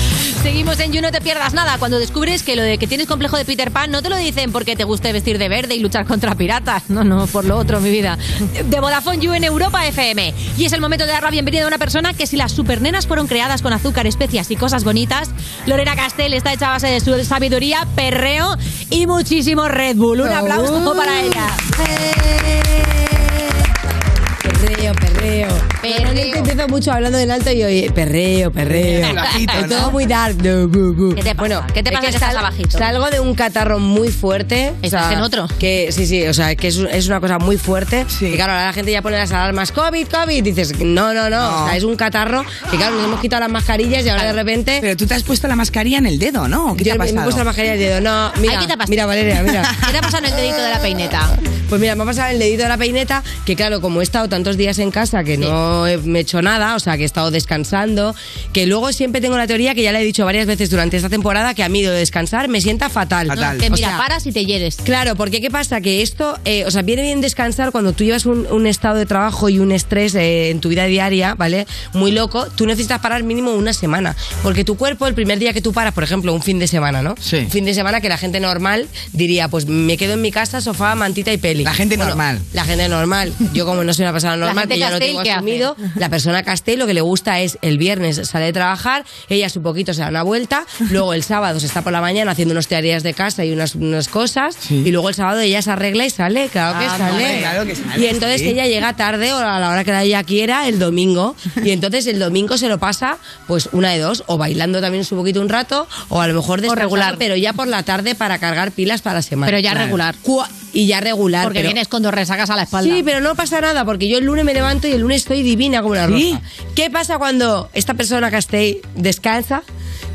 Speaker 4: Seguimos en You, no te pierdas nada. Cuando descubres que lo de que tienes complejo de Peter Pan no te lo dicen porque te guste vestir de verde y luchar contra piratas. No, no, por lo otro, mi vida. De Vodafone You en Europa FM. Y es el momento de dar la bienvenida a una persona que si las supernenas fueron creadas con azúcar, especias y cosas bonitas, Lorena Castell está hecha a base de su sabiduría, perreo y muchísimo Red Bull. Un aplauso para ella.
Speaker 13: Perreo, perreo. Normalmente empiezo mucho hablando en alto y hoy perreo, perreo.
Speaker 4: Bajito,
Speaker 13: Es
Speaker 4: ¿no?
Speaker 13: todo muy dark. No, bu, bu.
Speaker 4: ¿Qué te pasa?
Speaker 13: Bueno,
Speaker 4: ¿Qué te
Speaker 13: es
Speaker 4: pasa que estás abajito?
Speaker 13: Salgo de un catarro muy fuerte.
Speaker 4: ¿Estás en otro?
Speaker 13: Que, sí, sí, o sea, que es, es una cosa muy fuerte. Y claro, ahora la gente ya pone las alarmas COVID, COVID. y dices, no, no, no. O sea, es un catarro. Que claro, nos hemos quitado las mascarillas y ahora de repente. Pero tú te has puesto la mascarilla en el dedo, ¿no?
Speaker 6: qué te
Speaker 13: Yo
Speaker 6: ha
Speaker 13: me- me
Speaker 6: pasado?
Speaker 13: he puesto la mascarilla en el dedo. No, mira.
Speaker 4: Ay, ¿qué te ha pasado?
Speaker 13: Mira, Valeria, mira.
Speaker 4: ¿Qué te ha pasado en el dedito de la peineta?
Speaker 13: Pues mira, me ha pasado el dedito de la peineta, que claro, como he estado tantos días en casa que no he, me he hecho nada, o sea, que he estado descansando, que luego siempre tengo la teoría que ya le he dicho varias veces durante esta temporada que a mí lo de descansar me sienta fatal.
Speaker 4: No, que
Speaker 13: O
Speaker 4: mira,
Speaker 13: sea,
Speaker 4: paras y te hieres.
Speaker 13: Claro, porque ¿qué pasa? Que esto, eh, o sea, viene bien descansar cuando tú llevas un, un estado de trabajo y un estrés eh, en tu vida diaria, ¿vale? Muy loco, tú necesitas parar mínimo una semana. Porque tu cuerpo, el primer día que tú paras, por ejemplo, un fin de semana, ¿no?
Speaker 6: Sí.
Speaker 13: Un fin de semana que la gente normal diría, pues me quedo en mi casa, sofá, mantita y peli. La gente normal. La gente normal. Yo como no soy una persona
Speaker 4: La
Speaker 13: normal,
Speaker 4: gente
Speaker 13: que ya no
Speaker 4: Castell,
Speaker 13: tengo
Speaker 4: ¿qué hace?
Speaker 13: asumido, la persona Castell lo que le gusta es el viernes sale de trabajar, ella su poquito se da una vuelta, luego el sábado se está por la mañana haciendo unas tareas de casa y unas, unas cosas, y luego el sábado ella se arregla y sale, claro que
Speaker 6: Ah,
Speaker 13: sale.
Speaker 6: hombre, claro que sale,
Speaker 13: Y entonces
Speaker 6: sí.
Speaker 13: ella llega tarde o a la hora que ella quiera el domingo, y entonces el domingo se lo pasa pues una de dos, o bailando también su poquito un rato, o a lo mejor descansando,
Speaker 4: regular.
Speaker 13: pero ya por la tarde para cargar pilas para la semana.
Speaker 4: Pero ya Claro. regular.
Speaker 13: Cua- Y ya regular.
Speaker 4: Porque
Speaker 13: pero-
Speaker 4: vienes con dos resacas a la espalda.
Speaker 13: Sí, pero no pasa nada, porque yo el lunes me levanto y el lunes estoy divina como una
Speaker 4: ¿Sí?
Speaker 13: rosa. ¿Qué pasa cuando esta persona que esté descansa?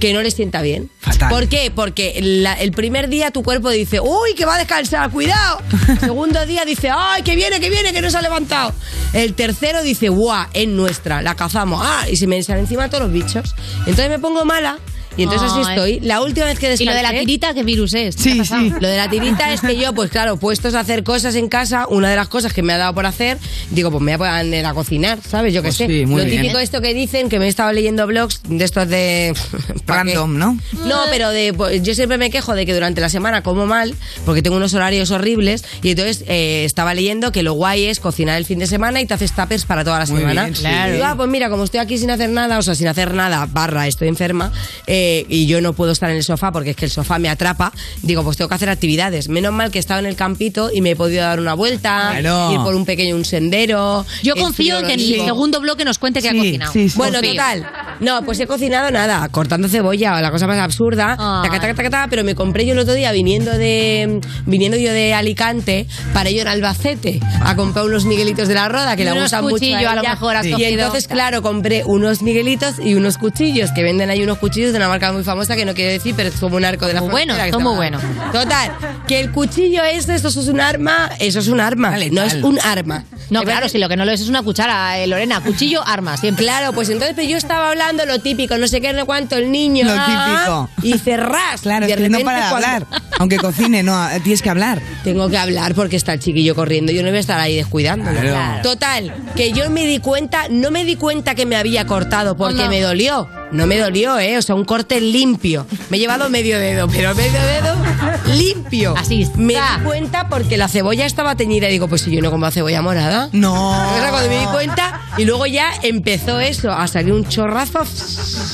Speaker 13: Que no le sienta bien. ¿Por qué? Porque la- el primer día tu cuerpo dice, uy, que va a descansar, cuidado. Segundo día dice, ay, que viene, que viene, que no se ha levantado. El tercero dice, guau, es nuestra, la cazamos. Ah, y se me salen encima todos los bichos. Entonces me pongo mala Y entonces así
Speaker 4: Ay.
Speaker 13: estoy. La última vez que descansé...
Speaker 4: ¿Y lo de la tirita qué virus es?
Speaker 13: Sí, sí. Lo de la tirita es que yo, pues claro, puestos a hacer cosas en casa, una de las cosas que me ha dado por hacer, digo, pues me voy a poner a cocinar, ¿sabes? Yo qué
Speaker 6: Pues
Speaker 13: sé.
Speaker 6: sí, muy
Speaker 13: lo
Speaker 6: bien.
Speaker 13: típico esto que dicen, que me he estado leyendo blogs de estos de... ¿para qué?
Speaker 6: Random, ¿no?
Speaker 13: No, pero de, pues, yo siempre me quejo de que durante la semana como mal, porque tengo unos horarios horribles, y entonces eh, estaba leyendo que lo guay es cocinar el fin de semana y te haces tapers para toda la
Speaker 4: Muy
Speaker 13: semana.
Speaker 4: bien, sí. Claro.
Speaker 13: Y digo, ah, pues mira, como estoy aquí sin hacer nada, o sea, sin hacer nada, barra, estoy enferma, eh, y yo no puedo estar en el sofá porque es que el sofá me atrapa, digo, pues tengo que hacer actividades. Menos mal que he estado en el campito y me he podido dar una vuelta,
Speaker 4: Claro.
Speaker 13: ir por un pequeño un sendero.
Speaker 4: Yo
Speaker 13: el
Speaker 4: confío
Speaker 13: frío
Speaker 4: en
Speaker 13: lo
Speaker 4: que en el
Speaker 13: digo.
Speaker 4: segundo bloque nos cuente que ha cocinado.
Speaker 13: Bueno,
Speaker 4: Confío.
Speaker 13: total. No, pues he cocinado nada, cortando cebolla, la cosa más absurda.
Speaker 4: Ah.
Speaker 13: Taca, taca, taca, taca, pero me compré yo el otro día viniendo de viniendo yo de Alicante para ir a Albacete a comprar unos miguelitos de la roda que
Speaker 4: Y
Speaker 13: le
Speaker 4: unos
Speaker 13: gustan mucho.
Speaker 4: cuchillos,
Speaker 13: ella.
Speaker 4: a lo mejor has
Speaker 13: y
Speaker 4: cogido.
Speaker 13: entonces, claro, compré unos miguelitos y unos cuchillos que venden ahí unos cuchillos de una marca muy famosa que no quiero decir, pero es como un arco de la
Speaker 4: Muy bueno,
Speaker 13: frontera que
Speaker 4: son
Speaker 13: se
Speaker 4: muy
Speaker 13: llama.
Speaker 4: buenos.
Speaker 13: Total, que el cuchillo es eso es un arma, eso es un arma, no es un arma.
Speaker 4: No, claro, si lo que no lo es es una cuchara, eh, Lorena. Cuchillo, arma, siempre.
Speaker 13: Claro, pues entonces pero yo estaba hablando lo típico, no sé qué, no cuánto, el niño.
Speaker 6: Lo
Speaker 13: ah, Y cerrás.
Speaker 6: Claro,
Speaker 13: de
Speaker 6: es que no
Speaker 13: repente
Speaker 6: para de
Speaker 13: cuando-
Speaker 6: hablar. Aunque cocine, no, tienes que hablar.
Speaker 13: Tengo que hablar porque está el chiquillo corriendo. Yo no voy a estar ahí descuidándolo.
Speaker 6: Claro. Claro.
Speaker 13: Total, que yo me di cuenta, no me di cuenta que me había cortado porque me dolió. No me dolió, ¿eh? O sea, un corte limpio. Me he llevado medio dedo, pero medio dedo limpio. Así Me di cuenta porque la cebolla estaba teñida y digo, pues si yo no como cebolla morada.
Speaker 6: No.
Speaker 13: cuando me di cuenta y luego ya empezó eso, a salir un chorrazo.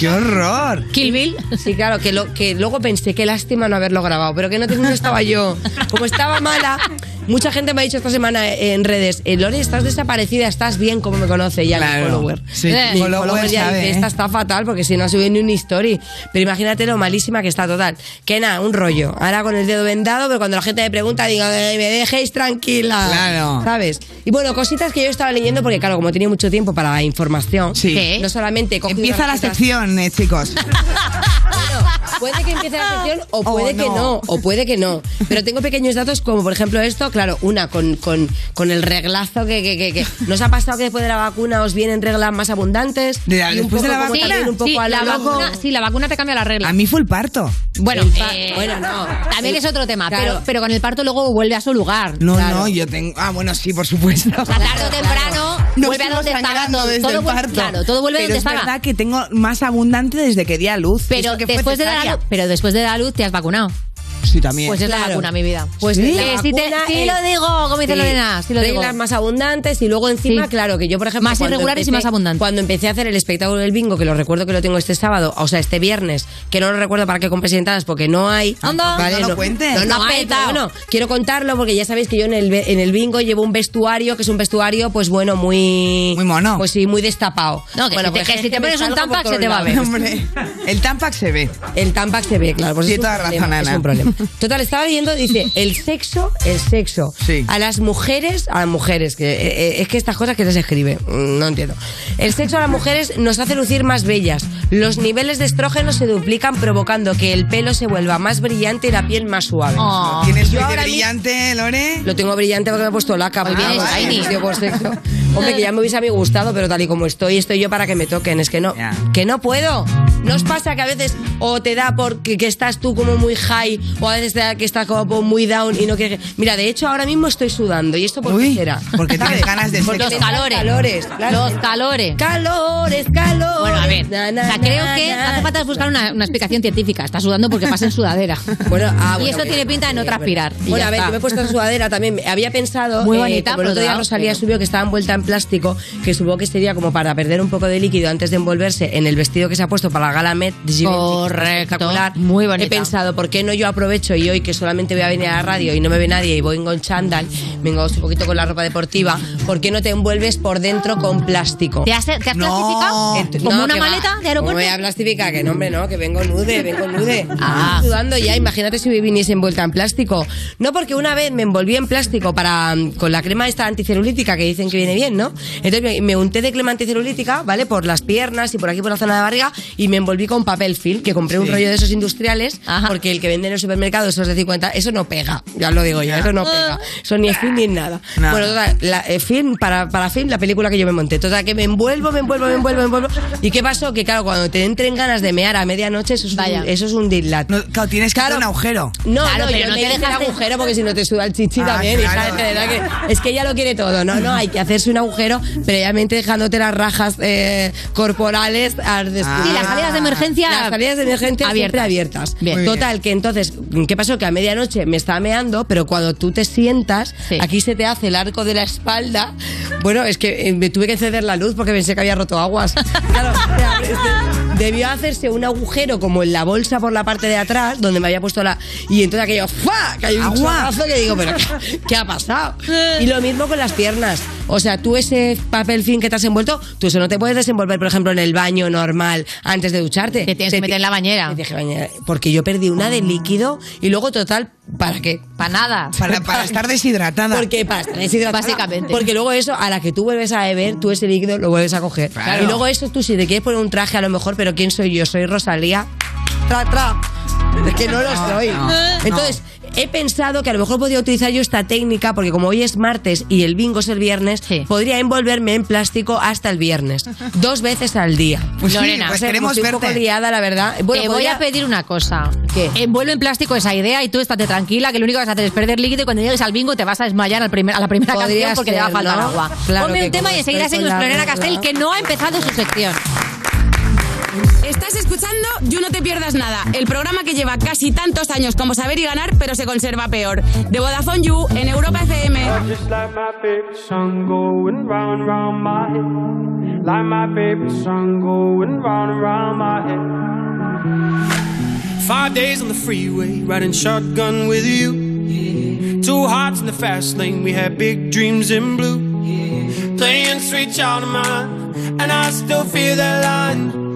Speaker 6: ¡Qué horror!
Speaker 13: Kill Bill. Sí, claro, que, lo, que luego pensé, qué lástima no haberlo grabado, pero que no, te- no estaba yo. Como estaba mala, mucha gente me ha dicho esta semana en redes, eh, Lore, estás desaparecida, estás bien, como me conoce ya mi
Speaker 6: Claro.
Speaker 13: follower.
Speaker 6: Sí,
Speaker 13: mi
Speaker 6: follower
Speaker 13: ya
Speaker 6: sabe,
Speaker 13: dice,
Speaker 6: ¿eh?
Speaker 13: esta está fatal porque si no ha subido ni una story. Pero imagínate lo malísima que está total. Que nada, un rollo. Ahora con el dedo vendado, pero cuando la gente me pregunta, digo, "Eh, me dejéis tranquila.
Speaker 6: Claro.
Speaker 13: ¿Sabes? Y bueno, cositas que yo estaba leyendo porque claro, como tenía mucho tiempo para la información, no solamente he cogido
Speaker 6: Empieza
Speaker 13: unas
Speaker 6: la
Speaker 13: cositas-
Speaker 6: sección, eh, chicos.
Speaker 13: Puede que empiece la sección o
Speaker 6: O
Speaker 13: puede que
Speaker 6: no.
Speaker 13: no, o puede que no. Pero tengo pequeños datos como por ejemplo esto, claro, una con, con, con el reglazo que, que, que, que- nos ha pasado que después de la vacuna os vienen reglas más abundantes.
Speaker 6: De la-
Speaker 13: Y un
Speaker 6: después de
Speaker 13: poco
Speaker 6: la
Speaker 13: como
Speaker 6: vacuna.
Speaker 13: también un poco
Speaker 4: Sí,
Speaker 13: a lo
Speaker 4: la
Speaker 13: loco.
Speaker 4: vacuna, sí, la vacuna te cambia la regla.
Speaker 6: A mí fue el parto.
Speaker 4: Bueno, eh,
Speaker 13: bueno, no.
Speaker 4: También
Speaker 6: Sí.
Speaker 4: es otro tema,
Speaker 6: Claro.
Speaker 4: pero, pero con el parto luego vuelve a su lugar.
Speaker 6: No,
Speaker 4: Claro.
Speaker 6: no, yo tengo. Ah, bueno, sí, por supuesto.
Speaker 4: Tarde o temprano
Speaker 6: Nos
Speaker 4: vuelve a
Speaker 6: fuimos
Speaker 4: donde estaba
Speaker 6: sangrando
Speaker 4: todo.
Speaker 6: desde
Speaker 4: todo
Speaker 6: el
Speaker 4: vuel-
Speaker 6: parto.
Speaker 4: Claro, todo vuelve a
Speaker 6: Pero
Speaker 4: donde
Speaker 6: es
Speaker 4: estaba.
Speaker 6: verdad que tengo más abundante desde que di a luz.
Speaker 4: Pero
Speaker 6: Eso que fue
Speaker 4: después de, dar a
Speaker 6: cesárea.
Speaker 4: luz, pero después de dar a luz te has vacunado.
Speaker 6: Sí, también.
Speaker 4: Pues es la vacuna, mi vida.
Speaker 13: Pues
Speaker 4: sí,
Speaker 13: la
Speaker 4: Eh, sí te-
Speaker 13: vacuna
Speaker 4: sí
Speaker 13: es-
Speaker 4: lo digo, como dice
Speaker 13: sí,
Speaker 4: Lorena, sí lo
Speaker 13: reglas
Speaker 4: digo.
Speaker 13: más abundantes y luego encima,
Speaker 4: Sí.
Speaker 13: claro, que yo por ejemplo...
Speaker 4: Más
Speaker 13: cuando
Speaker 4: irregulares y
Speaker 13: empecé-
Speaker 4: más abundantes.
Speaker 13: Cuando empecé a hacer el espectáculo del bingo, que lo recuerdo que lo tengo este sábado, o sea, este viernes, que no lo recuerdo para que compres entradas porque no hay...
Speaker 4: Anda, no lo cuentes.
Speaker 13: No, no
Speaker 4: La
Speaker 13: hay,
Speaker 4: peta.
Speaker 13: pero bueno, quiero contarlo porque ya sabéis que yo en el, en el bingo llevo un vestuario, que es un vestuario, pues bueno, muy... Muy mono. Pues sí, muy destapado.
Speaker 4: No, que
Speaker 13: Bueno,
Speaker 4: si te-
Speaker 13: pues
Speaker 4: que
Speaker 13: es
Speaker 4: si te
Speaker 13: me
Speaker 4: pones un
Speaker 13: salgo por
Speaker 4: Tampax
Speaker 13: todos
Speaker 4: se te va a
Speaker 13: lados.
Speaker 4: ver.
Speaker 6: Hombre, el Tampax se ve.
Speaker 13: El Tampax se ve, claro. Pues
Speaker 6: Tiene
Speaker 13: es un
Speaker 6: toda
Speaker 13: problema,
Speaker 6: razón, Ana.
Speaker 13: Es un problema. Total, estaba viendo, dice, el sexo, el sexo. A las mujeres, a las mujeres, que eh, eh, es que estas cosas que les escribe, mm, no entiendo. El sexo a las mujeres nos hace lucir más bellas. Los niveles de estrógeno se duplican provocando que el pelo se vuelva más brillante y la piel más suave.
Speaker 6: ¿Tienes
Speaker 13: Yo
Speaker 6: Twitter
Speaker 13: ahora mismo-
Speaker 6: brillante, Lore?
Speaker 13: Lo tengo brillante porque me he puesto laca. porque
Speaker 6: bien,
Speaker 13: vamos,
Speaker 6: shiny.
Speaker 13: he sido por sexo. eh, Hombre, que ya me hubiese a mí gustado, pero tal y como estoy, estoy yo para que me toquen. Es que no, que no puedo. ¿No os pasa que a veces o te da porque que estás tú como muy high o a veces te da que estás como muy down y no quieres... que- Mira, de hecho, ahora mismo estoy sudando y esto por qué será.
Speaker 6: Porque tienes ganas de
Speaker 13: Porque
Speaker 6: sexo.
Speaker 13: me dan calores, claro.
Speaker 4: Los calores.
Speaker 13: Calores, calores.
Speaker 4: Bueno, a ver.
Speaker 13: Na, na,
Speaker 4: o sea, creo
Speaker 13: na,
Speaker 4: que
Speaker 13: na.
Speaker 4: hace falta buscar una, una explicación científica. Está sudando porque pasa en sudadera.
Speaker 13: Ah,
Speaker 4: y
Speaker 13: bueno,
Speaker 4: eso
Speaker 13: bueno,
Speaker 4: tiene pinta de no
Speaker 13: bueno,
Speaker 4: transpirar.
Speaker 13: Bueno,
Speaker 4: Y ya
Speaker 13: a ver,
Speaker 4: está.
Speaker 13: yo me he puesto en sudadera también. Había pensado,
Speaker 4: Muy
Speaker 13: eh,
Speaker 4: bonita,
Speaker 13: como el otro
Speaker 4: por
Speaker 13: día
Speaker 4: otro
Speaker 13: Rosalía
Speaker 4: lado,
Speaker 13: subió que estaba envuelta en plástico, que supongo que sería como para perder un poco de líquido antes de envolverse en el vestido que se ha puesto para la gala Met. de Givenchy, que está espectacular. Muy bonito. He pensado, ¿por qué no yo aprovecho y hoy que solamente voy a venir a la radio y no me ve nadie y voy con chándal, vengo un poquito con la ropa deportiva, ¿por qué no te envuelves por dentro con plástico?
Speaker 4: ¿Te has, te has plastificado?
Speaker 13: Ent-
Speaker 4: ¿Como
Speaker 13: no,
Speaker 4: una
Speaker 13: que va.
Speaker 4: maleta de
Speaker 13: ¿Cómo
Speaker 4: aeropuerto? Ah.
Speaker 13: voy a plastificar? Que no, hombre, no, que vengo nude, vengo nude. Estoy sudando ya, imagínate si viniese envuelta en plástico. No, porque una vez me envolví en plástico para mm, con la crema esta anticelulítica que dicen que viene bien. bien, ¿no? Entonces me, me unté de clemente celulítica, ¿vale? Por las piernas y por aquí por la zona de barriga y me envolví con papel film, que compré un
Speaker 4: Sí.
Speaker 13: rollo de esos industriales, porque el que vende en el supermercado, esos de 50, eso no pega, ya lo digo yo,
Speaker 4: Ya.
Speaker 13: eso no pega. Eso ni es film ni es nada.
Speaker 4: Ah. Nada.
Speaker 13: Bueno, total, la, eh, film, para, para film, la película que yo me monté. Total, que me envuelvo, me envuelvo, me envuelvo, me envuelvo. ¿Y qué pasó? Que claro, cuando te entren ganas de mear a medianoche, eso es un, eso es un dislate. claro, tienes que un agujero. No,
Speaker 4: Claro,
Speaker 13: no,
Speaker 4: pero
Speaker 13: yo
Speaker 4: no
Speaker 13: me
Speaker 4: te
Speaker 13: hice el
Speaker 4: dejaste-
Speaker 13: agujero porque si no te suda el chichi
Speaker 4: Ah,
Speaker 13: también. hija,
Speaker 4: claro.
Speaker 13: de verdad que- es que ella lo quiere todo. No, no, hay que hacerse un agujero previamente dejándote las rajas eh, corporales al descubierto.
Speaker 4: Y Ah. las salidas de emergencia
Speaker 13: Las salidas de emergencia siempre
Speaker 4: abiertas.
Speaker 13: abiertas.
Speaker 4: Bien. Muy bien.
Speaker 13: Total, que entonces, ¿qué pasó? Que a medianoche me estaba meando, pero cuando tú te sientas, aquí se te hace el arco de la espalda. Bueno, es que eh, me tuve que encender la luz porque pensé que había roto aguas. Claro, o sea, este, debió hacerse un agujero como en la bolsa por la parte de atrás, donde me había puesto la. Y entonces aquello, ¡fa! Que hay un
Speaker 4: Agua.
Speaker 13: chorrazo que digo, ¿pero qué, qué ha pasado? Y lo mismo con las piernas. O sea, tú ese papel fin que te has envuelto, tú eso no te puedes desenvolver, por ejemplo, en el baño normal antes de ducharte. Te tienes que meter en la bañera. Porque yo perdí una de líquido y luego, total, ¿para qué? Para nada. Para, estar deshidratada. Porque para estar deshidratada.
Speaker 4: Básicamente.
Speaker 13: Porque luego eso, a la que tú vuelves a beber, tú ese líquido lo vuelves a coger.
Speaker 4: Claro.
Speaker 13: Y luego eso, tú si te quieres poner un traje a lo mejor, pero ¿quién soy yo? Soy Rosalía. Tra, tra. Es que no lo
Speaker 4: No,
Speaker 13: soy.
Speaker 4: no,
Speaker 13: Entonces, he pensado que a lo mejor podía utilizar yo esta técnica, porque como hoy es martes y el bingo es el viernes, podría envolverme en plástico hasta el viernes. Dos veces al día.
Speaker 4: Pues sí, Lorena, pues
Speaker 13: O sea,
Speaker 4: queremos
Speaker 13: estoy un poco
Speaker 4: verte.
Speaker 13: liada, la verdad. Bueno,
Speaker 4: Te
Speaker 13: podría-
Speaker 4: voy a pedir una cosa. ¿Qué? Envuelve en plástico esa idea y tú estate tranquila, que lo único que vas a hacer es perder líquido y cuando llegues al bingo te vas a desmayar al primer- a la primera
Speaker 13: Podría
Speaker 4: canción porque te va a
Speaker 13: ser,
Speaker 4: faltar
Speaker 13: ¿no?
Speaker 4: agua.
Speaker 13: Claro
Speaker 4: Ponme
Speaker 13: que
Speaker 4: un tema
Speaker 13: como
Speaker 4: y enseguida
Speaker 13: estoy
Speaker 4: seguimos
Speaker 13: con la-
Speaker 4: Lorena Castel, que no ha empezado su sección.
Speaker 27: Estás escuchando You No Te Pierdas Nada, el programa que lleva casi tantos años como saber y ganar, pero se conserva peor. De Vodafone You en Europa FM.
Speaker 43: I just like my favorite song going round and round my head. Like my favorite song going round and round my head. Five days on the freeway, riding shotgun with you. Two hearts in the fast lane, we had big dreams in blue. Playing sweet child of mine, and I still feel that line.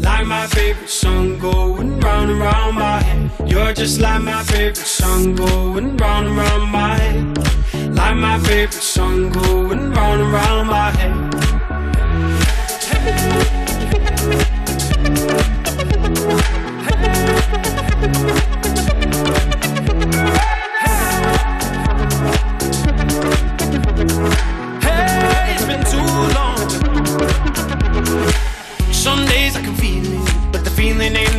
Speaker 43: Like my favorite song going round and round my head. You're just like my favorite song going round and round my head. Like my favorite song going round and round my head. Hey, it's been too long. Some days I can feel it, but the feeling ain't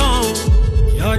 Speaker 43: long. You're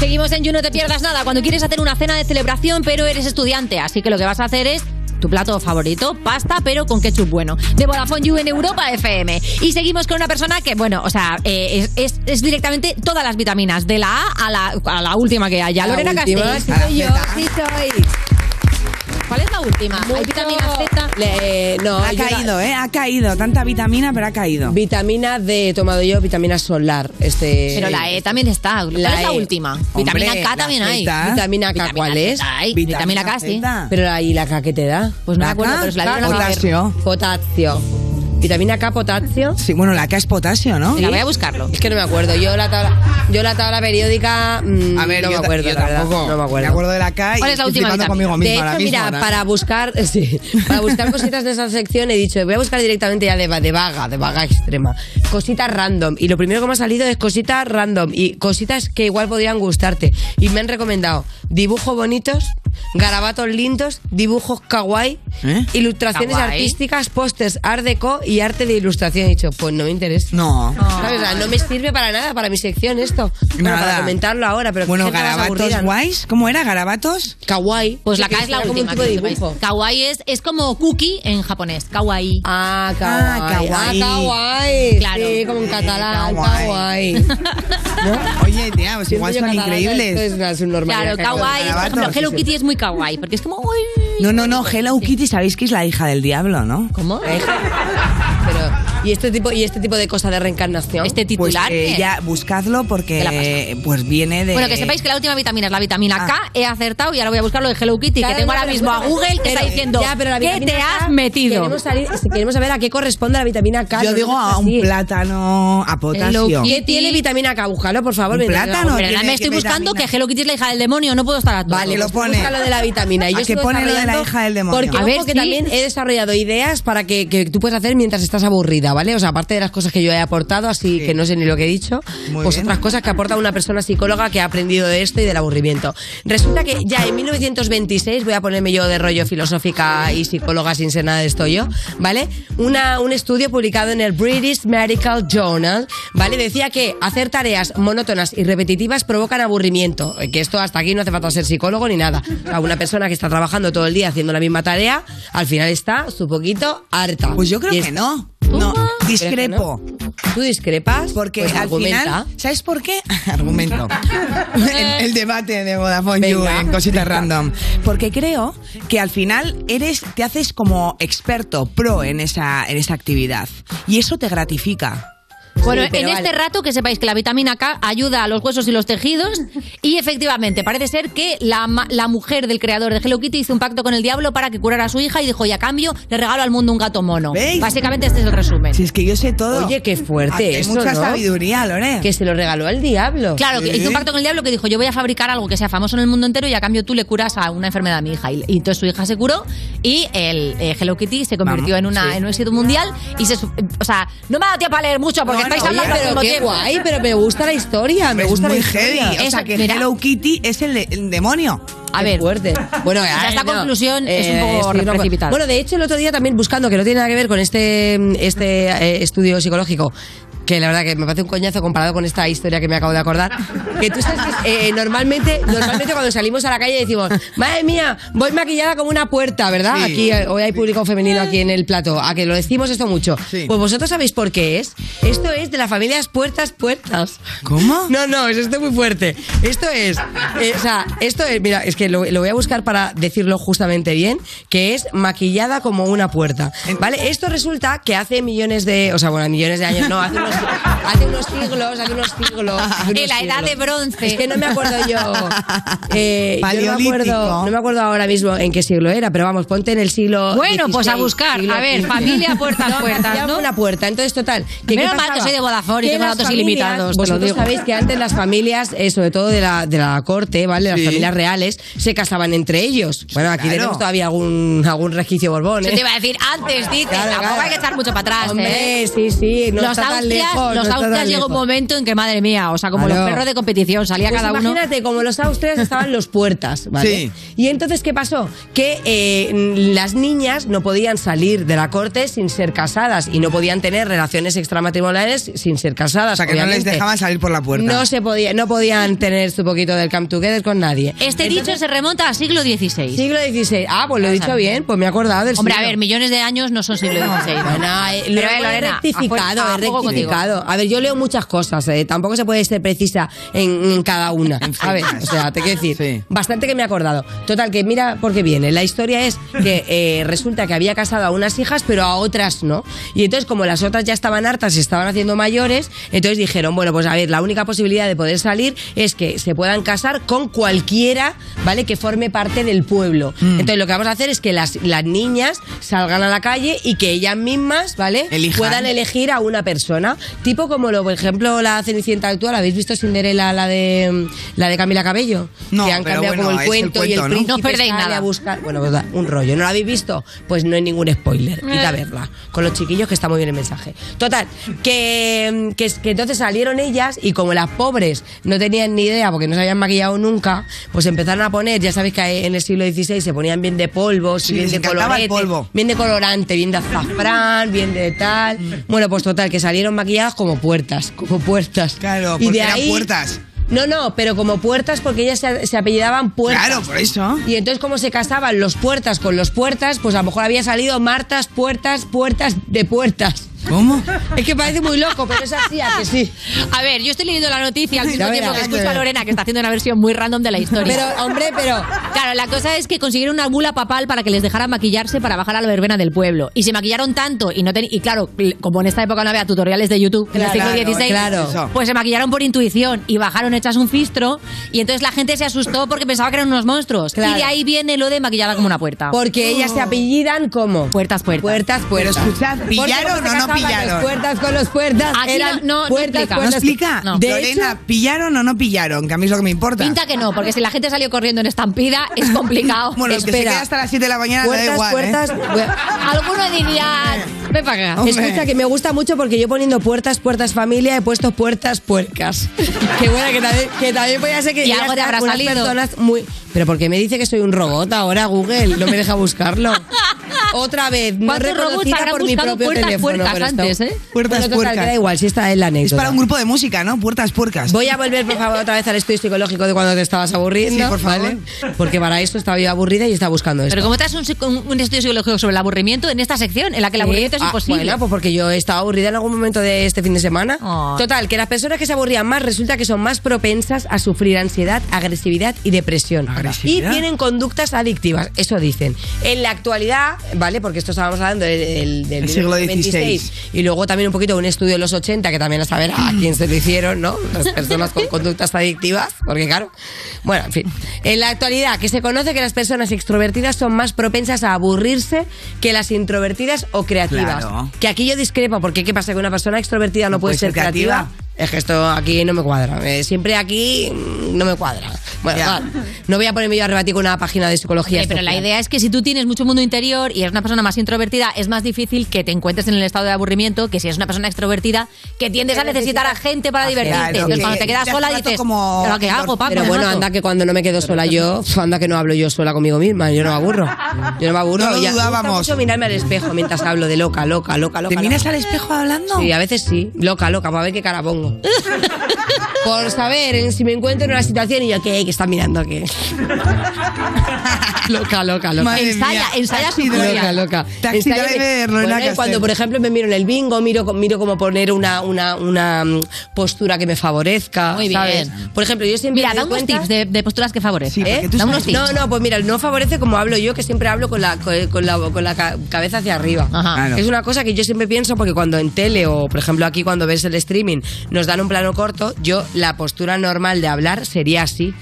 Speaker 4: Seguimos en You, no te pierdas nada. Cuando quieres hacer una cena de celebración, pero eres estudiante, así que lo que vas a hacer es tu plato favorito, pasta, pero con ketchup bueno. De Vodafone You en Europa FM. Y seguimos con una persona que, bueno, o sea, eh, es, es- es directamente todas las vitaminas, de la A a la, a la última que haya.
Speaker 13: La
Speaker 4: Lorena
Speaker 13: última,
Speaker 4: Castells.
Speaker 13: sí soy yo,
Speaker 4: sí soy. ¿Cuál es la última? ¿Hay vitamina Z?
Speaker 13: Le- no,
Speaker 6: ha
Speaker 13: yo-
Speaker 6: caído, ¿eh? Ha caído. Tanta vitamina, pero ha caído.
Speaker 13: Vitamina D he tomado yo, vitamina solar. Este,
Speaker 4: Pero la E también está. ¿Cuál es la última? vitamina K también hay.
Speaker 13: Vitamina K, ¿cuál es?
Speaker 4: hay. Vitamina K, sí.
Speaker 13: Pero ahí la K que te da.
Speaker 4: Pues no me acuerdo, pero se la dieron a la
Speaker 13: Potasio. Potasio. Vitamina K, potasio.
Speaker 6: Sí, bueno, la K es potasio, ¿no?
Speaker 13: Venga, voy a
Speaker 4: buscarlo.
Speaker 13: Es que no me acuerdo. Yo la tabla, yo la tabla periódica. mm,
Speaker 6: A ver, yo
Speaker 13: no me
Speaker 6: ta-
Speaker 13: acuerdo,
Speaker 6: yo
Speaker 13: la verdad.
Speaker 6: tampoco.
Speaker 13: No me acuerdo.
Speaker 6: Me acuerdo de la K y ¿Cuál es la estoy última flipando vitamina? conmigo
Speaker 13: de
Speaker 6: mismo
Speaker 13: hecho,
Speaker 6: ahora mismo,
Speaker 13: mira,
Speaker 6: ahora.
Speaker 13: para buscar, sí, para buscar cositas de esa sección he dicho, voy a buscar directamente ya de, va- de vaga, de vaga extrema. Cositas random. Y lo primero que me ha salido es cositas random y cositas que igual podrían gustarte. Y me han recomendado dibujos bonitos, garabatos lindos, dibujos kawaii,
Speaker 6: ¿Eh?
Speaker 13: ilustraciones
Speaker 4: Kawaii.
Speaker 13: artísticas, pósters, art deco y arte de ilustración. He dicho, pues no me interesa.
Speaker 6: No.
Speaker 13: ¿Sabes? O sea, no me sirve para nada, para mi sección esto. Bueno,
Speaker 6: Nada.
Speaker 13: para comentarlo ahora, pero
Speaker 6: Bueno,
Speaker 13: qué gente más aburrida,
Speaker 6: garabatos
Speaker 13: ¿no?
Speaker 6: guays. ¿Cómo era? ¿Garabatos?
Speaker 13: Kawaii.
Speaker 4: Pues la K es la
Speaker 13: Era como
Speaker 4: última.
Speaker 13: un tipo de
Speaker 4: que sepáis.
Speaker 13: dibujo.
Speaker 4: Kawaii es, es como cookie en japonés. Kawaii.
Speaker 13: Ah, kawaii. Ah, kawaii.
Speaker 4: Claro.
Speaker 13: Sí, como en catalán,
Speaker 4: kawaii.
Speaker 13: kawaii.
Speaker 6: Oye, tía, pues igual son increíbles.
Speaker 4: Claro, kawaii. Por ejemplo, Hello Kitty es muy kawaii, porque es como... uy,
Speaker 6: No, no, no. Hello Kitty, sabéis que es la hija del diablo, ¿no?
Speaker 4: ¿Cómo?
Speaker 13: Pero, ¿y este tipo, y este tipo de cosa de reencarnación?
Speaker 4: Este
Speaker 6: Pues
Speaker 4: titular.
Speaker 6: eh,
Speaker 4: ¿qué?
Speaker 6: ya buscadlo
Speaker 4: Te la paso.
Speaker 6: porque pues viene de
Speaker 4: Bueno, que sepáis que la última vitamina es la vitamina K. He acertado y ahora voy a buscar lo de Hello Kitty,
Speaker 13: Ah. Claro,
Speaker 4: que tengo
Speaker 13: no, pero
Speaker 4: ahora mismo a
Speaker 13: escúchame.
Speaker 4: Google que está
Speaker 13: Pero-
Speaker 4: diciendo
Speaker 13: Ya, pero la
Speaker 4: ¿Qué
Speaker 13: vitamina
Speaker 4: te
Speaker 13: K,
Speaker 4: has metido?
Speaker 13: Queremos, salir- queremos saber a qué corresponde la vitamina K.
Speaker 6: Yo
Speaker 13: no
Speaker 6: digo
Speaker 13: es
Speaker 6: a
Speaker 13: así.
Speaker 6: un plátano a potasio.
Speaker 13: ¿Qué tiene vitamina K? Búscalo, por favor.
Speaker 6: Un
Speaker 13: mientras-
Speaker 6: plátano
Speaker 13: Pero
Speaker 4: Perdona, me estoy buscando que Hello Kitty es la hija del demonio, no puedo estar a todo.
Speaker 13: Vale, lo pone. Ah, Busca lo de la vitamina. Y
Speaker 6: ¿A
Speaker 13: yo
Speaker 6: qué
Speaker 13: estoy
Speaker 6: pone lo de la
Speaker 13: desarrollando-
Speaker 6: hija del demonio?
Speaker 13: Porque
Speaker 6: A
Speaker 13: ojo
Speaker 6: ver
Speaker 13: que
Speaker 6: si-
Speaker 13: también he desarrollado ideas para que, que tú puedes hacer mientras estás aburrida, ¿vale? O sea, aparte de las cosas que yo he aportado, así que no sé ni lo que he dicho,
Speaker 6: Muy
Speaker 13: pues
Speaker 6: bien.
Speaker 13: otras cosas que aporta una persona psicóloga que ha aprendido de esto y del aburrimiento. Resulta que ya en 1926, voy a ponerme yo de rollo filosófica y psicóloga sin ser nada de esto yo, ¿vale? Una, un estudio publicado en el British Medical Journal, ¿vale? Decía que hacer tareas monótonas y repetitivas provocan aburrimiento. Que esto hasta aquí no hace falta ser psicólogo ni nada. O sea, una persona que está trabajando todo el día haciendo la misma tarea, al final está su poquito harta.
Speaker 6: Pues yo creo
Speaker 13: Y
Speaker 6: que
Speaker 13: es-
Speaker 6: no.
Speaker 13: ¿Tú?
Speaker 6: No,
Speaker 13: ¿Crees que
Speaker 6: discrepo.
Speaker 13: no? ¿Tú discrepas?
Speaker 6: Porque
Speaker 13: Pues
Speaker 6: al
Speaker 13: argumenta.
Speaker 6: final, ¿sabes por qué? Argumento. el, el debate de Vodafone You
Speaker 13: Venga.
Speaker 6: en cositas random. Porque creo que al final eres, te haces como experto pro en esa, en esa actividad. Y eso te gratifica.
Speaker 4: Bueno,
Speaker 6: Sí,
Speaker 4: en
Speaker 6: pero
Speaker 4: este
Speaker 6: vale.
Speaker 4: rato que sepáis que la vitamina K ayuda a los huesos y los tejidos y efectivamente parece ser que la, ma- la mujer del creador de Hello Kitty hizo un pacto con el diablo para que curara a su hija y dijo, y a cambio le regalo al mundo un gato mono.
Speaker 6: ¿Veis?
Speaker 4: Básicamente este es el resumen.
Speaker 6: Si es que yo sé todo.
Speaker 13: Oye, qué fuerte
Speaker 6: Hay
Speaker 13: eso,
Speaker 6: mucha
Speaker 13: ¿no?
Speaker 6: sabiduría, Lore.
Speaker 13: Que se lo regaló al diablo.
Speaker 4: Claro, que
Speaker 13: Sí.
Speaker 4: hizo un pacto con el diablo que dijo, yo voy a fabricar algo que sea famoso en el mundo entero y a cambio tú le curas a una enfermedad a mi hija. Y, y entonces su hija se curó y el eh, Hello Kitty se convirtió en, una, en un éxito mundial y se... su- O sea, no me ha dado tiempo a leer mucho porque estáis
Speaker 13: Oye,
Speaker 4: hablando al
Speaker 13: pero
Speaker 4: mismo
Speaker 13: qué
Speaker 4: tiempo.
Speaker 13: guay, pero me gusta la historia, me
Speaker 6: Es
Speaker 13: gusta
Speaker 6: muy
Speaker 13: la
Speaker 6: heavy.
Speaker 13: historia.
Speaker 6: O sea, que Hello Kitty es el, de- el demonio.
Speaker 4: A ver.
Speaker 13: fuerte. Bueno,
Speaker 4: sea,
Speaker 13: ay,
Speaker 4: esta
Speaker 13: no. Eh,
Speaker 4: conclusión es un poco
Speaker 13: estoy loco.
Speaker 4: precipitada.
Speaker 13: Bueno, de hecho, el otro día también buscando, que no tiene nada que ver con este, este eh, estudio psicológico, que la verdad que me parece un coñazo comparado con esta historia que me acabo de acordar, que tú sabes que eh, normalmente, normalmente cuando salimos a la calle decimos, madre mía, voy maquillada como una puerta, ¿verdad?
Speaker 6: Sí.
Speaker 13: Aquí eh, hoy hay público femenino aquí en el plato, a que lo decimos esto mucho.
Speaker 6: Sí.
Speaker 13: Pues vosotros sabéis por qué es. Esto es de las familias puertas puertas.
Speaker 6: ¿Cómo?
Speaker 13: No, no, es esto muy fuerte. Esto es, eh, o sea, esto es, mira, es que lo, lo voy a buscar para decirlo justamente bien, que es maquillada como una puerta. ¿Vale? Esto resulta que hace millones de, o sea, bueno, millones de años, no, hace unos, hace unos siglos, hace unos siglos. hace unos
Speaker 4: En la edad
Speaker 13: siglos.
Speaker 4: de bronce.
Speaker 13: Es que no me acuerdo yo. eh, yo no, me
Speaker 6: Paleolítico.
Speaker 13: acuerdo, no me acuerdo ahora mismo en qué siglo era, pero vamos, ponte en el siglo.
Speaker 4: Bueno, pues a
Speaker 13: 16,
Speaker 4: buscar.
Speaker 13: siglo
Speaker 4: A ver,
Speaker 13: 15.
Speaker 4: familia, puertas,
Speaker 13: No,
Speaker 4: puertas,
Speaker 13: hacían
Speaker 4: ¿no?
Speaker 13: Una puerta, entonces total. ¿qué-
Speaker 4: Menos
Speaker 13: qué
Speaker 4: mal que
Speaker 13: pasaba?
Speaker 4: soy de Vodafone y
Speaker 13: Que
Speaker 4: tengo
Speaker 13: las
Speaker 4: datos
Speaker 13: familias-
Speaker 4: ilimitados, te lo
Speaker 13: Vosotros
Speaker 4: digo.
Speaker 13: sabéis que antes las familias, eh, sobre todo de la, de la corte, ¿vale? Las
Speaker 6: Sí.
Speaker 13: familias reales, se casaban entre ellos. Bueno, aquí
Speaker 6: Claro.
Speaker 13: tenemos todavía algún, algún resquicio borbón,
Speaker 4: Yo
Speaker 13: ¿eh?
Speaker 4: te iba a decir antes, dices,
Speaker 13: Claro,
Speaker 4: tampoco
Speaker 13: claro.
Speaker 4: hay que estar mucho para atrás.
Speaker 13: Hombre,
Speaker 4: ¿eh?
Speaker 13: sí, sí, no
Speaker 4: los
Speaker 13: está tan
Speaker 4: austrias,
Speaker 13: lejos, no
Speaker 4: los
Speaker 13: está tan
Speaker 4: austrias llegó
Speaker 13: lejos.
Speaker 4: un momento en que, madre mía, o sea, como
Speaker 13: Claro.
Speaker 4: los perros de competición, salía
Speaker 13: Pues
Speaker 4: cada uno.
Speaker 13: Imagínate, como los austrias estaban los puertas, ¿vale?
Speaker 6: Sí.
Speaker 13: Y entonces, ¿qué pasó? Que eh, las niñas no podían salir de la corte sin ser casadas y no podían tener relaciones extramatrimoniales sin ser casadas.
Speaker 6: O sea, que no les
Speaker 13: obviamente.
Speaker 6: dejaban salir por la puerta.
Speaker 13: No se podía, no podían tener su poquito del camp together con nadie.
Speaker 4: Este dicho se remonta al siglo XVI.
Speaker 13: Siglo XVI. Ah, pues lo he
Speaker 4: Vamos a
Speaker 13: dicho
Speaker 4: ver.
Speaker 13: bien, pues me he acordado del
Speaker 4: Hombre, a
Speaker 13: siglo.
Speaker 4: ver, millones de años no son siglo XVI.
Speaker 13: Bueno, eh,
Speaker 4: Pero,
Speaker 13: lo
Speaker 4: eh,
Speaker 13: he
Speaker 4: Lorena,
Speaker 13: rectificado,
Speaker 4: a fu- a
Speaker 13: he
Speaker 4: fuego
Speaker 13: rectificado. complicado. A ver, yo leo muchas cosas, eh, tampoco se puede ser precisa en, en cada una. A ver,
Speaker 6: pues,
Speaker 13: o sea, te quiero decir, bastante que me he acordado. Total, que mira por qué viene. La historia es que eh, resulta que había casado a unas hijas, pero a otras no. Y entonces, como las otras ya estaban hartas y estaban haciendo mayores, entonces dijeron, bueno, pues a ver, la única posibilidad de poder salir es que se puedan casar con cualquiera, ¿vale? Que forme parte del pueblo.
Speaker 6: Mm.
Speaker 13: Entonces, lo que vamos a hacer es que las, las niñas salgan a la calle y que ellas mismas, ¿vale?
Speaker 6: Elijan.
Speaker 13: Puedan elegir a una persona. Tipo como, lo, por ejemplo, la Cenicienta actual. ¿Habéis visto Cinderela, la de, la de Camila Cabello?
Speaker 6: No,
Speaker 13: que han
Speaker 6: pero
Speaker 13: cambiado
Speaker 6: bueno, es
Speaker 13: como el
Speaker 6: el
Speaker 13: cuento, y
Speaker 6: cuento,
Speaker 13: el
Speaker 6: ¿no?
Speaker 13: príncipe
Speaker 6: No perdéis
Speaker 13: sale
Speaker 6: nada.
Speaker 13: a buscar... Bueno, pues da, un rollo. ¿No lo habéis visto? Pues no hay ningún spoiler. Id a
Speaker 6: Eh.
Speaker 13: verla. Con los chiquillos que está muy bien el mensaje. Total, que, que, que entonces salieron ellas y como las pobres no tenían ni idea porque no se habían maquillado nunca, pues empezaron a poner, ya sabéis que en el siglo XVI se ponían bien de polvos,
Speaker 6: Sí,
Speaker 13: bien
Speaker 6: les
Speaker 13: de
Speaker 6: encantaba el
Speaker 13: colorete,
Speaker 6: polvo.
Speaker 13: bien de colorante, bien de azafrán, bien de tal. Bueno, pues total, que salieron maquilladas como puertas, como puertas. Claro,
Speaker 6: porque eran puertas.
Speaker 13: No, no, pero como puertas porque ellas se, se apellidaban puertas.
Speaker 6: Claro, por eso.
Speaker 13: Y entonces como se casaban los puertas con los puertas, pues a lo mejor había salido Martas, puertas, puertas de puertas.
Speaker 6: ¿Cómo?
Speaker 13: Es que parece muy loco, pero es así, a que sí.
Speaker 4: A ver, yo estoy leyendo la noticia al mismo
Speaker 13: Ya
Speaker 4: tiempo
Speaker 13: verás,
Speaker 4: que
Speaker 13: ya
Speaker 4: escucho a
Speaker 13: verás.
Speaker 4: Lorena, que está haciendo una versión muy random de la historia.
Speaker 13: Pero, hombre, pero.
Speaker 4: Claro, la cosa es que consiguieron una bula papal para que les dejara maquillarse para bajar a la verbena del pueblo. Y se maquillaron tanto, y no ten- y claro, como en esta época no había tutoriales de YouTube en el
Speaker 13: Claro,
Speaker 4: siglo XVI,
Speaker 13: claro.
Speaker 4: pues se maquillaron por intuición y bajaron hechas un fistro. Y entonces la gente se asustó porque pensaba que eran unos monstruos.
Speaker 13: Claro.
Speaker 4: Y de ahí viene lo de maquillada como una puerta.
Speaker 13: Porque
Speaker 6: Oh.
Speaker 13: ellas se apellidan como
Speaker 4: puertas, puertas.
Speaker 13: Puertas, puertas.
Speaker 4: Oh. Pero escuchad,
Speaker 13: Porque
Speaker 4: ¿pillaron
Speaker 13: como
Speaker 4: o
Speaker 13: se
Speaker 4: no
Speaker 13: casaban
Speaker 4: pillaron?
Speaker 13: Los puertas con los puertas.
Speaker 4: Aquí
Speaker 13: eran
Speaker 4: no- no- no
Speaker 13: puertas,
Speaker 4: explica.
Speaker 6: ¿No
Speaker 13: puertas.
Speaker 6: explica?
Speaker 13: De
Speaker 6: Lorena,
Speaker 13: hecho,
Speaker 6: ¿pillaron o no pillaron? Que a mí es lo que me importa.
Speaker 4: Pinta que no, porque si la gente salió corriendo en estampida es complicado.
Speaker 6: Bueno, el que se Espera. queda hasta las 7 de la mañana le da Puertas, igual, ¿eh? puertas,
Speaker 13: bu-
Speaker 4: Algunos dirían, ven para acá.
Speaker 13: Escucha que me gusta mucho porque yo poniendo puertas, puertas familia he puesto puertas puercas. Qué buena que también, que también podía ser que
Speaker 4: Y
Speaker 13: ya
Speaker 4: algo te
Speaker 13: está,
Speaker 4: habrá
Speaker 13: unas
Speaker 4: salido.
Speaker 13: personas muy Pero porque me dice que soy un robot ahora Google, no me deja buscarlo. Otra vez, no
Speaker 4: ¿Cuántos robots
Speaker 13: reconocida
Speaker 4: habrán
Speaker 13: por mi
Speaker 4: buscado
Speaker 13: propio
Speaker 4: puertas,
Speaker 13: teléfono.
Speaker 4: puertas
Speaker 13: pero está-
Speaker 4: antes, eh?
Speaker 6: Puertas,
Speaker 13: Bueno, total,
Speaker 6: puertas.
Speaker 13: que da igual, si esta es la
Speaker 6: Es
Speaker 13: anécdota.
Speaker 6: para un grupo de música, ¿no? Puertas, puercas.
Speaker 13: Voy a volver, por favor, otra vez al estudio psicológico de cuando te estabas aburriendo.
Speaker 6: Sí, por favor.
Speaker 13: ¿vale? Porque para esto estaba yo aburrida y estaba buscando esto.
Speaker 4: Pero como traes un, psico- un- un estudio psicológico sobre el aburrimiento en esta sección, en la que el aburrimiento es
Speaker 13: Ah,
Speaker 4: imposible.
Speaker 13: bueno, pues porque yo estaba aburrida en algún momento de este fin de semana.
Speaker 4: Ah.
Speaker 13: Total, que las personas que se aburrían más resulta que son más propensas a sufrir ansiedad, agresividad y depresión.
Speaker 25: ¿Agresividad?
Speaker 13: Y tienen conductas adictivas, eso dicen. En la actualidad, ¿vale? Porque esto estábamos hablando del, del- del
Speaker 6: El siglo
Speaker 13: 1926, y luego también un poquito de un estudio de los 80 que también a saber a quién se lo hicieron, ¿no? Las personas con conductas adictivas, porque claro. Bueno, en fin. En la actualidad, que se conoce que las personas extrovertidas son más propensas a aburrirse que las introvertidas o creativas.
Speaker 6: Claro.
Speaker 13: Que aquí yo discrepo, porque ¿qué pasa? Que una persona extrovertida no, puede ser creativa. Es que esto aquí no me cuadra. Eh, siempre aquí mm, no me cuadra. Bueno, va, no voy a ponerme yo a rebatir con una página de psicología.
Speaker 4: Oye, Eh, pero la
Speaker 13: social.
Speaker 4: idea es que si tú tienes mucho mundo interior y eres una persona más introvertida, es más difícil que te encuentres en el estado de aburrimiento que si eres una persona extrovertida que tiendes a necesitar a gente para divertirte.
Speaker 13: Claro,
Speaker 4: Entonces,
Speaker 13: que
Speaker 4: cuando te quedas
Speaker 13: te
Speaker 4: sola
Speaker 13: hace rato
Speaker 4: dices,
Speaker 13: como-
Speaker 4: ¿pero qué hago, Pablo?
Speaker 13: Pero bueno,
Speaker 4: Mato?".
Speaker 13: anda que cuando no me quedo sola yo, pf, anda que no hablo yo sola conmigo misma, yo no me aburro. Yo no me aburro.
Speaker 6: No lo
Speaker 13: y a- me gusta
Speaker 6: dudábamos.
Speaker 13: mucho mirarme al espejo mientras hablo de loca, loca, loca, loca.
Speaker 6: ¿Te miras
Speaker 13: loca.
Speaker 6: al espejo hablando?
Speaker 13: Sí, a veces sí. Loca, loca, para ver qué cara pongo. Por saber eh, si me encuentro en una situación y yo, ¿qué? ¿Qué está mirando? ¿Qué? loca, loca, loca.
Speaker 6: Madre
Speaker 13: ensaya,
Speaker 6: mía.
Speaker 13: ensaya su
Speaker 6: Taxi driver.
Speaker 13: loca, loca.
Speaker 6: Taxi
Speaker 13: Ensaya-
Speaker 6: driver, Lorena
Speaker 13: Bueno, y
Speaker 6: Castell.
Speaker 13: cuando, por ejemplo, me miro en el bingo, miro, co- miro cómo poner una, una, una mm, postura que me favorezca.
Speaker 4: Muy
Speaker 13: ¿sabes?
Speaker 4: bien.
Speaker 13: Por ejemplo, yo siempre.
Speaker 4: Mira,
Speaker 13: me
Speaker 4: da
Speaker 13: doy
Speaker 4: unos
Speaker 13: cuenta-
Speaker 4: tips de, de posturas que favorecen.
Speaker 13: ¿Eh?
Speaker 4: ¿eh? Da unos tips.
Speaker 13: No, no, pues mira, no favorece como hablo yo, que siempre hablo con la, con, con la, con la ca- cabeza hacia arriba.
Speaker 6: Ah,
Speaker 4: Claro.
Speaker 13: Es una cosa que yo siempre pienso porque cuando en tele o, por ejemplo, aquí cuando ves el streaming nos dan un plano corto, yo la postura normal de hablar sería así.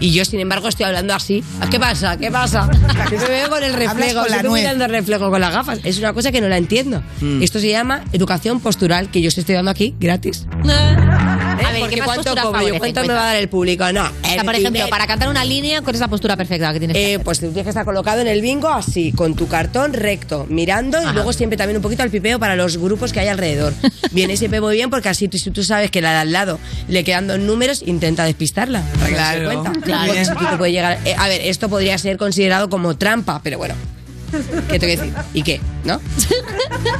Speaker 13: Y yo, sin embargo, estoy hablando así. Ah, ¿Qué pasa? ¿Qué pasa? Me veo con el
Speaker 6: Hablas
Speaker 13: reflejo,
Speaker 6: con la nuez.
Speaker 13: estoy
Speaker 6: Mm.
Speaker 13: mirando el reflejo con las gafas. Es una cosa que no la entiendo. Esto se llama educación postural, que yo os estoy dando aquí gratis.
Speaker 4: A ver,
Speaker 13: Porque
Speaker 4: ¿qué más
Speaker 13: ¿cuánto
Speaker 4: posturas
Speaker 13: cobro yo?
Speaker 4: favorecen?
Speaker 13: ¿Cuánto me
Speaker 4: Cuenta.
Speaker 13: va a dar el público? No,
Speaker 4: O sea,
Speaker 13: el
Speaker 4: por ejemplo,
Speaker 13: dinero.
Speaker 4: para cantar una línea, ¿cuál es la postura perfecta que tienes que
Speaker 13: Eh, pues tú tienes que estar colocado en el bingo así, con tu cartón recto, mirando y luego siempre también un poquito al pipeo para los grupos que hay alrededor. Viene siempre muy bien porque así tú, si tú sabes que la de al lado le quedan dos números, intenta despistarla. Para que no se dé
Speaker 6: Claro,
Speaker 13: cuenta.
Speaker 6: claro.
Speaker 13: Porque si tú te puede llegar- eh, a ver, esto podría ser considerado como trampa, pero bueno. ¿Qué tengo que decir? ¿Y qué? ¿No?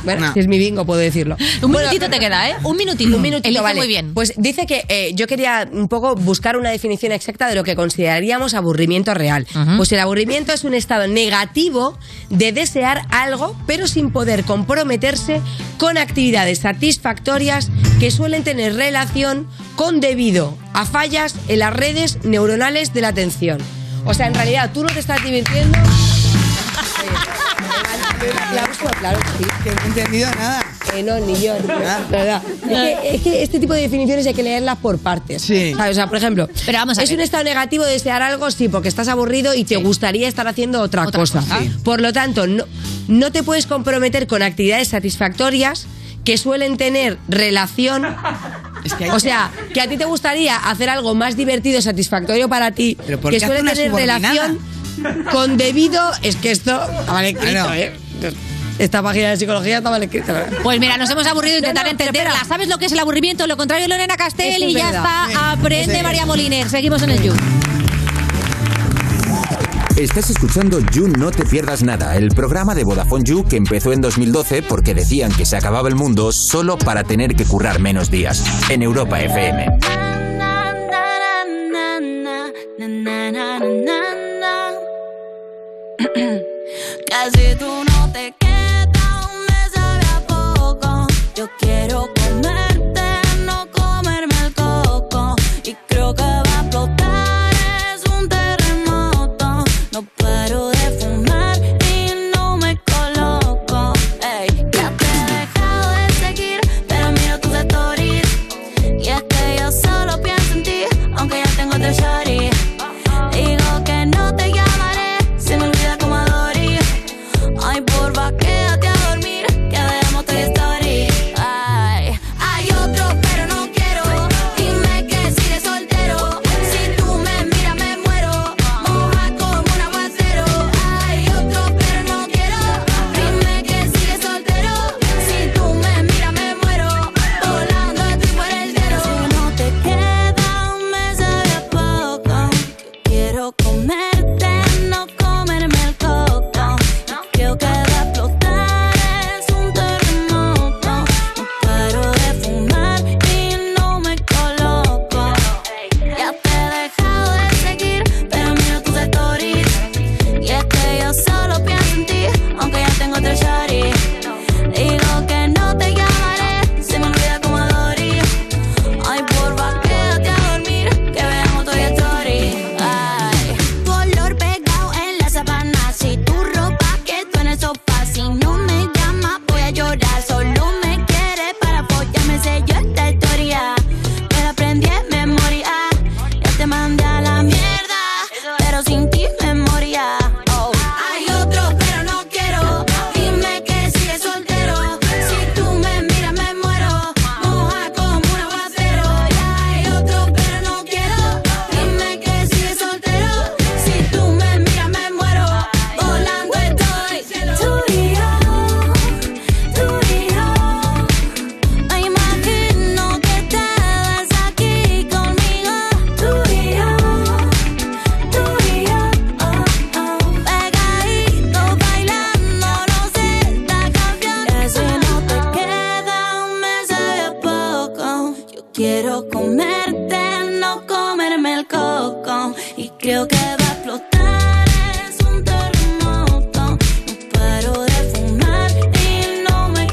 Speaker 13: Bueno, si es mi bingo puedo decirlo.
Speaker 4: Un minutito te queda, ¿eh? Un minutito.
Speaker 13: Un minutito,
Speaker 4: Elige
Speaker 13: vale.
Speaker 4: muy bien.
Speaker 13: Pues dice que eh, yo quería un poco buscar una definición exacta de lo que consideraríamos aburrimiento real. Pues el aburrimiento es un estado negativo de desear algo, pero sin poder comprometerse con actividades satisfactorias que suelen tener relación con debido a fallas en las redes neuronales de la atención. O sea, en realidad tú no te estás divirtiendo. Aplauso, claro, sí. Que no he entendido nada. Que no, ni yo, ni yo, la verdad. Es que, es que este tipo de definiciones hay que leerlas por partes. ¿sabes? O sea, por ejemplo, es un estado negativo de desear algo, sí, porque estás aburrido y te gustaría estar haciendo otra, cosa.
Speaker 4: cosa, sí.
Speaker 13: Por lo tanto, no, no te puedes comprometer con actividades satisfactorias que suelen tener relación o sea, que a ti te gustaría hacer algo más divertido, satisfactorio para ti,
Speaker 6: ¿por
Speaker 13: que
Speaker 6: qué hace
Speaker 13: suele
Speaker 6: una
Speaker 13: tener
Speaker 6: subordinada?
Speaker 13: relación con debido. Es que esto está mal escrito,
Speaker 6: Claro.
Speaker 13: ¿eh? Esta página de psicología está mal escrita, la ¿verdad?
Speaker 4: Pues mira, nos hemos aburrido de intentar entenderla. ¿Sabes lo que es el aburrimiento? Lo contrario, Lorena Castell.
Speaker 13: Eso es
Speaker 4: Y ya
Speaker 13: verdad.
Speaker 4: está.
Speaker 13: Sí,
Speaker 4: Aprende
Speaker 13: sí.
Speaker 4: María Moliner. Seguimos en el You.
Speaker 10: Estás escuchando You No Te Pierdas Nada, el programa de Vodafone You que empezó en 2012 porque decían que se acababa el mundo solo para tener que currar menos días. En Europa FM.
Speaker 44: Casi tú no te quedas, aún me sabe a poco. Yo quiero comerte, no comerme el coco. Y creo que va a explotar, es un terremoto. No paro de fumar y no me coloco. Ey, ya te he dejado de seguir, pero miro tus stories. Y es que yo solo pienso en ti, aunque ya tengo otro shorty. Digo que no te llamaré, se me olvida como a Dory. Ay, porfa, quédate a dormir, que veamos tu story. Ay, hay otro, pero no quiero. Dime que sigues soltero. Si tú me miras, me muero. Moja como un aguacero. Hay otro, pero no quiero. Dime que sigues soltero. Si tú me miras, me muero. Volando estoy por el cielo. Si no te queda un mes de poco. Quiero comerte, no comerme el coco. Creo que va a explotar, es un terremoto. No paro de fumar y no me coloco. Ya te he dejado de seguir, pero miro tus stories. Y es que yo solo pienso en ti, aunque ya tengo otro shorty. Digo que no te llamaré, se me olvida como Dory. Ay, porfa, quédate a dormir, que veamos tu story. Ay, tu olor pegado en la sabana, si tu ropa quieto en el sofá, si no me llamas voy a llorar, solo me quieres para apoyarme, sé yo esta historia, me la aprendí en memoria, ya te mandé a la mierda, pero sin ti me moría. Oh. Hay otro, pero no quiero, dime que sigues soltero, si tú me miras me muero, moja como un aguacero, Ya hay otro, pero no quiero, dime que sigues soltero, si tú me miras me muero, volando estoy, tú y yo, tú y yo, me imagino que estabas aquí conmigo, tú y yo. Tú y yo, oh, oh, pegadito bailando, no sé, esta canción. Que si no te queda un mes de poco, yo quiero comerte, no comerme el coco. Y creo que va a explotar, es un terremoto. No paro de fumar y no me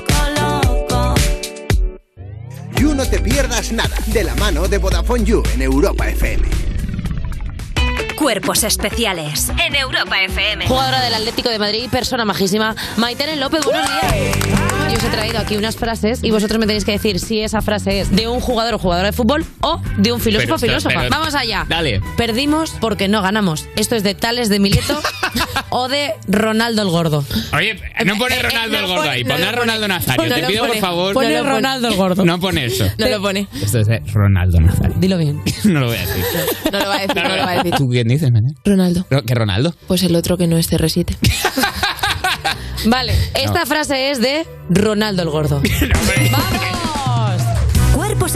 Speaker 44: coloco.
Speaker 5: You No Te Pierdas Nada, de la mano de Vodafone You en Europa FM.
Speaker 35: Cuerpos especiales en Europa FM.
Speaker 25: Jugadora del Atlético de Madrid, persona majísima, Maitene López, buenos días. Yo os he traído aquí unas frases y vosotros me tenéis que decir si esa frase es de un jugador o jugadora de fútbol o de un filósofo o
Speaker 14: Pero, pero,
Speaker 25: filósofa.
Speaker 14: pero-
Speaker 25: Vamos allá.
Speaker 14: Dale.
Speaker 25: Perdimos porque no ganamos. Esto es de Tales de Mileto o de Ronaldo el Gordo.
Speaker 14: Oye, no pone Ronaldo el gordo ahí,
Speaker 25: no lo
Speaker 14: pon a
Speaker 25: pone.
Speaker 14: Ronaldo Nazario.
Speaker 25: No
Speaker 14: Te
Speaker 25: lo
Speaker 14: pido por
Speaker 25: pone.
Speaker 14: favor. pues.
Speaker 25: Pone
Speaker 14: No lo
Speaker 25: Ronaldo el gordo.
Speaker 14: No pone eso.
Speaker 25: No lo pone.
Speaker 14: Esto es de Ronaldo Nazario.
Speaker 25: Dilo bien.
Speaker 14: No lo voy a decir.
Speaker 2: No lo va a decir, no lo va a decir.
Speaker 14: ¿Tú quién dices, Manuel?
Speaker 2: Ronaldo.
Speaker 14: No, ¿Qué Ronaldo?
Speaker 2: Pues el otro que no es CR7.
Speaker 25: Vale, esta frase es de Ronaldo el Gordo.
Speaker 35: Cuerpos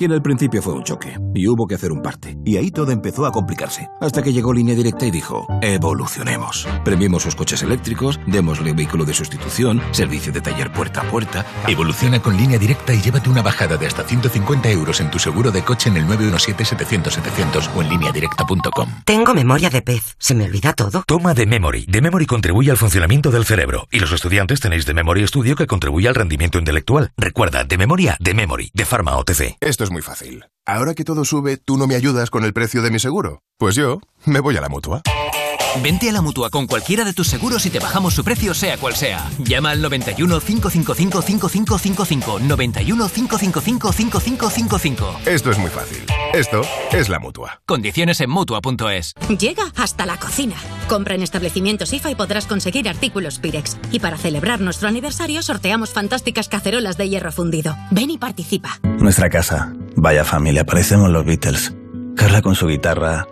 Speaker 45: Y en el principio fue un choque, y hubo que hacer un parte. Y ahí todo empezó a complicarse, hasta que llegó Línea Directa y dijo, evolucionemos. Premiemos sus coches eléctricos, démosle vehículo de sustitución, servicio de taller puerta a puerta.
Speaker 46: Evoluciona con línea directa y llévate una bajada de hasta 150 euros en tu seguro de coche en el 917-700-700 o en lineadirecta.com.
Speaker 47: Tengo memoria de pez. Se me olvida todo.
Speaker 48: Toma de Memory. De Memory contribuye al funcionamiento del cerebro y los estudiantes tenéis de Memory Estudio que contribuye al rendimiento intelectual. Recuerda, de memoria, de Memory, de Pharma OTC.
Speaker 49: Esto es muy fácil. Ahora que todo sube, ¿tú no me ayudas con el precio de mi seguro? Pues yo me voy a la mutua.
Speaker 17: Vente a la mutua con cualquiera de tus seguros y te bajamos su precio, sea cual sea. Llama al 91 555 5555. 91 555 5555.
Speaker 49: Esto es muy fácil. Esto es la mutua.
Speaker 17: Condiciones en mutua.es.
Speaker 28: Llega hasta la cocina. Compra en establecimientos IFA y podrás conseguir artículos Pirex. Y para celebrar nuestro aniversario sorteamos fantásticas cacerolas de hierro fundido. Ven y participa.
Speaker 42: Nuestra casa. Vaya familia, parecemos los Beatles. Carla con su guitarra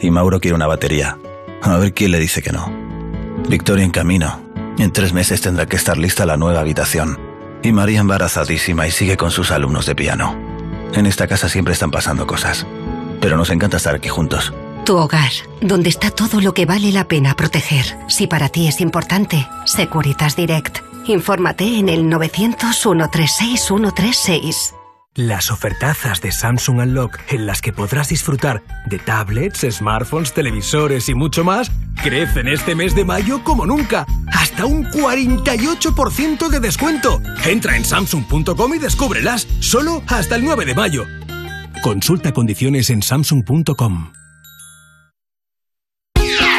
Speaker 42: y Mauro quiere una batería. A ver quién le dice que no. Victoria en camino. En tres meses tendrá que estar lista la nueva habitación. Y María embarazadísima y sigue con sus alumnos de piano. En esta casa siempre están pasando cosas. Pero nos encanta estar aquí juntos.
Speaker 13: Tu hogar, donde está todo lo que vale la pena proteger. Si para ti es importante, Securitas Direct. Infórmate en el 900-136-136.
Speaker 1: Las ofertazas de Samsung Unlock en las que podrás disfrutar de tablets, smartphones, televisores y mucho más crecen este mes de mayo como nunca. Hasta un 48% de descuento. Entra en samsung.com y descúbrelas solo hasta el 9 de mayo. Consulta condiciones en samsung.com.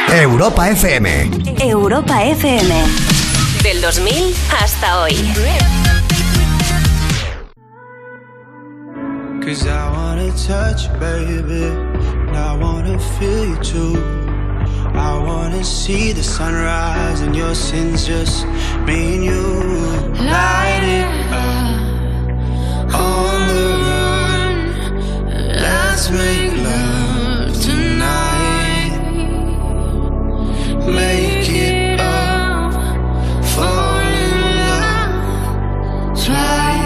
Speaker 5: Europa FM.
Speaker 50: Europa FM. Del 2000 hasta hoy.
Speaker 24: Cause I wanna touch you, baby. And I wanna feel you too. I wanna see the sunrise and your sins just me and you. Light it up on the run. Let's make love tonight. Make it up. Fall in love twice.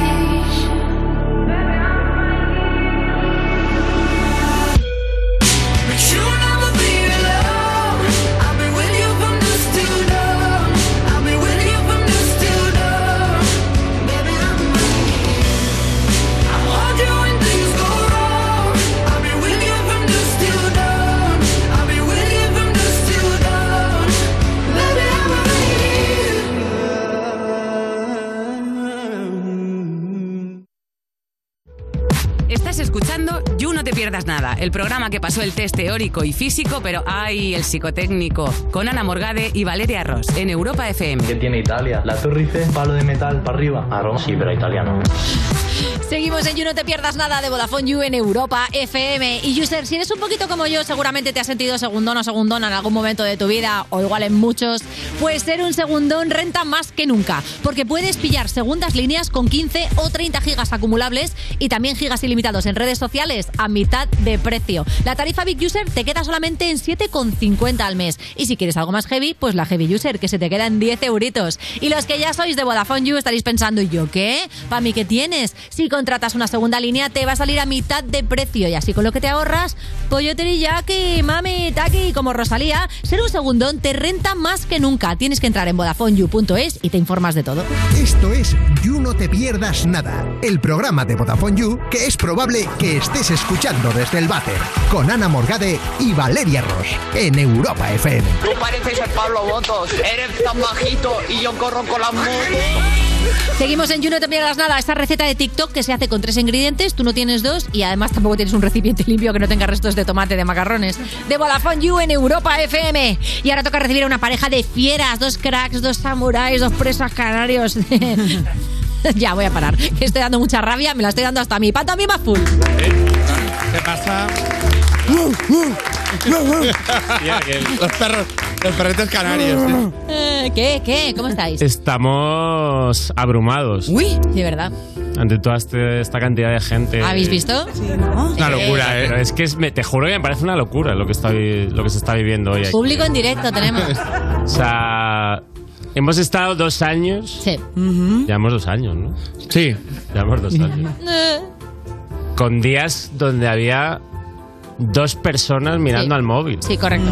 Speaker 24: But you'll never be alone. I'll be with you from dusk till dawn. I'll be with you from dusk till dawn. Baby, I'm I'll hold you when things go wrong. I'll be with you from dusk till dawn. I'll be with you from dusk till dawn. Baby, I'm
Speaker 51: Estás escuchando You No Te Pierdas Nada, el programa que pasó el test teórico y físico, pero ¡ay! el psicotécnico, con Ana Morgade y Valeria Ross, en Europa FM.
Speaker 52: ¿Qué tiene Italia? La Torre Eiffel, palo de metal para arriba. Arroz, sí, pero italiano.
Speaker 4: Seguimos en You No Te Pierdas Nada de Vodafone You en Europa FM. Y User, si eres un poquito como yo, seguramente te has sentido segundón o segundona en algún momento de tu vida, o igual en muchos, pues ser un segundón renta más que nunca, porque puedes pillar segundas líneas con 15 o 30 gigas acumulables y también gigas ilimitados en redes sociales a mitad de precio. La tarifa Big User te queda solamente en 7,50 al mes. Y si quieres algo más heavy, pues la Heavy User, que se te queda en 10 euritos. Y los que ya sois de Vodafone You estaréis pensando, ¿y yo qué? ¿Para mí qué tienes? Si contratas una segunda línea, te va a salir a mitad de precio. Y así con lo que te ahorras, pollo teriyaki, mami, taqui, como Rosalía, ser un segundón te renta más que nunca. Tienes que entrar en VodafoneYou.es y te informas de todo.
Speaker 5: Esto es You No Te Pierdas Nada, el programa de Vodafone You que es probable que estés escuchando desde el váter, con Ana Morgade y Valeria Ross, en Europa FM.
Speaker 10: Tú pareces el Pablo Botos, eres tan bajito y yo corro con las motos.
Speaker 4: Seguimos en You No Te Pierdas Nada, esta receta de TikTok que se hace con tres ingredientes, tú no tienes dos y además tampoco tienes un recipiente limpio que no tenga restos de tomate, de macarrones. De Vodafone You en Europa FM. Y ahora toca recibir a una pareja de fieras, dos cracks, dos samuráis, dos presas canarios. ya, voy a parar. que Estoy dando mucha rabia, me la estoy dando hasta a mí. Pata más full.
Speaker 20: ¿Qué pasa?
Speaker 4: Uh, uh.
Speaker 20: Tía, que los perros, Los perretes canarios. sí.
Speaker 4: Eh, ¿Qué? ¿Qué? ¿Cómo estáis?
Speaker 14: Estamos abrumados.
Speaker 4: Uy. De verdad.
Speaker 14: Ante toda este- esta cantidad de gente.
Speaker 4: Ah, ¿Habéis visto?
Speaker 14: Una locura, ¿eh? Pero es que es- me- te juro que me parece una locura lo que, está, vi- lo que se está viviendo hoy aquí.
Speaker 4: Público en directo tenemos.
Speaker 14: O sea, hemos estado dos años.
Speaker 4: Sí.
Speaker 14: Llevamos dos años, ¿no? Sí. Llevamos dos años. Con días donde había dos personas mirando al móvil.
Speaker 4: Sí, correcto.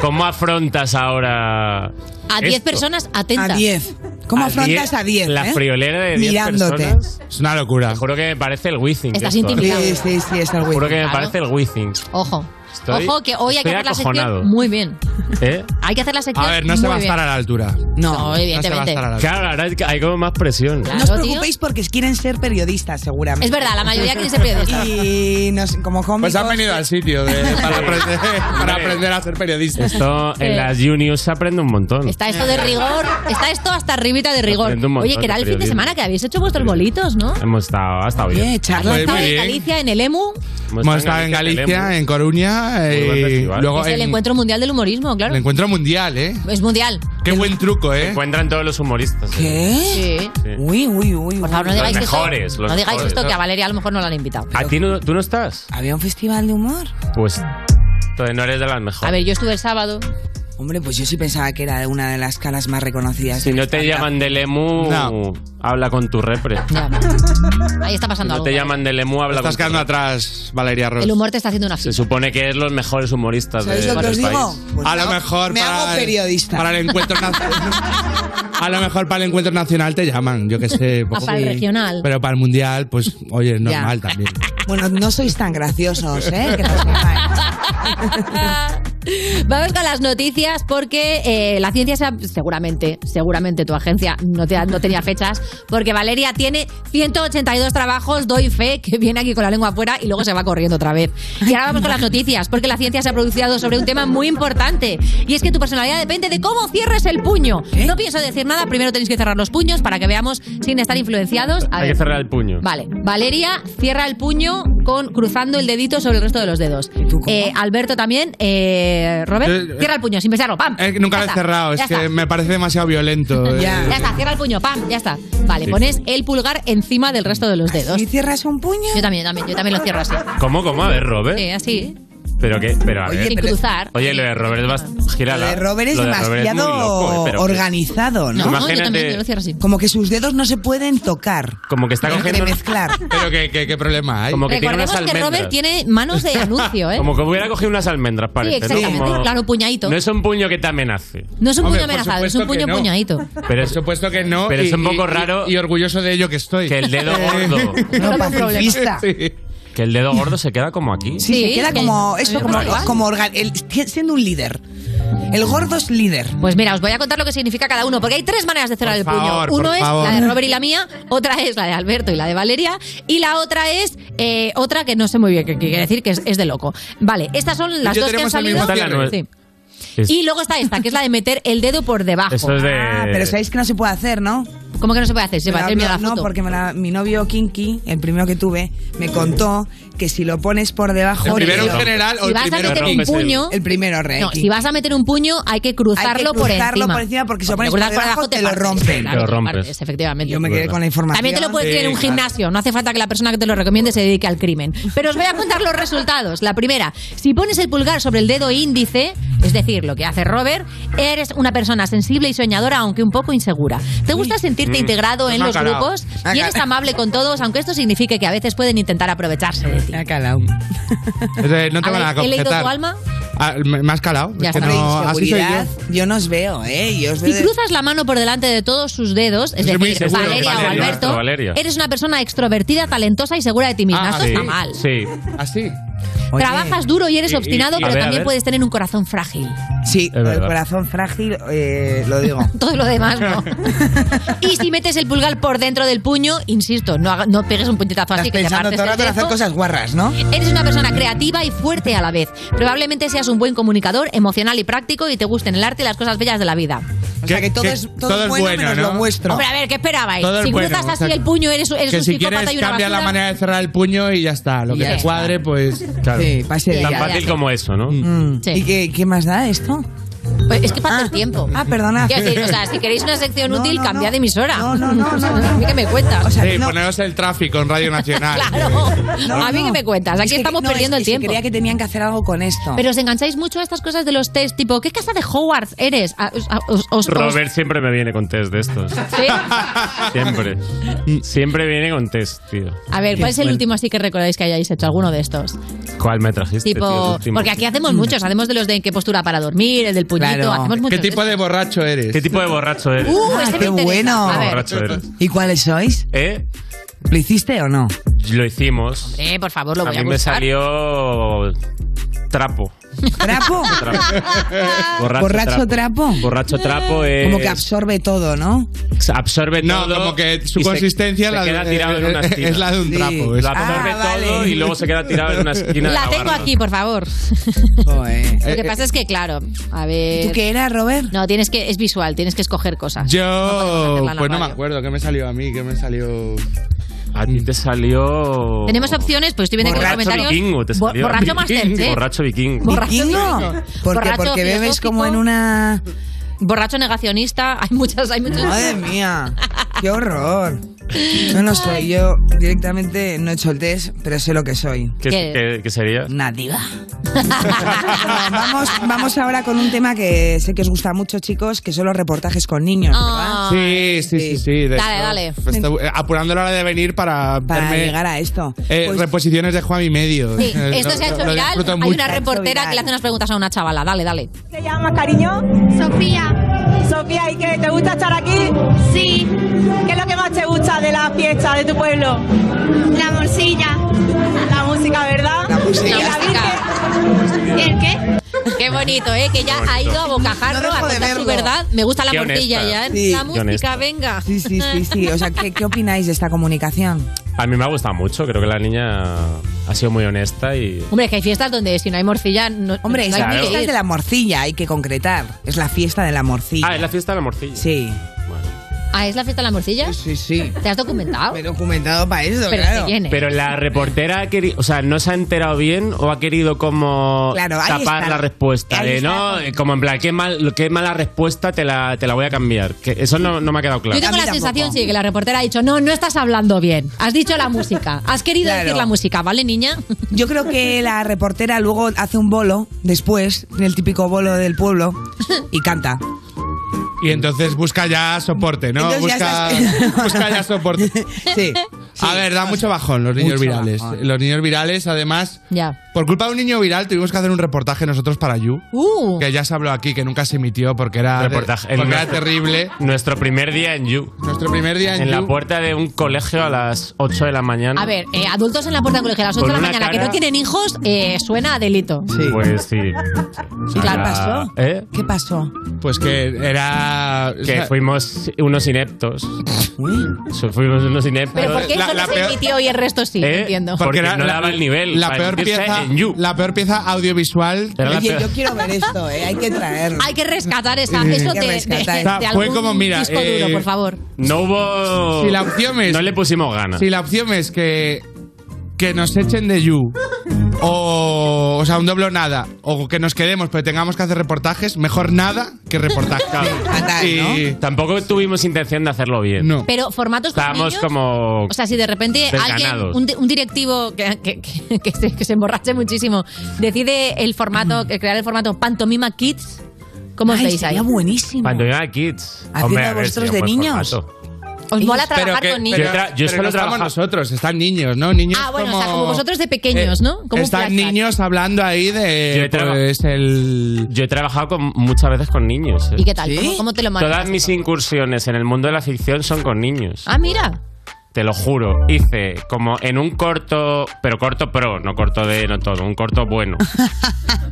Speaker 14: ¿Cómo afrontas ahora
Speaker 4: A 10 personas atentas.
Speaker 6: A 10. ¿Cómo afrontas a 10?
Speaker 14: La
Speaker 6: eh?
Speaker 14: friolera de 10
Speaker 6: Mirándote.
Speaker 14: personas. Es una locura. Te juro que me parece el Withing.
Speaker 4: Estás intimidado. Sí,
Speaker 6: sí, sí, es el
Speaker 14: Te juro que me
Speaker 4: Claro.
Speaker 14: parece el Withing.
Speaker 4: Ojo.
Speaker 14: Estoy-
Speaker 4: Ojo, que hoy hay que
Speaker 14: estoy
Speaker 4: hacer la
Speaker 14: acojonado.
Speaker 4: sección muy bien.
Speaker 14: ¿Eh?
Speaker 4: Hay que hacer la sección muy bien.
Speaker 14: altura.
Speaker 4: No, evidentemente.
Speaker 14: Claro, ahora hay- hay como más presión.
Speaker 6: No os preocupéis porque quieren ser periodistas, seguramente.
Speaker 4: Es verdad, la mayoría quieren ser periodistas.
Speaker 6: Y nos, como cómicos...
Speaker 20: Pues han venido al sitio de- para, aprender, para aprender a ser periodistas.
Speaker 14: Esto en las juniors se aprende un montón.
Speaker 4: Está esto de rigor. Está esto hasta arribita de rigor.
Speaker 14: Aprendo un montón
Speaker 4: Oye, que era
Speaker 14: de
Speaker 4: el fin de
Speaker 14: periodismo.
Speaker 4: semana que habéis hecho vuestros bolitos, ¿no?
Speaker 14: Hemos estado, ha estado bien.
Speaker 4: Pues Bien, Charla está en Galicia, en el EMU.
Speaker 20: Hemos estado en Galicia, en Coruña eh,
Speaker 14: Muy buen
Speaker 20: y
Speaker 14: festival.
Speaker 20: luego
Speaker 4: es el
Speaker 20: en
Speaker 4: encuentro mundial del humorismo, claro.
Speaker 20: el encuentro mundial, ¿eh?
Speaker 4: Es mundial.
Speaker 20: Qué buen truco, ¿eh?
Speaker 14: encuentran todos los humoristas. ¿eh?
Speaker 4: Sí.
Speaker 6: Uy, uy, uy.
Speaker 4: Por favor, no
Speaker 14: Los
Speaker 4: digáis
Speaker 14: mejores,
Speaker 4: esto.
Speaker 14: los
Speaker 4: no digáis
Speaker 14: mejores. Ah,
Speaker 4: esto que a Valeria a lo mejor no la han invitado.
Speaker 14: ¿A ti no, tú no estás?
Speaker 6: Había un festival de humor.
Speaker 14: Pues entonces no eres de las mejores.
Speaker 4: A ver, yo estuve el sábado.
Speaker 6: Hombre, pues yo sí pensaba que era una de las caras más reconocidas.
Speaker 14: Si no te llaman del EMU, habla con tu repre.
Speaker 4: Ahí está
Speaker 14: Si
Speaker 4: pasando
Speaker 14: no
Speaker 4: algo.
Speaker 14: te llaman del EMU, habla
Speaker 20: Estás
Speaker 14: con tu
Speaker 20: quedando atrás, Valeria Ross.
Speaker 4: El humor te está haciendo una
Speaker 14: Se supone que es los mejores humoristas de,
Speaker 20: ¿Sabéis lo que
Speaker 14: del
Speaker 20: os digo?
Speaker 14: país.
Speaker 20: a lo mejor
Speaker 6: me
Speaker 20: para
Speaker 6: hago
Speaker 20: el-
Speaker 6: periodista.
Speaker 20: para el encuentro nacional. A lo mejor para el encuentro nacional te llaman, yo qué sé. pues
Speaker 6: para el
Speaker 20: sí.
Speaker 6: regional.
Speaker 20: Pero para el mundial, pues, oye, es
Speaker 6: Ya.
Speaker 20: normal también.
Speaker 6: Bueno, no sois tan graciosos, ¿eh? Que no os-
Speaker 4: Vamos con las noticias porque eh, la ciencia se ha- seguramente, seguramente tu agencia no, te- no tenía fechas porque Valeria tiene 182 trabajos, doy fe que viene aquí con la lengua afuera y luego se va corriendo otra vez. Y ahora vamos con las noticias porque la ciencia se ha pronunciado sobre un tema muy importante y es que tu personalidad depende de cómo cierres el puño. No pienso decir nada, primero tenéis que cerrar los puños para que veamos sin estar influenciados. A
Speaker 14: Hay que
Speaker 4: ver.
Speaker 14: cerrar el puño.
Speaker 4: Vale, Valeria cierra el puño con cruzando el dedito sobre el resto de los dedos. Eh, Alberto también, eh,
Speaker 20: Eh,
Speaker 4: Robert,
Speaker 20: eh,
Speaker 4: cierra el puño sin pensarlo, pam.
Speaker 20: Eh, nunca
Speaker 4: Ya
Speaker 20: lo he
Speaker 4: está,
Speaker 20: cerrado, es
Speaker 4: ya
Speaker 20: que
Speaker 4: está.
Speaker 20: me parece demasiado violento.
Speaker 4: Ya.
Speaker 20: eh.
Speaker 4: Ya está, cierra el puño, pam, ya está. Vale,
Speaker 20: Sí.
Speaker 4: pones el pulgar encima del resto de los dedos. ¿Y
Speaker 6: cierras un puño?
Speaker 4: Yo también, también, yo también lo cierro así.
Speaker 14: ¿Cómo, cómo? A ver, Robert.
Speaker 4: Sí, así.
Speaker 14: Pero qué, pero a
Speaker 4: Oye,
Speaker 14: ver.
Speaker 4: Sin pero- cruzar.
Speaker 14: Oye, lo de Robert vas
Speaker 6: Lo de Robert es demasiado
Speaker 20: eh,
Speaker 14: eh,
Speaker 6: organizado, ¿no?
Speaker 14: No, yo Imagínate- también, yo lo
Speaker 4: cierro así.
Speaker 6: Como que sus dedos no se pueden tocar.
Speaker 14: Como que está cogiendo.
Speaker 6: Entremezclar.
Speaker 20: Pero qué, qué, qué problema hay.
Speaker 14: Como que tiene
Speaker 4: Recordemos
Speaker 14: unas
Speaker 4: que
Speaker 14: almendras.
Speaker 4: Robert tiene manos de anuncio, ¿eh?
Speaker 14: Como que hubiera cogido unas almendras,
Speaker 4: sí,
Speaker 14: parece. ¿no?
Speaker 4: exactamente,
Speaker 14: Como-
Speaker 4: claro, puñadito.
Speaker 14: No es un puño que te amenace.
Speaker 4: No es un
Speaker 14: Hombre,
Speaker 4: puño
Speaker 14: por
Speaker 4: amenazado, es un
Speaker 14: supuesto
Speaker 4: puño
Speaker 14: que no.
Speaker 4: puñadito.
Speaker 14: Pero es,
Speaker 20: supuesto que no.
Speaker 14: Pero
Speaker 20: y-
Speaker 14: es un poco
Speaker 20: y-
Speaker 14: raro.
Speaker 20: Y, orgulloso de ello que estoy.
Speaker 14: Que el dedo gordo.
Speaker 6: No, pacifista.
Speaker 14: Que el dedo gordo se queda como aquí.
Speaker 6: Sí, se queda como eso, como,
Speaker 4: igual.
Speaker 6: como orga- el- siendo un líder. El gordo es líder.
Speaker 4: Pues mira, os voy a contar lo que significa cada uno, porque hay tres maneras de cerrar el
Speaker 6: favor,
Speaker 4: puño. Uno
Speaker 6: por
Speaker 4: es
Speaker 6: favor.
Speaker 4: la de Robert y la mía, otra es la de Alberto y la de Valeria, y la otra es eh, otra que no sé muy bien qué quiere decir, que es, es de loco. Vale, estas son las
Speaker 14: Y yo
Speaker 4: dos que han
Speaker 14: tenemos el mismo
Speaker 4: salido.
Speaker 14: cierre.
Speaker 4: Sí.
Speaker 14: Es-
Speaker 4: Y luego está esta, que es la de meter el dedo por debajo.
Speaker 14: Eso es de-
Speaker 6: Ah, pero sabéis que no se puede hacer, ¿no?
Speaker 4: ¿Cómo que no se puede hacer? Se
Speaker 6: Me
Speaker 4: va a
Speaker 6: la-
Speaker 4: hacer miedo a la
Speaker 6: no,
Speaker 4: foto.
Speaker 6: porque me la- mi novio Kinky, el primero que tuve, me contó que si lo pones por debajo.
Speaker 20: ¿El primero
Speaker 6: le-
Speaker 20: en general o
Speaker 4: Si
Speaker 20: el
Speaker 4: vas a
Speaker 20: primero
Speaker 4: meter
Speaker 20: en
Speaker 4: un
Speaker 20: Kinky?
Speaker 4: puño...
Speaker 6: El primero, Rey.
Speaker 4: No, si vas a meter un puño hay que cruzarlo,
Speaker 6: Hay que cruzarlo
Speaker 4: por encima.
Speaker 6: por encima, porque si lo pones
Speaker 4: cruzas
Speaker 6: por debajo, te lo
Speaker 4: partes.
Speaker 6: rompen.
Speaker 4: Claro,
Speaker 6: Te lo
Speaker 4: partes,
Speaker 6: rompes.
Speaker 4: efectivamente.
Speaker 6: Yo me quedé con la información.
Speaker 4: También te lo puedes
Speaker 6: Sí,
Speaker 4: decir en un
Speaker 6: claro.
Speaker 4: gimnasio, no hace falta que la persona que te lo recomiende se dedique al crimen. Pero os voy a contar los resultados. La primera, si pones el pulgar sobre el dedo índice, es decir, lo que hace Robert, eres una persona sensible y soñadora, aunque un poco insegura. ¿Te gusta sentirte
Speaker 14: Mm.
Speaker 4: integrado en
Speaker 14: Me ha
Speaker 4: los
Speaker 14: calado.
Speaker 4: grupos?
Speaker 14: Me ha
Speaker 4: Y eres
Speaker 14: calado.
Speaker 4: amable con todos, aunque esto signifique que a veces pueden intentar aprovecharse de ti.
Speaker 20: Eh, No te van a
Speaker 4: ¿He leído tu
Speaker 20: objetar.
Speaker 4: alma?
Speaker 20: Ah, me, me has calado.
Speaker 4: Ya
Speaker 20: es que
Speaker 4: está.
Speaker 20: no, así soy yo.
Speaker 6: Seguridad, yo no os veo, ¿eh? Yo os
Speaker 4: Si
Speaker 6: veo de-
Speaker 4: cruzas la mano por delante de todos sus dedos, es
Speaker 6: Soy muy
Speaker 4: decir,
Speaker 6: inseguro.
Speaker 4: Valeria o
Speaker 6: Valeria,
Speaker 4: Alberto,
Speaker 6: Valeria.
Speaker 4: eres una persona extrovertida, talentosa y segura de ti
Speaker 20: Ah,
Speaker 4: misma. Esto
Speaker 14: sí,
Speaker 4: está mal.
Speaker 14: Sí.
Speaker 20: Así.
Speaker 4: Trabajas duro y eres
Speaker 14: Y- y-
Speaker 4: obstinado,
Speaker 14: y- a
Speaker 4: pero
Speaker 14: ver, a
Speaker 4: también
Speaker 14: ver.
Speaker 4: puedes tener un corazón frágil.
Speaker 6: Sí, el
Speaker 14: verdad.
Speaker 6: corazón frágil, eh, lo digo.
Speaker 4: Todo lo demás no. y si metes el pulgar por dentro del puño, insisto, no, haga- no pegues un puñetazo así
Speaker 6: Estás
Speaker 4: que te
Speaker 6: pensando
Speaker 4: partes
Speaker 6: todo el
Speaker 4: el
Speaker 6: rato en hacer
Speaker 4: dedo.
Speaker 6: cosas guarras, ¿no?
Speaker 4: Eres una persona creativa y fuerte a la vez. Probablemente seas un buen comunicador, emocional y práctico y te gusten el arte y las cosas bellas de la vida.
Speaker 6: O sea, que todo
Speaker 20: que
Speaker 6: es, todo
Speaker 20: todo
Speaker 6: es
Speaker 20: es
Speaker 6: bueno,
Speaker 20: bueno,
Speaker 6: menos
Speaker 20: ¿no?
Speaker 6: lo vuestro.
Speaker 4: Hombre, a ver, ¿qué esperabais?
Speaker 20: Todo es
Speaker 4: si
Speaker 20: bueno,
Speaker 4: cruzas
Speaker 20: o
Speaker 4: así
Speaker 20: sea,
Speaker 4: el puño, eres, eres
Speaker 20: que
Speaker 4: un
Speaker 20: si
Speaker 4: psicópata
Speaker 20: quieres
Speaker 4: y una
Speaker 20: cambia la
Speaker 4: basura.
Speaker 20: manera de cerrar el puño y ya está. Lo que
Speaker 6: Ya
Speaker 20: te
Speaker 6: está.
Speaker 20: cuadre, pues. Claro. Mm.
Speaker 6: Sí, pase de
Speaker 14: Tan
Speaker 6: ya,
Speaker 14: fácil
Speaker 6: ya.
Speaker 14: como eso, ¿no?
Speaker 6: ¿Y qué, qué más da esto?
Speaker 4: Pues es que para hacer tiempo.
Speaker 6: Ah, perdona.
Speaker 4: Quiero decir, o sea, si queréis una sección
Speaker 6: No,
Speaker 4: útil,
Speaker 6: no,
Speaker 4: cambiad de emisora. No,
Speaker 6: no, no, no,
Speaker 4: A mí que me cuentas.
Speaker 20: Sí, poneros el tráfico en Radio Nacional.
Speaker 4: Claro. a mí que me cuentas. Aquí
Speaker 6: Es que-
Speaker 4: estamos
Speaker 6: no, es
Speaker 4: perdiendo
Speaker 6: que
Speaker 4: el tiempo.
Speaker 6: creía que tenían que hacer algo con esto.
Speaker 4: Pero os engancháis mucho a estas cosas de los test, tipo, ¿qué casa de Howard eres? A- os- a- os- os-
Speaker 14: Robert siempre me viene con test de estos.
Speaker 4: os- ¿sí?
Speaker 14: Siempre. Siempre viene con test, tío.
Speaker 4: A ver, ¿cuál es el último así que recordáis que hayáis hecho? Alguno de estos.
Speaker 14: ¿Cuál me trajiste?
Speaker 20: Este,
Speaker 14: tío, el
Speaker 4: Tipo,
Speaker 14: último?
Speaker 4: porque aquí hacemos muchos. Hacemos de los de en qué postura para dormir, el del puñito, hacemos muchos.
Speaker 20: ¿Qué tipo de borracho eres? ¿Qué
Speaker 14: tipo de borracho eres?
Speaker 4: Uh,
Speaker 6: Ah,
Speaker 4: ese me
Speaker 6: qué
Speaker 4: interesa.
Speaker 6: bueno.
Speaker 4: A ver.
Speaker 14: Borracho eres.
Speaker 6: ¿Y cuáles sois?
Speaker 14: ¿Eh?
Speaker 6: ¿Lo hiciste o no?
Speaker 14: Lo hicimos.
Speaker 4: Eh, por favor, lo
Speaker 14: a
Speaker 4: voy a,
Speaker 14: mí me
Speaker 4: buscar.
Speaker 14: salió trapo.
Speaker 6: ¿Trapo?
Speaker 14: Borracho,
Speaker 6: ¿Borracho trapo?
Speaker 14: Borracho
Speaker 4: Ah.
Speaker 14: trapo es...
Speaker 6: Como que absorbe todo, ¿no?
Speaker 14: absorbe
Speaker 20: No,
Speaker 14: todo.
Speaker 20: como que su
Speaker 14: y se-
Speaker 20: consistencia
Speaker 14: se
Speaker 20: la-
Speaker 14: queda tirado en una
Speaker 20: es
Speaker 14: esquina.
Speaker 20: la de un Sí. trapo, es-
Speaker 14: Lo absorbe
Speaker 20: Ah, vale.
Speaker 14: todo y luego se queda tirado en una esquina. de
Speaker 4: La tengo
Speaker 14: barra.
Speaker 4: aquí, por favor. Lo que pasa es que, claro, a ver.
Speaker 6: Eh, ¿Tú qué era, Robert?
Speaker 4: No, tienes que. Es visual, tienes que escoger cosas.
Speaker 20: Eh, Yo,
Speaker 4: la
Speaker 20: pues no me
Speaker 4: radio.
Speaker 20: acuerdo, ¿qué me salió a mí? ¿Qué me salió?
Speaker 14: A ti te salió.
Speaker 4: Tenemos opciones, pues estoy viendo que los
Speaker 14: borracho
Speaker 4: comentarios.
Speaker 14: vikingo, te
Speaker 4: Bo-
Speaker 14: salió.
Speaker 4: borracho Masterchef.
Speaker 14: Borracho vikingo.
Speaker 6: ¿Vikingo? Porque,
Speaker 4: Borracho
Speaker 6: porque bebes
Speaker 4: filosófico.
Speaker 6: como en una...
Speaker 4: Borracho negacionista. Hay muchas, hay muchas.
Speaker 6: Madre mía, qué horror. No, no soy. Yo directamente no he hecho el test, pero sé lo que soy.
Speaker 14: ¿Qué, qué- qué sería?
Speaker 6: Nativa. vamos, vamos ahora con un tema que sé que os gusta mucho, chicos, que son los reportajes con niños, ¿verdad?
Speaker 20: Sí, sí, sí, sí. de
Speaker 6: Dale,
Speaker 20: esto.
Speaker 6: dale.
Speaker 20: Pues estoy, eh, apurando la hora de venir para,
Speaker 6: Para
Speaker 20: verme,
Speaker 6: llegar a esto.
Speaker 20: eh, reposiciones de Juan y medio.
Speaker 4: Pues- Sí,
Speaker 20: Eh,
Speaker 4: esto
Speaker 20: lo-
Speaker 4: se ha hecho
Speaker 20: lo
Speaker 4: viral.
Speaker 20: disfruto
Speaker 4: Hay
Speaker 20: mucho.
Speaker 4: una reportera que le hace unas preguntas a una chavala. Dale, dale.
Speaker 27: ¿Te llamas, cariño? Sofía. Sofía, ¿y qué? ¿Te gusta estar aquí? Sí. ¿Qué es lo que más te gusta de la fiesta de tu pueblo? La morcilla. La música, ¿verdad? La música. ¿Y la Virgen? ¿El qué?
Speaker 4: Qué bonito, ¿eh? Que ya
Speaker 27: Qué bonito.
Speaker 4: ha ido a bocajarro
Speaker 27: No
Speaker 4: a
Speaker 27: dejo de
Speaker 4: contar
Speaker 27: verlo.
Speaker 4: su verdad. Me gusta la
Speaker 6: Qué
Speaker 4: morcilla
Speaker 14: honesta.
Speaker 4: ya. ¿eh?
Speaker 6: Sí.
Speaker 4: La
Speaker 6: Qué
Speaker 4: música,
Speaker 14: honesta.
Speaker 4: venga.
Speaker 6: Sí, sí, sí, sí. O sea, ¿qué, qué opináis de esta comunicación?
Speaker 14: A mí me ha gustado mucho. Creo que la niña ha sido muy honesta y.
Speaker 4: Hombre, que hay fiestas donde si no hay morcilla. No,
Speaker 6: Hombre,
Speaker 4: no
Speaker 6: es la
Speaker 4: hay ni que
Speaker 6: fiesta
Speaker 4: ir.
Speaker 6: de la morcilla, hay que concretar. Es la fiesta de la morcilla.
Speaker 14: Ah, es la fiesta de la morcilla.
Speaker 6: Sí.
Speaker 4: Ah, ¿es la fiesta de la morcilla?
Speaker 6: Sí, sí.
Speaker 4: ¿Te has documentado? Me
Speaker 6: he documentado para eso,
Speaker 4: Pero
Speaker 6: claro.
Speaker 4: ¿de quién es?
Speaker 14: Pero la reportera ha querido, o sea, no se ha enterado bien o ha querido como
Speaker 6: Claro, ahí
Speaker 14: tapar
Speaker 6: está.
Speaker 14: la respuesta.
Speaker 6: Ahí
Speaker 14: De,
Speaker 6: está.
Speaker 14: no, eh, como en plan, qué, mal, qué mala respuesta te la, te la voy a cambiar. Que eso no, no me ha quedado claro.
Speaker 4: Yo tengo la sensación, sí, que la reportera ha dicho, no, no estás hablando bien. Has dicho la música. Has querido
Speaker 6: Claro.
Speaker 4: decir la música, ¿vale, niña?
Speaker 6: Yo creo que la reportera luego hace un bolo después, el típico bolo del pueblo, y canta.
Speaker 20: Y entonces busca ya soporte, ¿no?
Speaker 6: Entonces ya
Speaker 20: Busca, busca ya soporte.
Speaker 6: Sí.
Speaker 20: A ver, da mucho bajón los niños
Speaker 6: Mucho
Speaker 20: virales. Eh,
Speaker 6: bajón.
Speaker 20: Los niños virales, además,
Speaker 4: Ya.
Speaker 20: por culpa de un niño viral tuvimos que hacer un reportaje nosotros para You.
Speaker 4: Uh.
Speaker 20: Que ya se habló aquí, que nunca se emitió porque era,
Speaker 14: Reportaje.
Speaker 20: porque era
Speaker 14: nuestro-
Speaker 20: terrible.
Speaker 14: Nuestro primer día en You.
Speaker 20: Nuestro primer día en
Speaker 14: En la
Speaker 20: You.
Speaker 14: puerta de un colegio a las 8 de la mañana.
Speaker 4: A ver, eh, adultos en la puerta del colegio a las 8 de la
Speaker 14: Con una
Speaker 4: mañana que
Speaker 14: cara-
Speaker 4: no tienen hijos, eh, suena a delito.
Speaker 14: Pues sí.
Speaker 4: ¿Y qué
Speaker 14: Ahora-
Speaker 4: pasó?
Speaker 14: ¿Eh?
Speaker 6: ¿Qué pasó?
Speaker 20: Pues que era.
Speaker 14: Que fuimos unos ineptos. So- Fuimos unos ineptos.
Speaker 4: Pero ¿por qué eso no se emitió y el resto sí?
Speaker 14: ¿Eh?
Speaker 4: No entiendo.
Speaker 14: Porque no daba el nivel
Speaker 20: La
Speaker 14: para
Speaker 20: peor,
Speaker 14: emitirse
Speaker 20: pieza,
Speaker 14: en
Speaker 20: la peor pieza audiovisual.
Speaker 14: Era la Oye, peor- yo
Speaker 6: quiero ver esto, ¿eh? hay que traerlo.
Speaker 4: Hay que rescatar esa, eso
Speaker 20: Hay que
Speaker 4: de, de-
Speaker 20: rescatar.
Speaker 6: este
Speaker 4: de
Speaker 20: O sea, fue
Speaker 4: algún
Speaker 20: como, mira,
Speaker 4: disco duro,
Speaker 20: eh,
Speaker 4: por favor.
Speaker 14: No hubo.
Speaker 20: Si la opción es-
Speaker 14: No le pusimos ganas.
Speaker 20: Si la opción es que. Que nos echen de You. O. O sea, un doble o nada. O que nos quedemos, pero tengamos que hacer reportajes. Mejor nada que reportajes.
Speaker 14: Y tampoco tuvimos intención de hacerlo bien. No.
Speaker 4: Pero formatos con
Speaker 14: Estábamos
Speaker 4: niños,
Speaker 14: como.
Speaker 4: O sea, si de repente alguien,
Speaker 14: Desganados.
Speaker 4: un, di- un directivo que, que- que- que se, que se emborrache muchísimo, decide el formato,
Speaker 14: Mm.
Speaker 4: crear el formato Pantomima Kids, ¿cómo os
Speaker 6: Ay,
Speaker 4: veis
Speaker 6: sería
Speaker 4: ahí?
Speaker 6: buenísimo.
Speaker 14: Cuando llegaba Kids.
Speaker 6: Haciendo
Speaker 14: Hombre, a ver,
Speaker 6: vuestros
Speaker 14: sería un
Speaker 6: de
Speaker 14: buen
Speaker 6: niños.
Speaker 14: formato.
Speaker 4: ¿Os mola trabajar
Speaker 20: Pero que-
Speaker 4: con
Speaker 20: pero-
Speaker 4: niños?
Speaker 20: pero
Speaker 14: solo
Speaker 20: no estamos
Speaker 14: trabajo-
Speaker 20: nosotros, están niños, ¿no? Niños
Speaker 4: Ah, bueno,
Speaker 20: como,
Speaker 4: o sea, como vosotros de pequeños,
Speaker 20: Eh,
Speaker 4: ¿no? Como un
Speaker 20: están
Speaker 4: flashback.
Speaker 20: niños hablando ahí
Speaker 14: Yo
Speaker 20: de.
Speaker 14: he, traba-
Speaker 20: pues, el...
Speaker 14: Yo he trabajado con, muchas veces con niños. ¿eh?
Speaker 4: ¿Y qué tal? ¿Cómo, cómo te lo
Speaker 14: Todas
Speaker 4: manejas?
Speaker 14: mis incursiones en el mundo de la ficción son con niños.
Speaker 4: Ah, mira.
Speaker 14: Te lo juro. Hice como en un corto, pero corto pro, no corto de no todo, un corto bueno.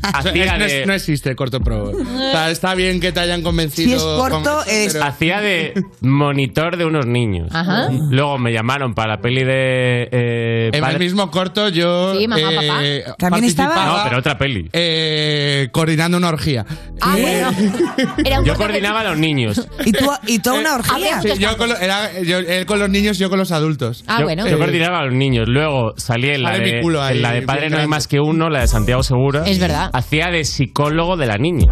Speaker 14: Hacía
Speaker 20: Es- no, es-
Speaker 14: de-
Speaker 20: no existe corto pro. O sea, está bien que te hayan convencido. con- pero-
Speaker 14: Hacía de monitor de unos niños.
Speaker 20: Ajá.
Speaker 14: Luego me llamaron para la peli de. eh,
Speaker 20: En
Speaker 14: padre-
Speaker 20: el mismo corto yo.
Speaker 4: Sí, mamá,
Speaker 20: eh,
Speaker 4: papá.
Speaker 14: ¿También estaba?
Speaker 20: participaba,
Speaker 14: No, pero otra peli.
Speaker 20: eh, coordinando una orgía.
Speaker 4: Ah, bueno. Era un
Speaker 14: Yo
Speaker 4: corto que-
Speaker 14: coordinaba a los niños.
Speaker 6: ¿Y tú, y tú a una
Speaker 4: Eh, Había
Speaker 6: orgía?
Speaker 20: Sí, yo con, lo- era- yo- él con los niños, yo con los adultos.
Speaker 4: Ah,
Speaker 14: yo,
Speaker 4: bueno.
Speaker 14: yo coordinaba a los niños. Luego salí en la
Speaker 20: Sale mi
Speaker 14: de,
Speaker 20: culo ahí,
Speaker 14: en la de
Speaker 20: bien
Speaker 14: Padre No hay
Speaker 20: grande.
Speaker 14: más que uno, la de Santiago Segura.
Speaker 4: Es verdad.
Speaker 14: hacía de psicólogo de la niña.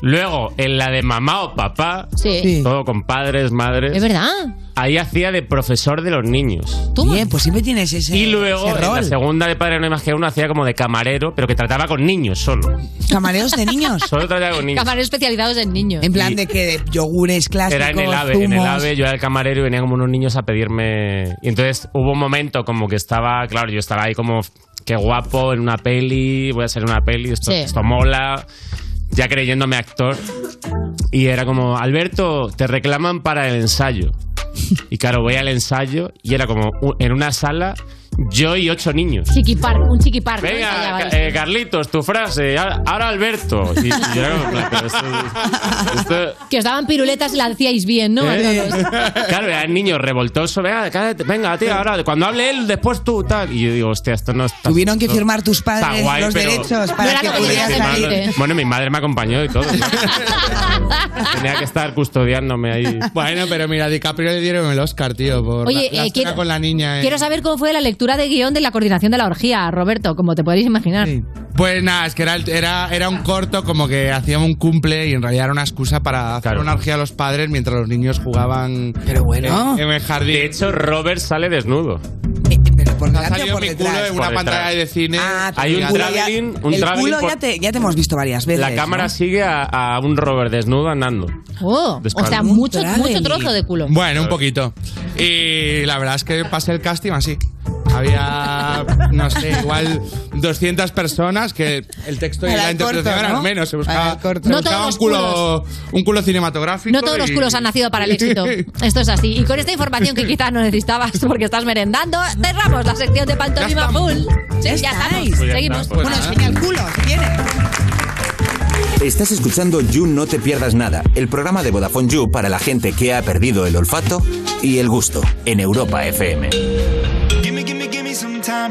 Speaker 14: Luego, en la de mamá o papá,
Speaker 4: Sí. Sí.
Speaker 14: todo con padres, madres.
Speaker 4: Es verdad.
Speaker 14: Ahí hacía de profesor de los niños.
Speaker 6: Bien, pues siempre tienes ese.
Speaker 14: Y luego,
Speaker 6: ese
Speaker 14: en la
Speaker 6: rol.
Speaker 14: segunda de Padre No hay más que uno, hacía como de camarero, pero que trataba con niños solo.
Speaker 6: Camareos de niños.
Speaker 14: Solo trataba con niños.
Speaker 4: Camareros especializados en niños.
Speaker 6: En plan de que de yogures clásicos.
Speaker 14: Era en el AVE, en el
Speaker 6: zumos.
Speaker 14: AVE yo era el camarero y venían como unos niños a pedirme... Y entonces hubo un momento como que estaba, claro, yo estaba ahí como, qué guapo, en una peli, voy a hacer una peli, esto,
Speaker 4: Sí.
Speaker 14: esto mola, ya creyéndome actor. Y era como, Alberto, te reclaman para el ensayo. Y claro, voy al ensayo y era como u- en una sala, yo y ocho niños.
Speaker 4: Chiquipar, un chiquipar. ¿no? Ahí,
Speaker 14: Venga,
Speaker 4: vale.
Speaker 14: Ca- eh, Carlitos, tu frase. a- Ahora Alberto. Y, y yo era como, en plan, pero esto- esto-
Speaker 4: Que os daban piruletas y la hacíais bien, ¿no?
Speaker 14: ¿Eh?
Speaker 4: A todos.
Speaker 14: Claro, era el niño revoltoso. Venga, cállate, venga, tío, ahora. Cuando hable él, después tú, tal. Y yo digo, hostia, esto no está.
Speaker 6: Tuvieron que
Speaker 14: no-
Speaker 6: firmar tus
Speaker 14: está
Speaker 6: padres
Speaker 14: guay,
Speaker 6: los
Speaker 14: pero-
Speaker 6: derechos para que pudieras
Speaker 14: Mi
Speaker 6: salir.
Speaker 14: madre-
Speaker 6: ¿eh?
Speaker 14: Bueno, mi madre me acompañó y todo. ¿no? Tenía que estar custodiándome ahí.
Speaker 20: Bueno, pero mira, a DiCaprio le dieron el Oscar, tío, por
Speaker 4: Oye,
Speaker 20: la, la
Speaker 4: eh,
Speaker 20: escena
Speaker 4: quiero-
Speaker 20: con la niña. en-
Speaker 4: Quiero saber cómo fue la lectura de guión de la coordinación de la orgía, Roberto, como te podéis imaginar.
Speaker 20: Pues nada, es que era, el- era, era un corto como que hacían un cumple y en realidad era una excusa para hacer una orgía a los padres mientras los niños jugaban Pero
Speaker 14: bueno.
Speaker 20: en, en el jardín.
Speaker 14: De hecho, Robert sale desnudo.
Speaker 20: ha salido mi culo en una
Speaker 14: Por detrás.
Speaker 20: pantalla de cine.
Speaker 4: Ah,
Speaker 14: Hay un
Speaker 20: gigante.
Speaker 14: traveling. Un
Speaker 6: el
Speaker 14: traveling
Speaker 6: culo
Speaker 14: por-
Speaker 6: ya, te, ya te hemos visto varias veces.
Speaker 14: La cámara
Speaker 6: ¿no?
Speaker 14: sigue a, a un Robert desnudo andando.
Speaker 4: Oh,
Speaker 14: De
Speaker 4: o sea,
Speaker 14: espaldas.
Speaker 4: mucho, mucho trozo de culo.
Speaker 20: Bueno, un poquito. Y la verdad es que pasé el casting así. Había, no sé, igual 200 personas que el texto y
Speaker 4: Era
Speaker 20: la
Speaker 4: el corto,
Speaker 20: interpretación eran
Speaker 4: ¿no?
Speaker 20: menos. Se buscaba, se
Speaker 4: No
Speaker 20: buscaba
Speaker 4: todos
Speaker 20: un, culo,
Speaker 4: los
Speaker 20: un culo cinematográfico.
Speaker 4: No todos los
Speaker 20: y-
Speaker 4: culos han nacido para el éxito. Esto es así. Y con esta información que quizás no necesitabas porque estás merendando, cerramos la sección de Pantomima Full. Sí, ya, estamos.
Speaker 10: Pues ya
Speaker 4: Seguimos.
Speaker 10: está, pues Bueno, nada.
Speaker 4: enseña el culo, viene.
Speaker 10: Estás escuchando You No Te Pierdas Nada, el programa de Vodafone You para la gente que ha perdido el olfato y el gusto en Europa FM.
Speaker 53: Gimme, gimme, gimme some time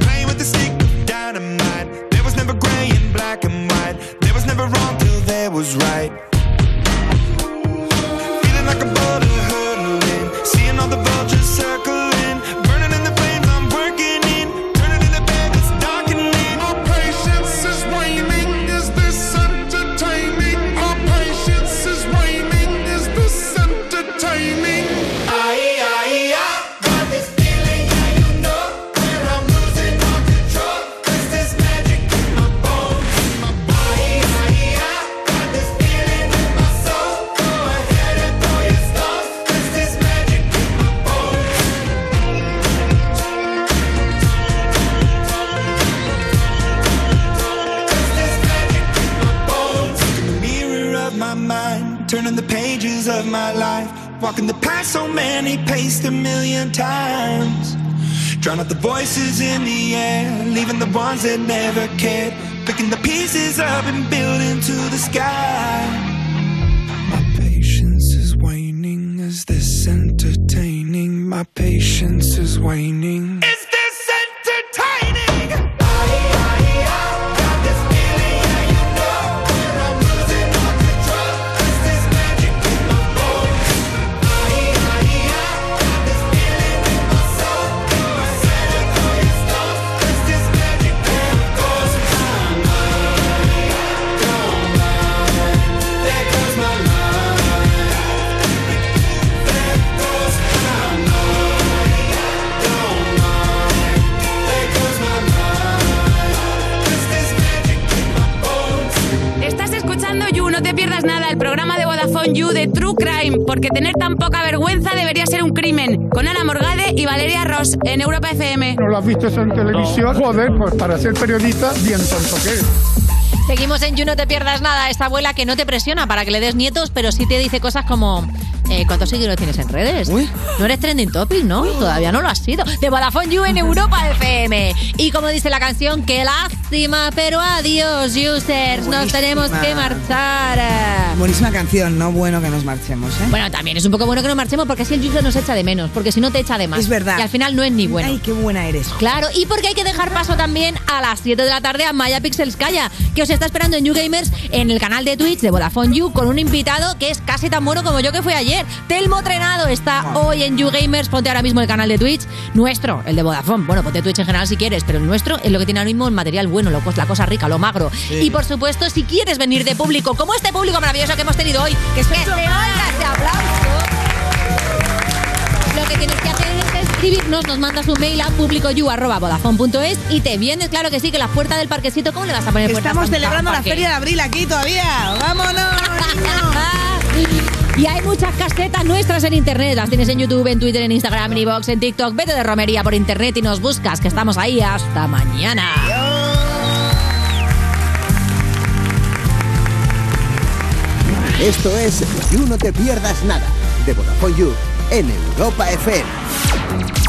Speaker 53: Playing with the stick of dynamite. There was never gray and black and white. There was never wrong till there was right. Feeling like a boulder hurtling. Seeing all the vultures circling. Burning in the flames I'm working in. Turning in the bed that's darkening.
Speaker 24: Our patience is waning. Is this entertaining? Our patience is waning. Is this entertaining? Aye, aye, aye.
Speaker 53: The mirror of my mind, turning the pages of my life, walking the path so many paced a million times. Drown out the voices in the air, leaving the ones that never cared, picking the pieces up and building to the sky.
Speaker 24: patience is waning. Is this entertaining? My patience is waning. Is this entertaining?
Speaker 27: Estás escuchando You, no te pierdas nada, el programa de Vodafone You de True Crime, porque tener tan poca vergüenza debería ser un crimen. Con Ana Morgade y Valeria Ross en Europa FM.
Speaker 25: ¿No lo has visto eso en televisión? Joder, pues para ser periodista, bien tonto que eres.
Speaker 4: Seguimos en You No Te Pierdas Nada. Esta abuela que no te presiona para que le des nietos, pero sí te dice cosas como... eh, ¿Cuántos seguidores tienes en redes? No eres trending topic, ¿no? Todavía no lo has sido. De Vodafone You en Europa FM. Y como dice la canción, qué lástima, pero adiós, users. Nos tenemos que marchar.
Speaker 6: Buenísima canción, no bueno que nos marchemos, ¿eh?
Speaker 4: Bueno, también es un poco bueno que nos marchemos porque así el user nos echa de menos, porque si no te echa de más.
Speaker 6: Es verdad.
Speaker 4: Y al final no es ni bueno.
Speaker 6: Ay, qué buena eres.
Speaker 4: Claro, y porque hay que dejar paso también a las 7 de la tarde a Maya Pixelskaya, que os está esperando en You Gamers en el canal de Twitch de Vodafone You con un invitado que es casi tan bueno como yo que fui ayer. Telmo Trenado está hoy en You Gamers. Ponte ahora mismo el canal de Twitch nuestro, el de Vodafone. Bueno, ponte Twitch en general si quieres, pero el nuestro es lo que tiene ahora mismo el material bueno, lo, cos- la cosa rica, lo magro.
Speaker 25: Sí.
Speaker 4: Y por supuesto, si quieres venir de público, como este público maravilloso que hemos tenido hoy, que se oiga ese aplauso. Lo que tienes que hacer es escribirnos, nos mandas un mail a publicoyu.vodafone.es y te vienes, claro que sí, que la puerta del parquecito, ¿cómo le vas a poner puerta
Speaker 6: Estamos
Speaker 4: pa-
Speaker 6: celebrando la
Speaker 4: parque?
Speaker 6: Feria de Abril aquí todavía. ¡Vámonos!
Speaker 4: Y hay muchas casetas nuestras en internet. Las tienes en YouTube, en Twitter, en Instagram, en iVoox, en TikTok. Vete de romería por internet y nos buscas, que estamos ahí hasta mañana.
Speaker 2: Esto es You No Te Pierdas Nada, de Vodafone You, en Europa FM.